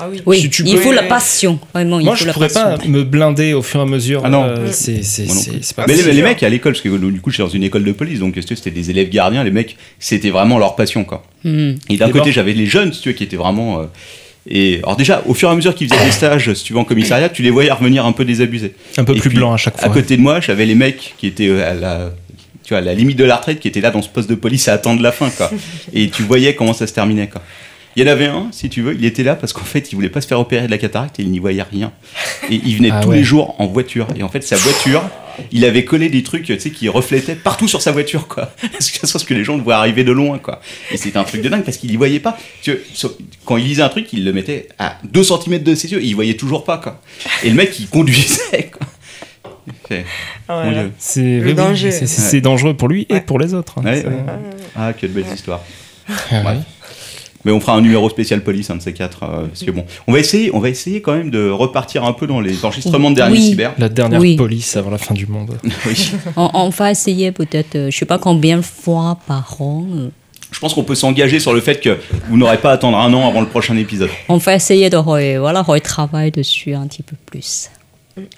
Ah oui.
Oui,
Si tu
il
peux-
faut la passion, vraiment. il
Moi,
faut
je
la
pourrais
passion. Mm.
pas me blinder au fur et à mesure.
Ah non.
euh, c'est c'est-
Moi non
c'est-
plus.
c'est pas
mais les,
possible. hein.
les mecs à l'école, parce que du coup, je suis dans une école de police, donc si tu veux, c'était des élèves gardiens. Les mecs, c'était vraiment leur passion, quoi.
Hmm.
Et d'un
Et
côté,
ben-
j'avais les jeunes, si tu veux, qui étaient vraiment. euh, et alors déjà, au fur et à mesure qu'ils faisaient des stages, si tu veux, en commissariat, tu les voyais revenir un peu désabusés.
Un peu
Et
plus
puis,
blanc à chaque fois.
À côté de moi, j'avais les mecs qui étaient euh, à la, tu vois, à la limite de la retraite, qui étaient là dans ce poste de police à attendre la fin, quoi. et tu voyais comment ça se terminait, quoi. Il y en avait un, si tu veux, il était là parce qu'en fait, il voulait pas se faire opérer de la cataracte et il n'y voyait rien. Et il venait
Ah
tous
ouais.
les jours en voiture. Et en fait, sa voiture, il avait collé des trucs, tu sais, qui reflétaient partout sur sa voiture, quoi. Parce que ce que les gens le voient arriver de loin, quoi. Et c'était un truc de dingue parce qu'il n'y voyait pas. Tu vois, sur- quand il lisait un truc, il le mettait à 2 cm de ses yeux et il voyait toujours pas, quoi. Et le mec, il conduisait, quoi. C'est- mon
Ah, voilà.
Dieu.
C'est
Le
oui, oui,
danger.
c'est- c'est-
Ouais.
c'est dangereux pour lui et
Ouais.
pour les autres. hein.
Ouais,
C'est-
ouais. Ah, quelle belle histoire.
Ah ouais.
Mais on fera un numéro spécial police, un de ces quatre. euh, parce que bon, on va essayer, on va essayer quand même de repartir un peu dans les enregistrements de dernier
Oui.
cyber.
La dernière
Oui.
police avant la fin du monde.
Oui.
On, on va essayer peut-être, euh, je sais pas combien de fois par an. euh,
Je pense qu'on peut s'engager sur le fait que vous n'aurez pas à attendre un an avant le prochain épisode.
on va essayer de re- voilà, retravailler dessus un petit peu plus.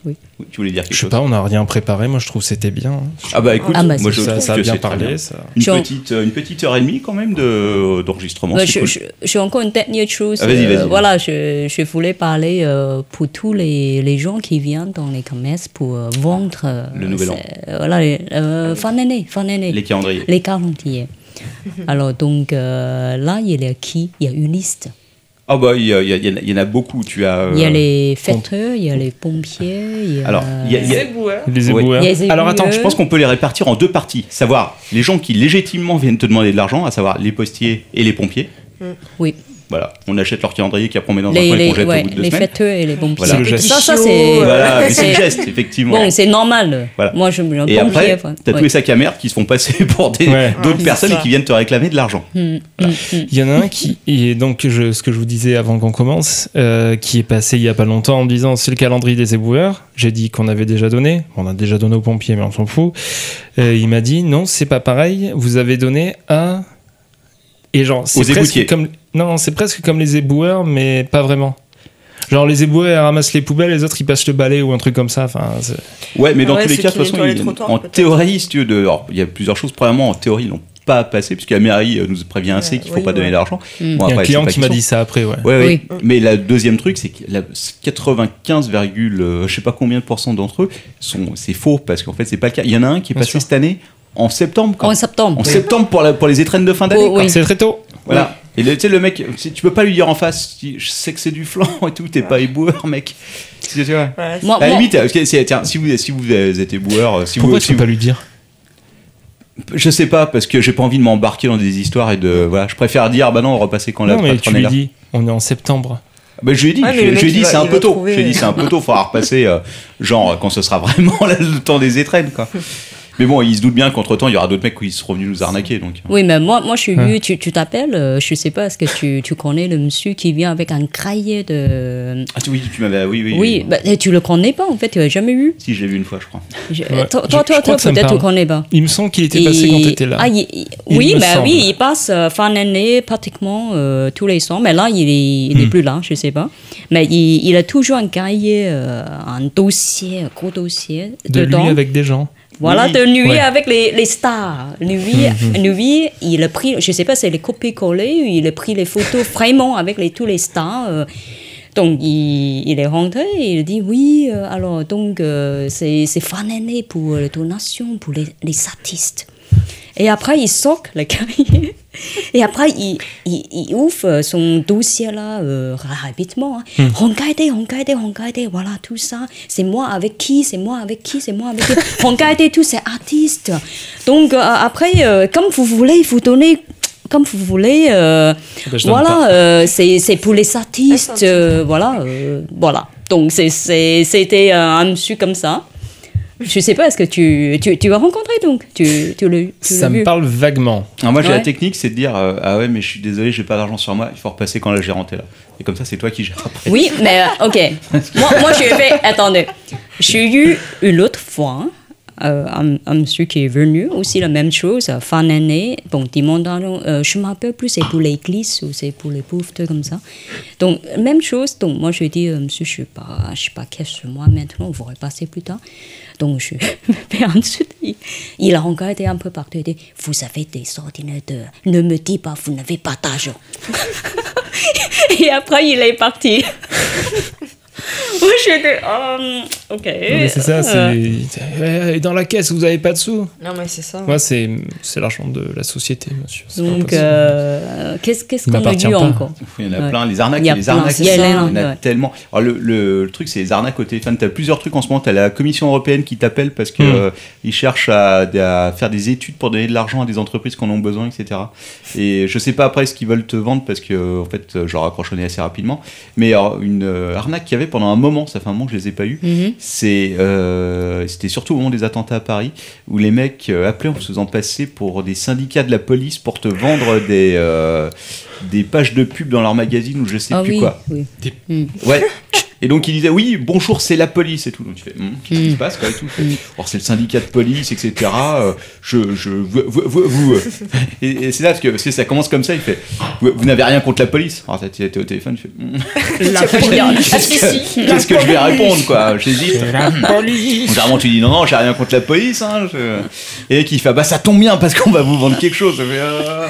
Oui, Tu voulais dire quelque
Je sais
chose
pas, on n'a rien préparé. Moi, je trouve que c'était bien. hein.
Ah bah écoute,
Ah bah,
moi
c'est
je
ça,
trouve
ça a
que
bien
c'est très
parlé.
bien.
ça.
Une
Genre-
petite, euh, une petite heure et demie quand même de- d'enregistrement.
Bah,
c'est
je,
cool.
je, j'ai encore une dernière chose.
Ah, vas-y,
euh,
vas-y.
voilà, je, je voulais parler euh, pour tous les, les gens qui viennent dans les commerces pour euh, vendre. euh,
Le nouvel an.
c'est- Voilà, les- euh, fin d'année, fin d'année.
Les calendriers.
Les calendriers. Alors, donc euh, là, il y a qui Il y a une liste.
Ah bah il y, a- il y a- il y en a- il y en a beaucoup. Tu as. euh,
Il y a les fêteurs, il y a les pompiers, il y a.
Alors, il y a- il y a-
C'est beau, hein.
Les
Ouais.
éboueurs.
Il y a les
Alors attends,
éboueurs.
je pense qu'on peut les répartir en deux parties. Savoir les gens qui légitimement viennent te demander de l'argent, à savoir les postiers et les pompiers.
Oui.
Voilà, on achète leur calendrier qui après on met dans un
les,
coin et
les,
qu'on jette
ouais,
au bout de deux
les
semaines.
fêteurs et les pompiers.
Voilà. C'est le
geste.
Ça, ça
Chaud,
c'est.
euh,
Voilà, mais c'est le geste, effectivement.
Bon, c'est normal.
Voilà.
Moi, je me
et
pompier,
après,
enfin,
t'as
ouais.
tous les sacs à merde qui se font passer pour des-
Ouais.
d'autres
Ah, c'est
personnes
ça.
et qui viennent te réclamer de l'argent.
Hum, hum, hum.
Il y en a un qui, et donc je- ce que je vous disais avant qu'on commence, euh, qui est passé il y a pas longtemps en me disant c'est le calendrier des éboueurs. J'ai dit qu'on avait déjà donné, on a déjà donné aux pompiers, mais on s'en fout. Euh, il m'a dit non, c'est pas pareil, vous avez donné à. Et genre,
Aux
c'est presque
égoutiers.
comme. Non, c'est presque comme les éboueurs, mais pas vraiment. Genre, les éboueurs ils ramassent les poubelles, les autres ils passent le balai ou un truc comme ça. Enfin, c'est-
Ouais, mais dans
Ouais,
tous les
ceux
cas, de
qui
toute façon,
nettoient les
ils-
trottoirs,
en
peut-être.
théorie, si tu veux, de- alors, il y a plusieurs choses. Premièrement, en théorie, ils l'ont pas passé, puisque la mairie euh, nous prévient assez qu'il faut
oui,
pas
ouais.
donner d'argent.
Mm.
Bon,
il y a un
après,
client
c'est pas
qui m'a
question.
dit ça après, ouais.
Ouais,
Oui.
oui. Mais la deuxième truc, c'est que la 95, virgule, euh, je sais pas combien de pourcents d'entre eux sont, c'est faux parce qu'en fait c'est pas le cas. Il y en a un qui est
Bien
passé
sûr.
cette année en septembre. quoi.
En septembre.
En septembre pour, la- pour les étrennes de fin d'année.
Oh,
quoi.
oui.
C'est très tôt.
Voilà. Et le- tu sais le mec, si tu peux pas lui dire en face, tu- je sais que c'est du flan et tout, t'es pas éboueur mec. C'est- c'est vrai.
Ouais,
Moi,
À la
moi-
limite, euh, c'est- c'est- tiens, si vous, si vous êtes éboueur, euh, si
Pourquoi
vous,
tu
si
peux pas lui dire
vous- je sais pas, parce que j'ai pas envie de m'embarquer dans des histoires et de, voilà, je préfère dire, bah non, repasser quand la
Non, mais
patronne est
tu lui
là.
dis, on est en septembre.
Bah, je lui ai dit,
Ouais, Ah, mais
je, je
le mec,
lui ai
il
dit
va-
c'est un
il
peu
va
tôt.
trouver,
Je lui ai dit
euh.
c'est un peu tôt, faudra repasser euh, genre quand ce sera vraiment là, le temps des étrennes quoi. Mais bon, il se doute bien qu'entre temps il y aura d'autres mecs qui seront venus nous arnaquer donc.
Oui, mais moi, moi je suis
Hein.
Ouais.
venu, tu tu t'appelles, euh, je sais pas, est-ce que tu, tu connais le monsieur qui vient avec un cahier de.
Ah tu- oui, tu m'avais oui oui.
Oui, bah, et tu le connais pas en fait, tu l'as jamais vu.
Si je l'ai vu une fois je crois.
Je- Toi,
Ouais. Je-
toi,
je
toi,
crois
toi,
que ça me
peut-être tu
parle.
connais pas.
Il me semble qu'il était passé
Et-
quand t'étais là.
Ah, il- il-
Il
oui,
me
bah
semble.
oui, il passe euh, fin d'année pratiquement euh, tous les ans, mais là, il est, il est
Hmm.
plus là, je sais pas. Mais il, il a toujours un cahier, euh, un dossier, un gros dossier
de
dedans.
lui avec des gens.
Voilà,
Oui.
de nuit
Ouais. Hmm,
avec les, les stars. Nuit, nuit, il a pris, je sais pas, c'est les copier-coller, ou il a pris les photos vraiment avec les, tous les stars. euh. donc, il, il est rentré et il dit Oui, euh, alors, donc, euh, c'est c'est fin d'année pour euh, les donations, pour les, les artistes. Et après, il sort le cahier. Et après, il, il, il ouvre euh, son dossier là euh, rapidement. Hein.
Hmm.
Regardez, regardez, regardez, voilà tout ça. C'est moi avec qui, c'est moi avec qui, c'est moi avec qui. regardez tous ces artistes. Donc euh, après, euh, comme vous voulez, vous donnez comme vous voulez. euh,
ben, je donne
voilà,
pas.
euh, c'est c'est pour les artistes. euh, voilà, euh, voilà. Donc c'est- c'est- c'était euh, un monsieur comme ça. Je sais pas, est-ce que tu, tu, tu as rencontré donc tu, tu l'as- tu l'as
Ça me
vu
parle vaguement.
Alors, moi j'ai
Ouais.
la technique c'est de dire euh, ah ouais mais je suis désolé j'ai pas d'argent sur moi il faut repasser quand la gérante est là et comme ça c'est toi qui gères après.
Oui, mais euh, ok. Moi, moi je vais. Attendez. J'ai eu une autre fois euh, un, un monsieur qui est venu, aussi la même chose, euh, fin d'année. Bon, demandant, euh, je me rappelle plus, c'est pour l'église ou c'est pour les pauvres, trucs comme ça. Donc, même chose. Donc, moi, je dis, euh, monsieur, je suis pas, je suis pas cash chez moi maintenant, vous repasser plus tard. Donc, je vais ensuite. il- Il a regardé un peu partout et dit, vous avez des ordinateurs, ne me dites pas, vous n'avez pas d'argent. Et après, il est parti. Moi, j'étais.
Ok.
Non, mais c'est ça,
Euh,
c'est. Eh, Dans la caisse, vous n'avez pas de sous
Non, mais c'est ça.
Moi, c'est c'est l'argent de la société, monsieur. c'est pas
Donc,
possible.
euh, qu'est-ce qu'est-ce
Il
qu'on a
m'appartient
vu
pas.
encore
Il y en a
Ouais.
plein, les arnaques,
Il y a
les
plein,
arnaques,
c'est ça,
il y en
ouais,
a
ouais.
tellement. Alors, le, le truc, c'est les arnaques au téléphone. T'as plusieurs trucs en ce moment. T'as la Commission européenne qui t'appelle parce que
Mm.
Hmm.
euh, ils cherchent à, à faire des études pour donner de l'argent à des entreprises qui en ont besoin, etc. Et je sais pas après ce qu'ils veulent te vendre parce que euh, en fait, euh, je leur ai accrochonné assez rapidement. Mais alors, une euh, arnaque qu'il y avait pendant un moment, ça fait un moment que je les ai pas eu.
Mhm.
C'est, euh, c'était surtout au moment des attentats à Paris où les mecs euh, appelaient en se faisant passer pour des syndicats de la police pour te vendre des euh, des pages de pub dans leur magazine ou je sais
Ah
plus
oui,
quoi.
oui.
Ouais. Et donc ils disaient oui bonjour c'est la police et tout donc tu fais Hum, qu'est-ce qui
Mm.
se passe quoi et tout.
Mm.
alors c'est le syndicat de police etc euh, je je vous, vous, vous- vous, euh. et, et c'est là parce que, parce que ça commence comme ça il fait vous, vous n'avez rien contre la police alors t'as- t'es t'es au téléphone tu fais Hum,
La police. Ah, si, si.
qu'est-ce que je vais répondre quoi j'hésite Généralement, tu dis non, non, j'ai rien contre la police. Hein, je- Et qui fait ah bah ça tombe bien parce qu'on va vous vendre quelque chose. Je fais, Ah.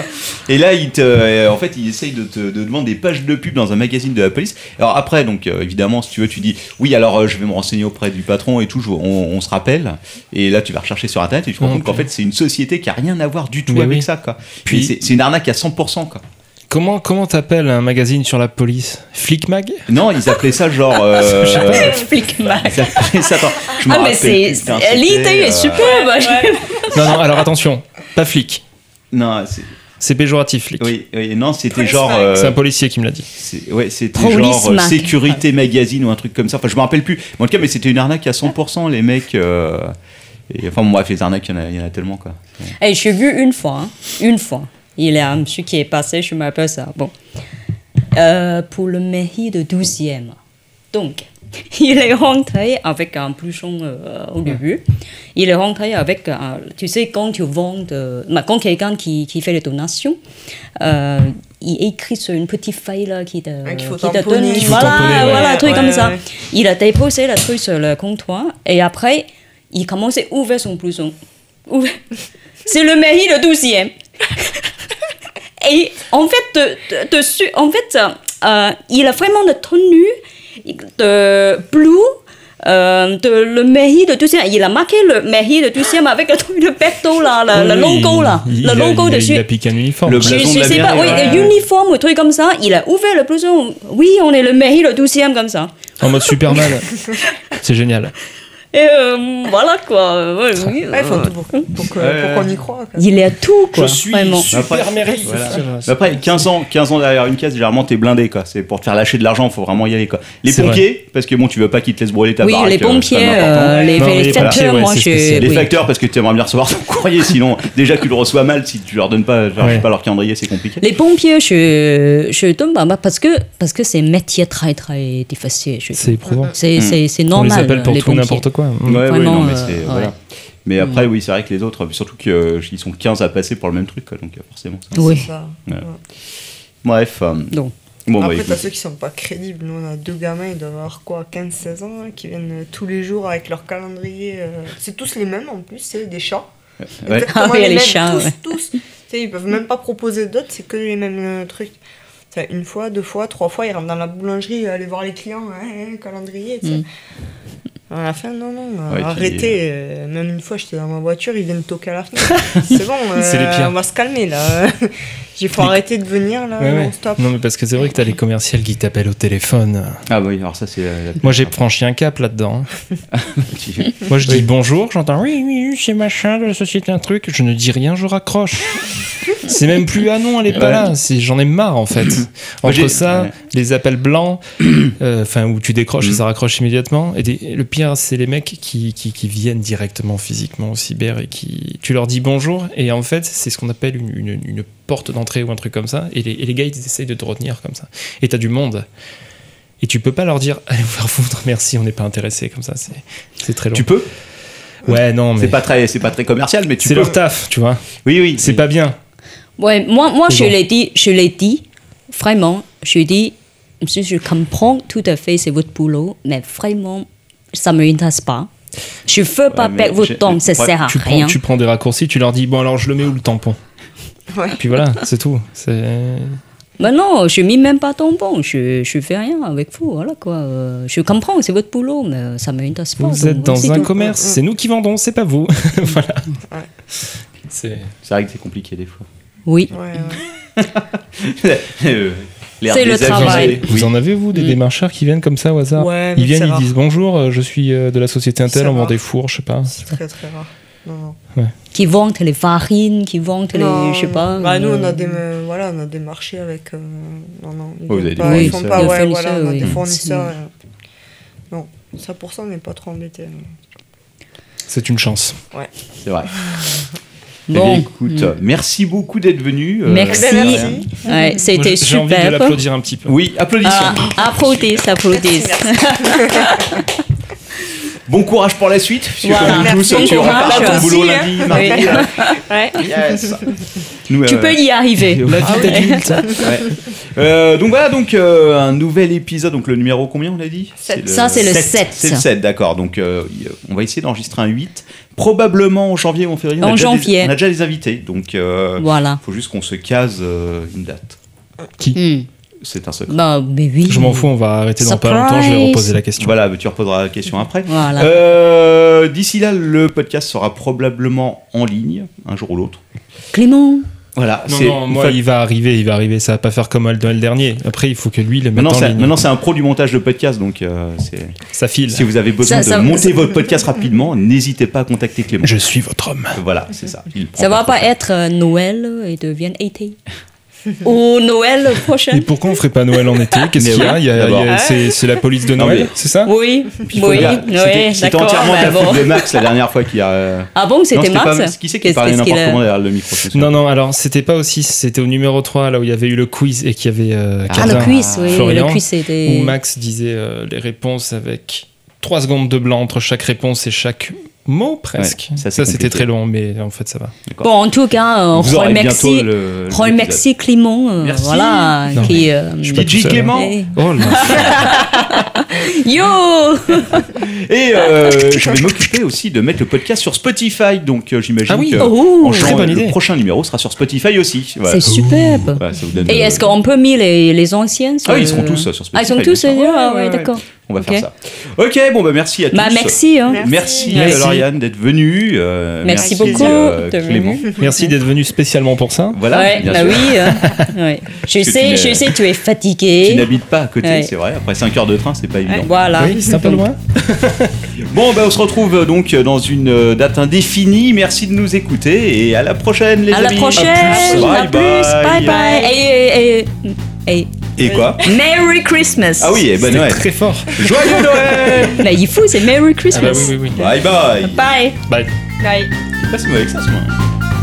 Et là, il te, euh, en fait, il essaye de te de te vendre des pages de pub dans un magazine de la police. Alors après, donc euh, évidemment, si tu veux, tu dis oui, alors euh, je vais me renseigner auprès du patron et tout. je- on, on se rappelle. Et là, tu vas rechercher sur internet et tu te rends
Ok.
compte qu'en fait, c'est une société qui a rien à voir du tout
Mais
avec
oui.
ça. Quoi.
Puis-
Puis c'est c'est une arnaque à 100%. Quoi.
Comment comment t'appelles un magazine sur la police Flic Mag
Non, ils appelaient ça genre. euh,
Flickman.
ils appelaient ça. attends, je me
Ah, mais
rappelle
c'est.
plus, putain,
L'idée
c'était,
est
euh,
superbe.
Non non, alors attention, pas flic.
Non, c'est-
C'est péjoratif flic.
Oui, oui, non, c'était
Police
genre.
Mag.
euh,
C'est un policier qui me l'a dit.
c'est- ouais, c'était
Police
genre euh,
Mag.
sécurité magazine ou un truc comme ça. Enfin, je me rappelle plus. Mais en tout cas, mais c'était une arnaque à 100%, les mecs. euh, et, enfin, bon, bref, les arnaques, il y, en a- il y en a tellement, quoi.
Hey, j'ai vu une fois, hein, une fois. Il y a un monsieur qui est passé, je m'appelle ça. Bon. Euh, pour le mairie de 12e. Donc, il est rentré avec un bouchon euh, au début. Il est rentré avec, un- tu sais, quand tu vends, de- bah, quand quelqu'un qui, qui fait les donations, euh, il écrit sur une petite feuille là, qui te,
Ah, qu'il faut
qui te
tamponner.
donne.
Qu'il faut
Voilà,
tamponner, ouais.
voilà, un truc
Ouais,
comme ça.
ouais.
Il a déposé le truc sur le comptoir et après, il commençait à ouvrir son blouson. Ouvrir. C'est le mairie le 12e. Et en fait, de- de- dessus, en fait, euh, il a vraiment la tenue de blue. euh, de le mairie de Tucson, il a marqué le mairie de Tucson avec le truc de bateau là, Euh, le, le logo là,
Il- il
le
a-
logo
il a- Il
dessus.
applique un uniforme.
Le
Je,
blason de
je
la
sais pas,
mairie,
oui,
ouais.
euh,
le uniforme ou truc comme ça, il a ouvert le blouson. Oui, on est le mairie le 12e comme ça.
En mode Superman. C'est génial.
Et euh, voilà quoi. Ouais, oui,
Ouais, faut
euh,
tout pour, pour que-
Ouais.
pour qu'on y croit. quoi.
Il est à tout quoi, vraiment.
Après, Mais après, 15 ans, 15 ans derrière une caisse, généralement, t'es blindé, quoi. C'est pour te faire lâcher de l'argent, faut vraiment y aller, quoi. Les
C'est
pompiers, parce que bon, tu veux pas qu'ils te laissent brûler ta
Oui,
baraque.
les
euh, c'est quand
pompiers,
même important.
euh, les,
Non,
les
mais les pompiers,
facteurs,
ouais,
moi
c'est
je.
spécial.
Les
oui.
facteurs, parce que tu aimerais bien recevoir ton courrier, sinon déjà tu le reçois mal, si tu leur donnes pas, genre, je sais
Ouais.
pas leur calendrier, c'est compliqué.
Les pompiers, je, je tombe pas mal parce que parce que c'est un métier très très difficile. je-
C'est éprouvant.
C'est
Mm.
c'est c'est
On
normal.
les appelle pour
les
tout
pompiers.
n'importe quoi.
Ouais, ouais,
Vraiment,
non, mais
euh,
c'est-
ouais.
voilà. Mais
Mm.
après, oui, c'est vrai que les autres, surtout qu'ils sont 15 à passer pour le même truc, quoi, donc euh, forcément. ça-
Oui.
C'est ça.
Bref. euh,
Donc.
Oh
Bon, bah,
Après,
écoute.
t'as ceux qui sont pas crédibles. Nous, on a deux gamins, ils doivent avoir quoi, 15-16 ans, hein, qui viennent euh, tous les jours avec leur calendrier. euh, C'est tous les mêmes en plus, c'est des chats.
Ouais.
Exactement
Ah oui,
les,
les
mêmes,
chats,
tous,
ouais.
tous. Tu sais, ils peuvent même pas proposer d'autres, c'est que les mêmes euh, trucs. T'sais, une fois, deux fois, trois fois, ils rentrent dans la boulangerie, euh, aller voir les clients, hein, hein, calendrier, tu sais.
Mm.
À la fin, non, non, euh,
Ouais, tu
arrêtez. euh, même une fois, j'étais dans ma voiture, ils viennent toquer à la fenêtre. c'est bon, euh,
C'est les pires.
on va se calmer là. J'ai faut
Les-
arrêter de venir là,
Ouais, ouais.
non-stop.
Non, mais parce que c'est vrai que t'as les commerciales qui t'appellent au téléphone.
Ah, bah oui, alors ça, c'est. euh, la-
Moi, j'ai franchi un cap là-dedans.
petite-
Moi, je dis bonjour, j'entends oui, oui, c'est machin, la société, un truc. Je ne dis rien, je raccroche. c'est même plus ah non, elle est pas
Ouais.
là. C'est- J'en ai marre en fait.
Moi,
Entre
j'ai-
ça,
ouais.
les appels blancs, euh, enfin où tu décroches et
Mhm.
ça raccroche immédiatement. Et des- le pire, c'est les mecs qui, qui, qui viennent directement physiquement au cyber et qui tu leur dis bonjour et en fait c'est ce qu'on appelle une, une- une porte d'entrée ou un truc comme ça. Et les, et les gars ils essayent de te retenir comme ça. Et t'as du monde. Et tu peux pas leur dire allez vous faire foutre, merci, on n'est pas intéressé comme ça. C'est c'est très long.
Tu peux
Ouais, non, mais
C'est pas très, c'est pas très commercial, mais tu
c'est
peux.
leur taf, tu vois.
Oui, oui.
C'est pas bien.
Ouais, moi, moi je
Bon.
l'ai dit, je l'ai dit, vraiment, je dis, monsieur, je comprends tout à fait, c'est votre boulot, mais vraiment, ça me intéresse pas. Je veux pas
mais
perdre
j'ai-
votre temps, ça
ouais,
sert à
Tu prends,
rien.
tu prends des raccourcis, tu leur dis bon alors je le mets où le tampon
Ouais.
Puis voilà, c'est tout. C'est
Mais Bah non, je ne mets même pas ton bon, je ne fais rien avec vous, voilà quoi. Euh, Je comprends, c'est votre boulot, mais euh, ça m'intéresse pas.
Vous
donc,
êtes dans
c'est
un
tout.
commerce, c'est nous qui vendons, c'est pas vous. voilà.
Ouais.
C'est
C'est vrai que c'est compliqué des fois.
Oui,
Ouais, ouais.
Euh, l'air
C'est
des
le
agents,
travail.
oui.
Vous en avez, vous, des
Mm.
démarcheurs qui viennent comme ça au hasard
Ouais, mais
Ils viennent,
c'est
ils
rare.
disent bonjour, euh, je suis euh, de la société Intel,
C'est
on vend
rare.
des fours, je sais pas.
C'est très très rare. Non, non.
qui vendent les farines, qui vendent les.
Non,
je sais pas.
Bah, nous, on a, des,
euh,
euh, voilà, on a des marchés avec. euh, non, non. Ils
Oh, vous
font
avez des
pas, ils
fournisseurs.
font pas,
Des
ouais,
fournisseurs,
voilà, on a
oui.
des
Mm.
fournisseurs. euh, Non, ça pour ça, on n'est pas trop embêté.
C'est une chance.
C'est vrai. Eh bien,
Bon, Mm.
écoute, merci beaucoup d'être venu. euh,
Merci.
de rien.
Eh ben, Merci.
ouais,
Moi,
c'était
j'ai- J'ai envie de
superbe.
l'applaudir un petit peu.
Oui, applaudissements.
Ah, applaudissent, applaudissent.
Bon courage pour la suite. puisque
Ah. Voilà.
comme nous tous,
Merci,
tu
bon
repars
courage.
ton boulot
Merci,
lundi, mardi. euh,
Oui.
Ouais.
Euh,
Yes. Nous,
Tu
euh,
peux y arriver.
La vie
d'adulte.
ouais. Euh, donc voilà, donc euh, un nouvel épisode. Donc le numéro combien on l'a dit
Sept.
Ça, c'est le sept.
C'est le 7, d'accord. Donc euh, y- euh, on va essayer d'enregistrer un 8. Probablement en janvier ou en février. On
En
a déjà des-
janvier.
on a déjà des invités. Donc euh,
Voilà.
faut juste qu'on se case euh, une date.
Hmm.
C'est un secret.
Bah, mais oui.
Je m'en fous, on va arrêter dans pas longtemps, je vais
Surprise.
reposer la question.
Voilà, mais tu reposeras la question après.
Voilà.
Euh, D'ici là, le podcast sera probablement en ligne, un jour ou l'autre.
Clément,
Voilà,
Non,
Ah, c'est-
non, moi,
enfin,
il va arriver, il va arriver, ça va pas faire comme Aldo le dernier. Après, il faut que lui le mette
Maintenant,
en
c'est-
ligne.
maintenant, c'est un pro du montage de podcast, donc euh, c'est-
ça file.
si vous avez besoin
Ça, ça-
de monter votre podcast rapidement, n'hésitez pas à contacter Clément.
Je suis votre homme.
Voilà, c'est ça. Il prend
ça va
votre
pas
place.
être euh, Noël et devient été Ou Noël prochain
Et pourquoi on ferait pas Noël en été Qu'est-ce
Mais
qu'il y a,
oui,
Il y a- il y a-
d'abord.
C'est c'est la police de
Non,
Noël,
mais-
c'est ça
Oui,
Puis
oui,
faut dire, c'était-
oui,
C'était
d'accord.
entièrement de
bah
la
bon.
faute de Max la dernière fois qu'il y a. euh,
Ah bon,
non,
c'était
pas
Max
Max. Qui c'est qui
Qu'est-ce-
parlait
qu'est-ce
n'importe
qu'il a-
comment derrière le micro je me souviens.
Non, non, alors c'était pas aussi, c'était au numéro 3, là où il y avait eu le quiz et qu'il y avait euh,
Ah,
Cardin,
le quiz, oui.
Florian,
le quiz,
où
c'était.
Max disait euh, les réponses avec 3 secondes de blanc entre chaque réponse et chaque mot presque.
Ouais, ça, c'est
ça, c'était
compliqué.
très long, mais en fait ça va.
Bon, en tout cas, euh,
Vous aurez bientôt
remercie,
le. l'épisode.
remercie Clément, euh,
Merci.
voilà,
Non,
qui. euh,
je suis pas
DJ
tout seul.
Clément
eh.
Oh là
Yo
Ah Et euh, je vais m'occuper aussi de mettre le podcast sur Spotify, donc euh, j'imagine
Ah oui.
que
Oh,
en juin,
très bonne
le
idée.
prochain numéro sera sur Spotify aussi. Voilà.
C'est superbe.
Voilà, ça vous donne,
Et
euh,
est-ce qu'on peut mettre les, les anciennes sur
Ah oui, ils
le-
seront tous euh, sur Spotify.
Ah, ils sont
bien
tous,
sûr.
euh, ah,
Ouais,
ouais,
ouais,
d'accord.
On va
Ok.
faire ça. Ok, bon, bah merci à tous.
Bah, merci, hein.
Merci,
Merci.
euh, Lauriane d'être venue. euh,
Merci beaucoup
euh,
de
Clément.
Merci d'être venu spécialement pour ça.
Voilà,
ouais,
bien
bah
sûr.
oui. hein. Ouais. Je
Parce que tu
sais,
n'es-
je sais, tu es
Tu
fatigué.
n'habites pas à côté,
Ouais.
c'est vrai. Après 5 heures de train, c'est pas évident.
Voilà.
Oui, c'est un peu
Donc,
loin.
Bon, bah, on se retrouve euh, donc dans une euh, date indéfinie. Merci de nous écouter et à la prochaine, les
À
amis.
la prochaine. à
Bye
plus.
bye.
Bye bye. Et, et- et- et-
Et quoi
Merry Christmas.
Ah oui, et
Bah,
bonne Noël.
Très fort.
Joyeux Noël
Mais il faut, c'est Merry
Ah bah
Christmas.
oui, oui, oui.
Bye bye.
Bye.
Bye.
Bye.
Je sais pas si mauvais que ça, ce moment.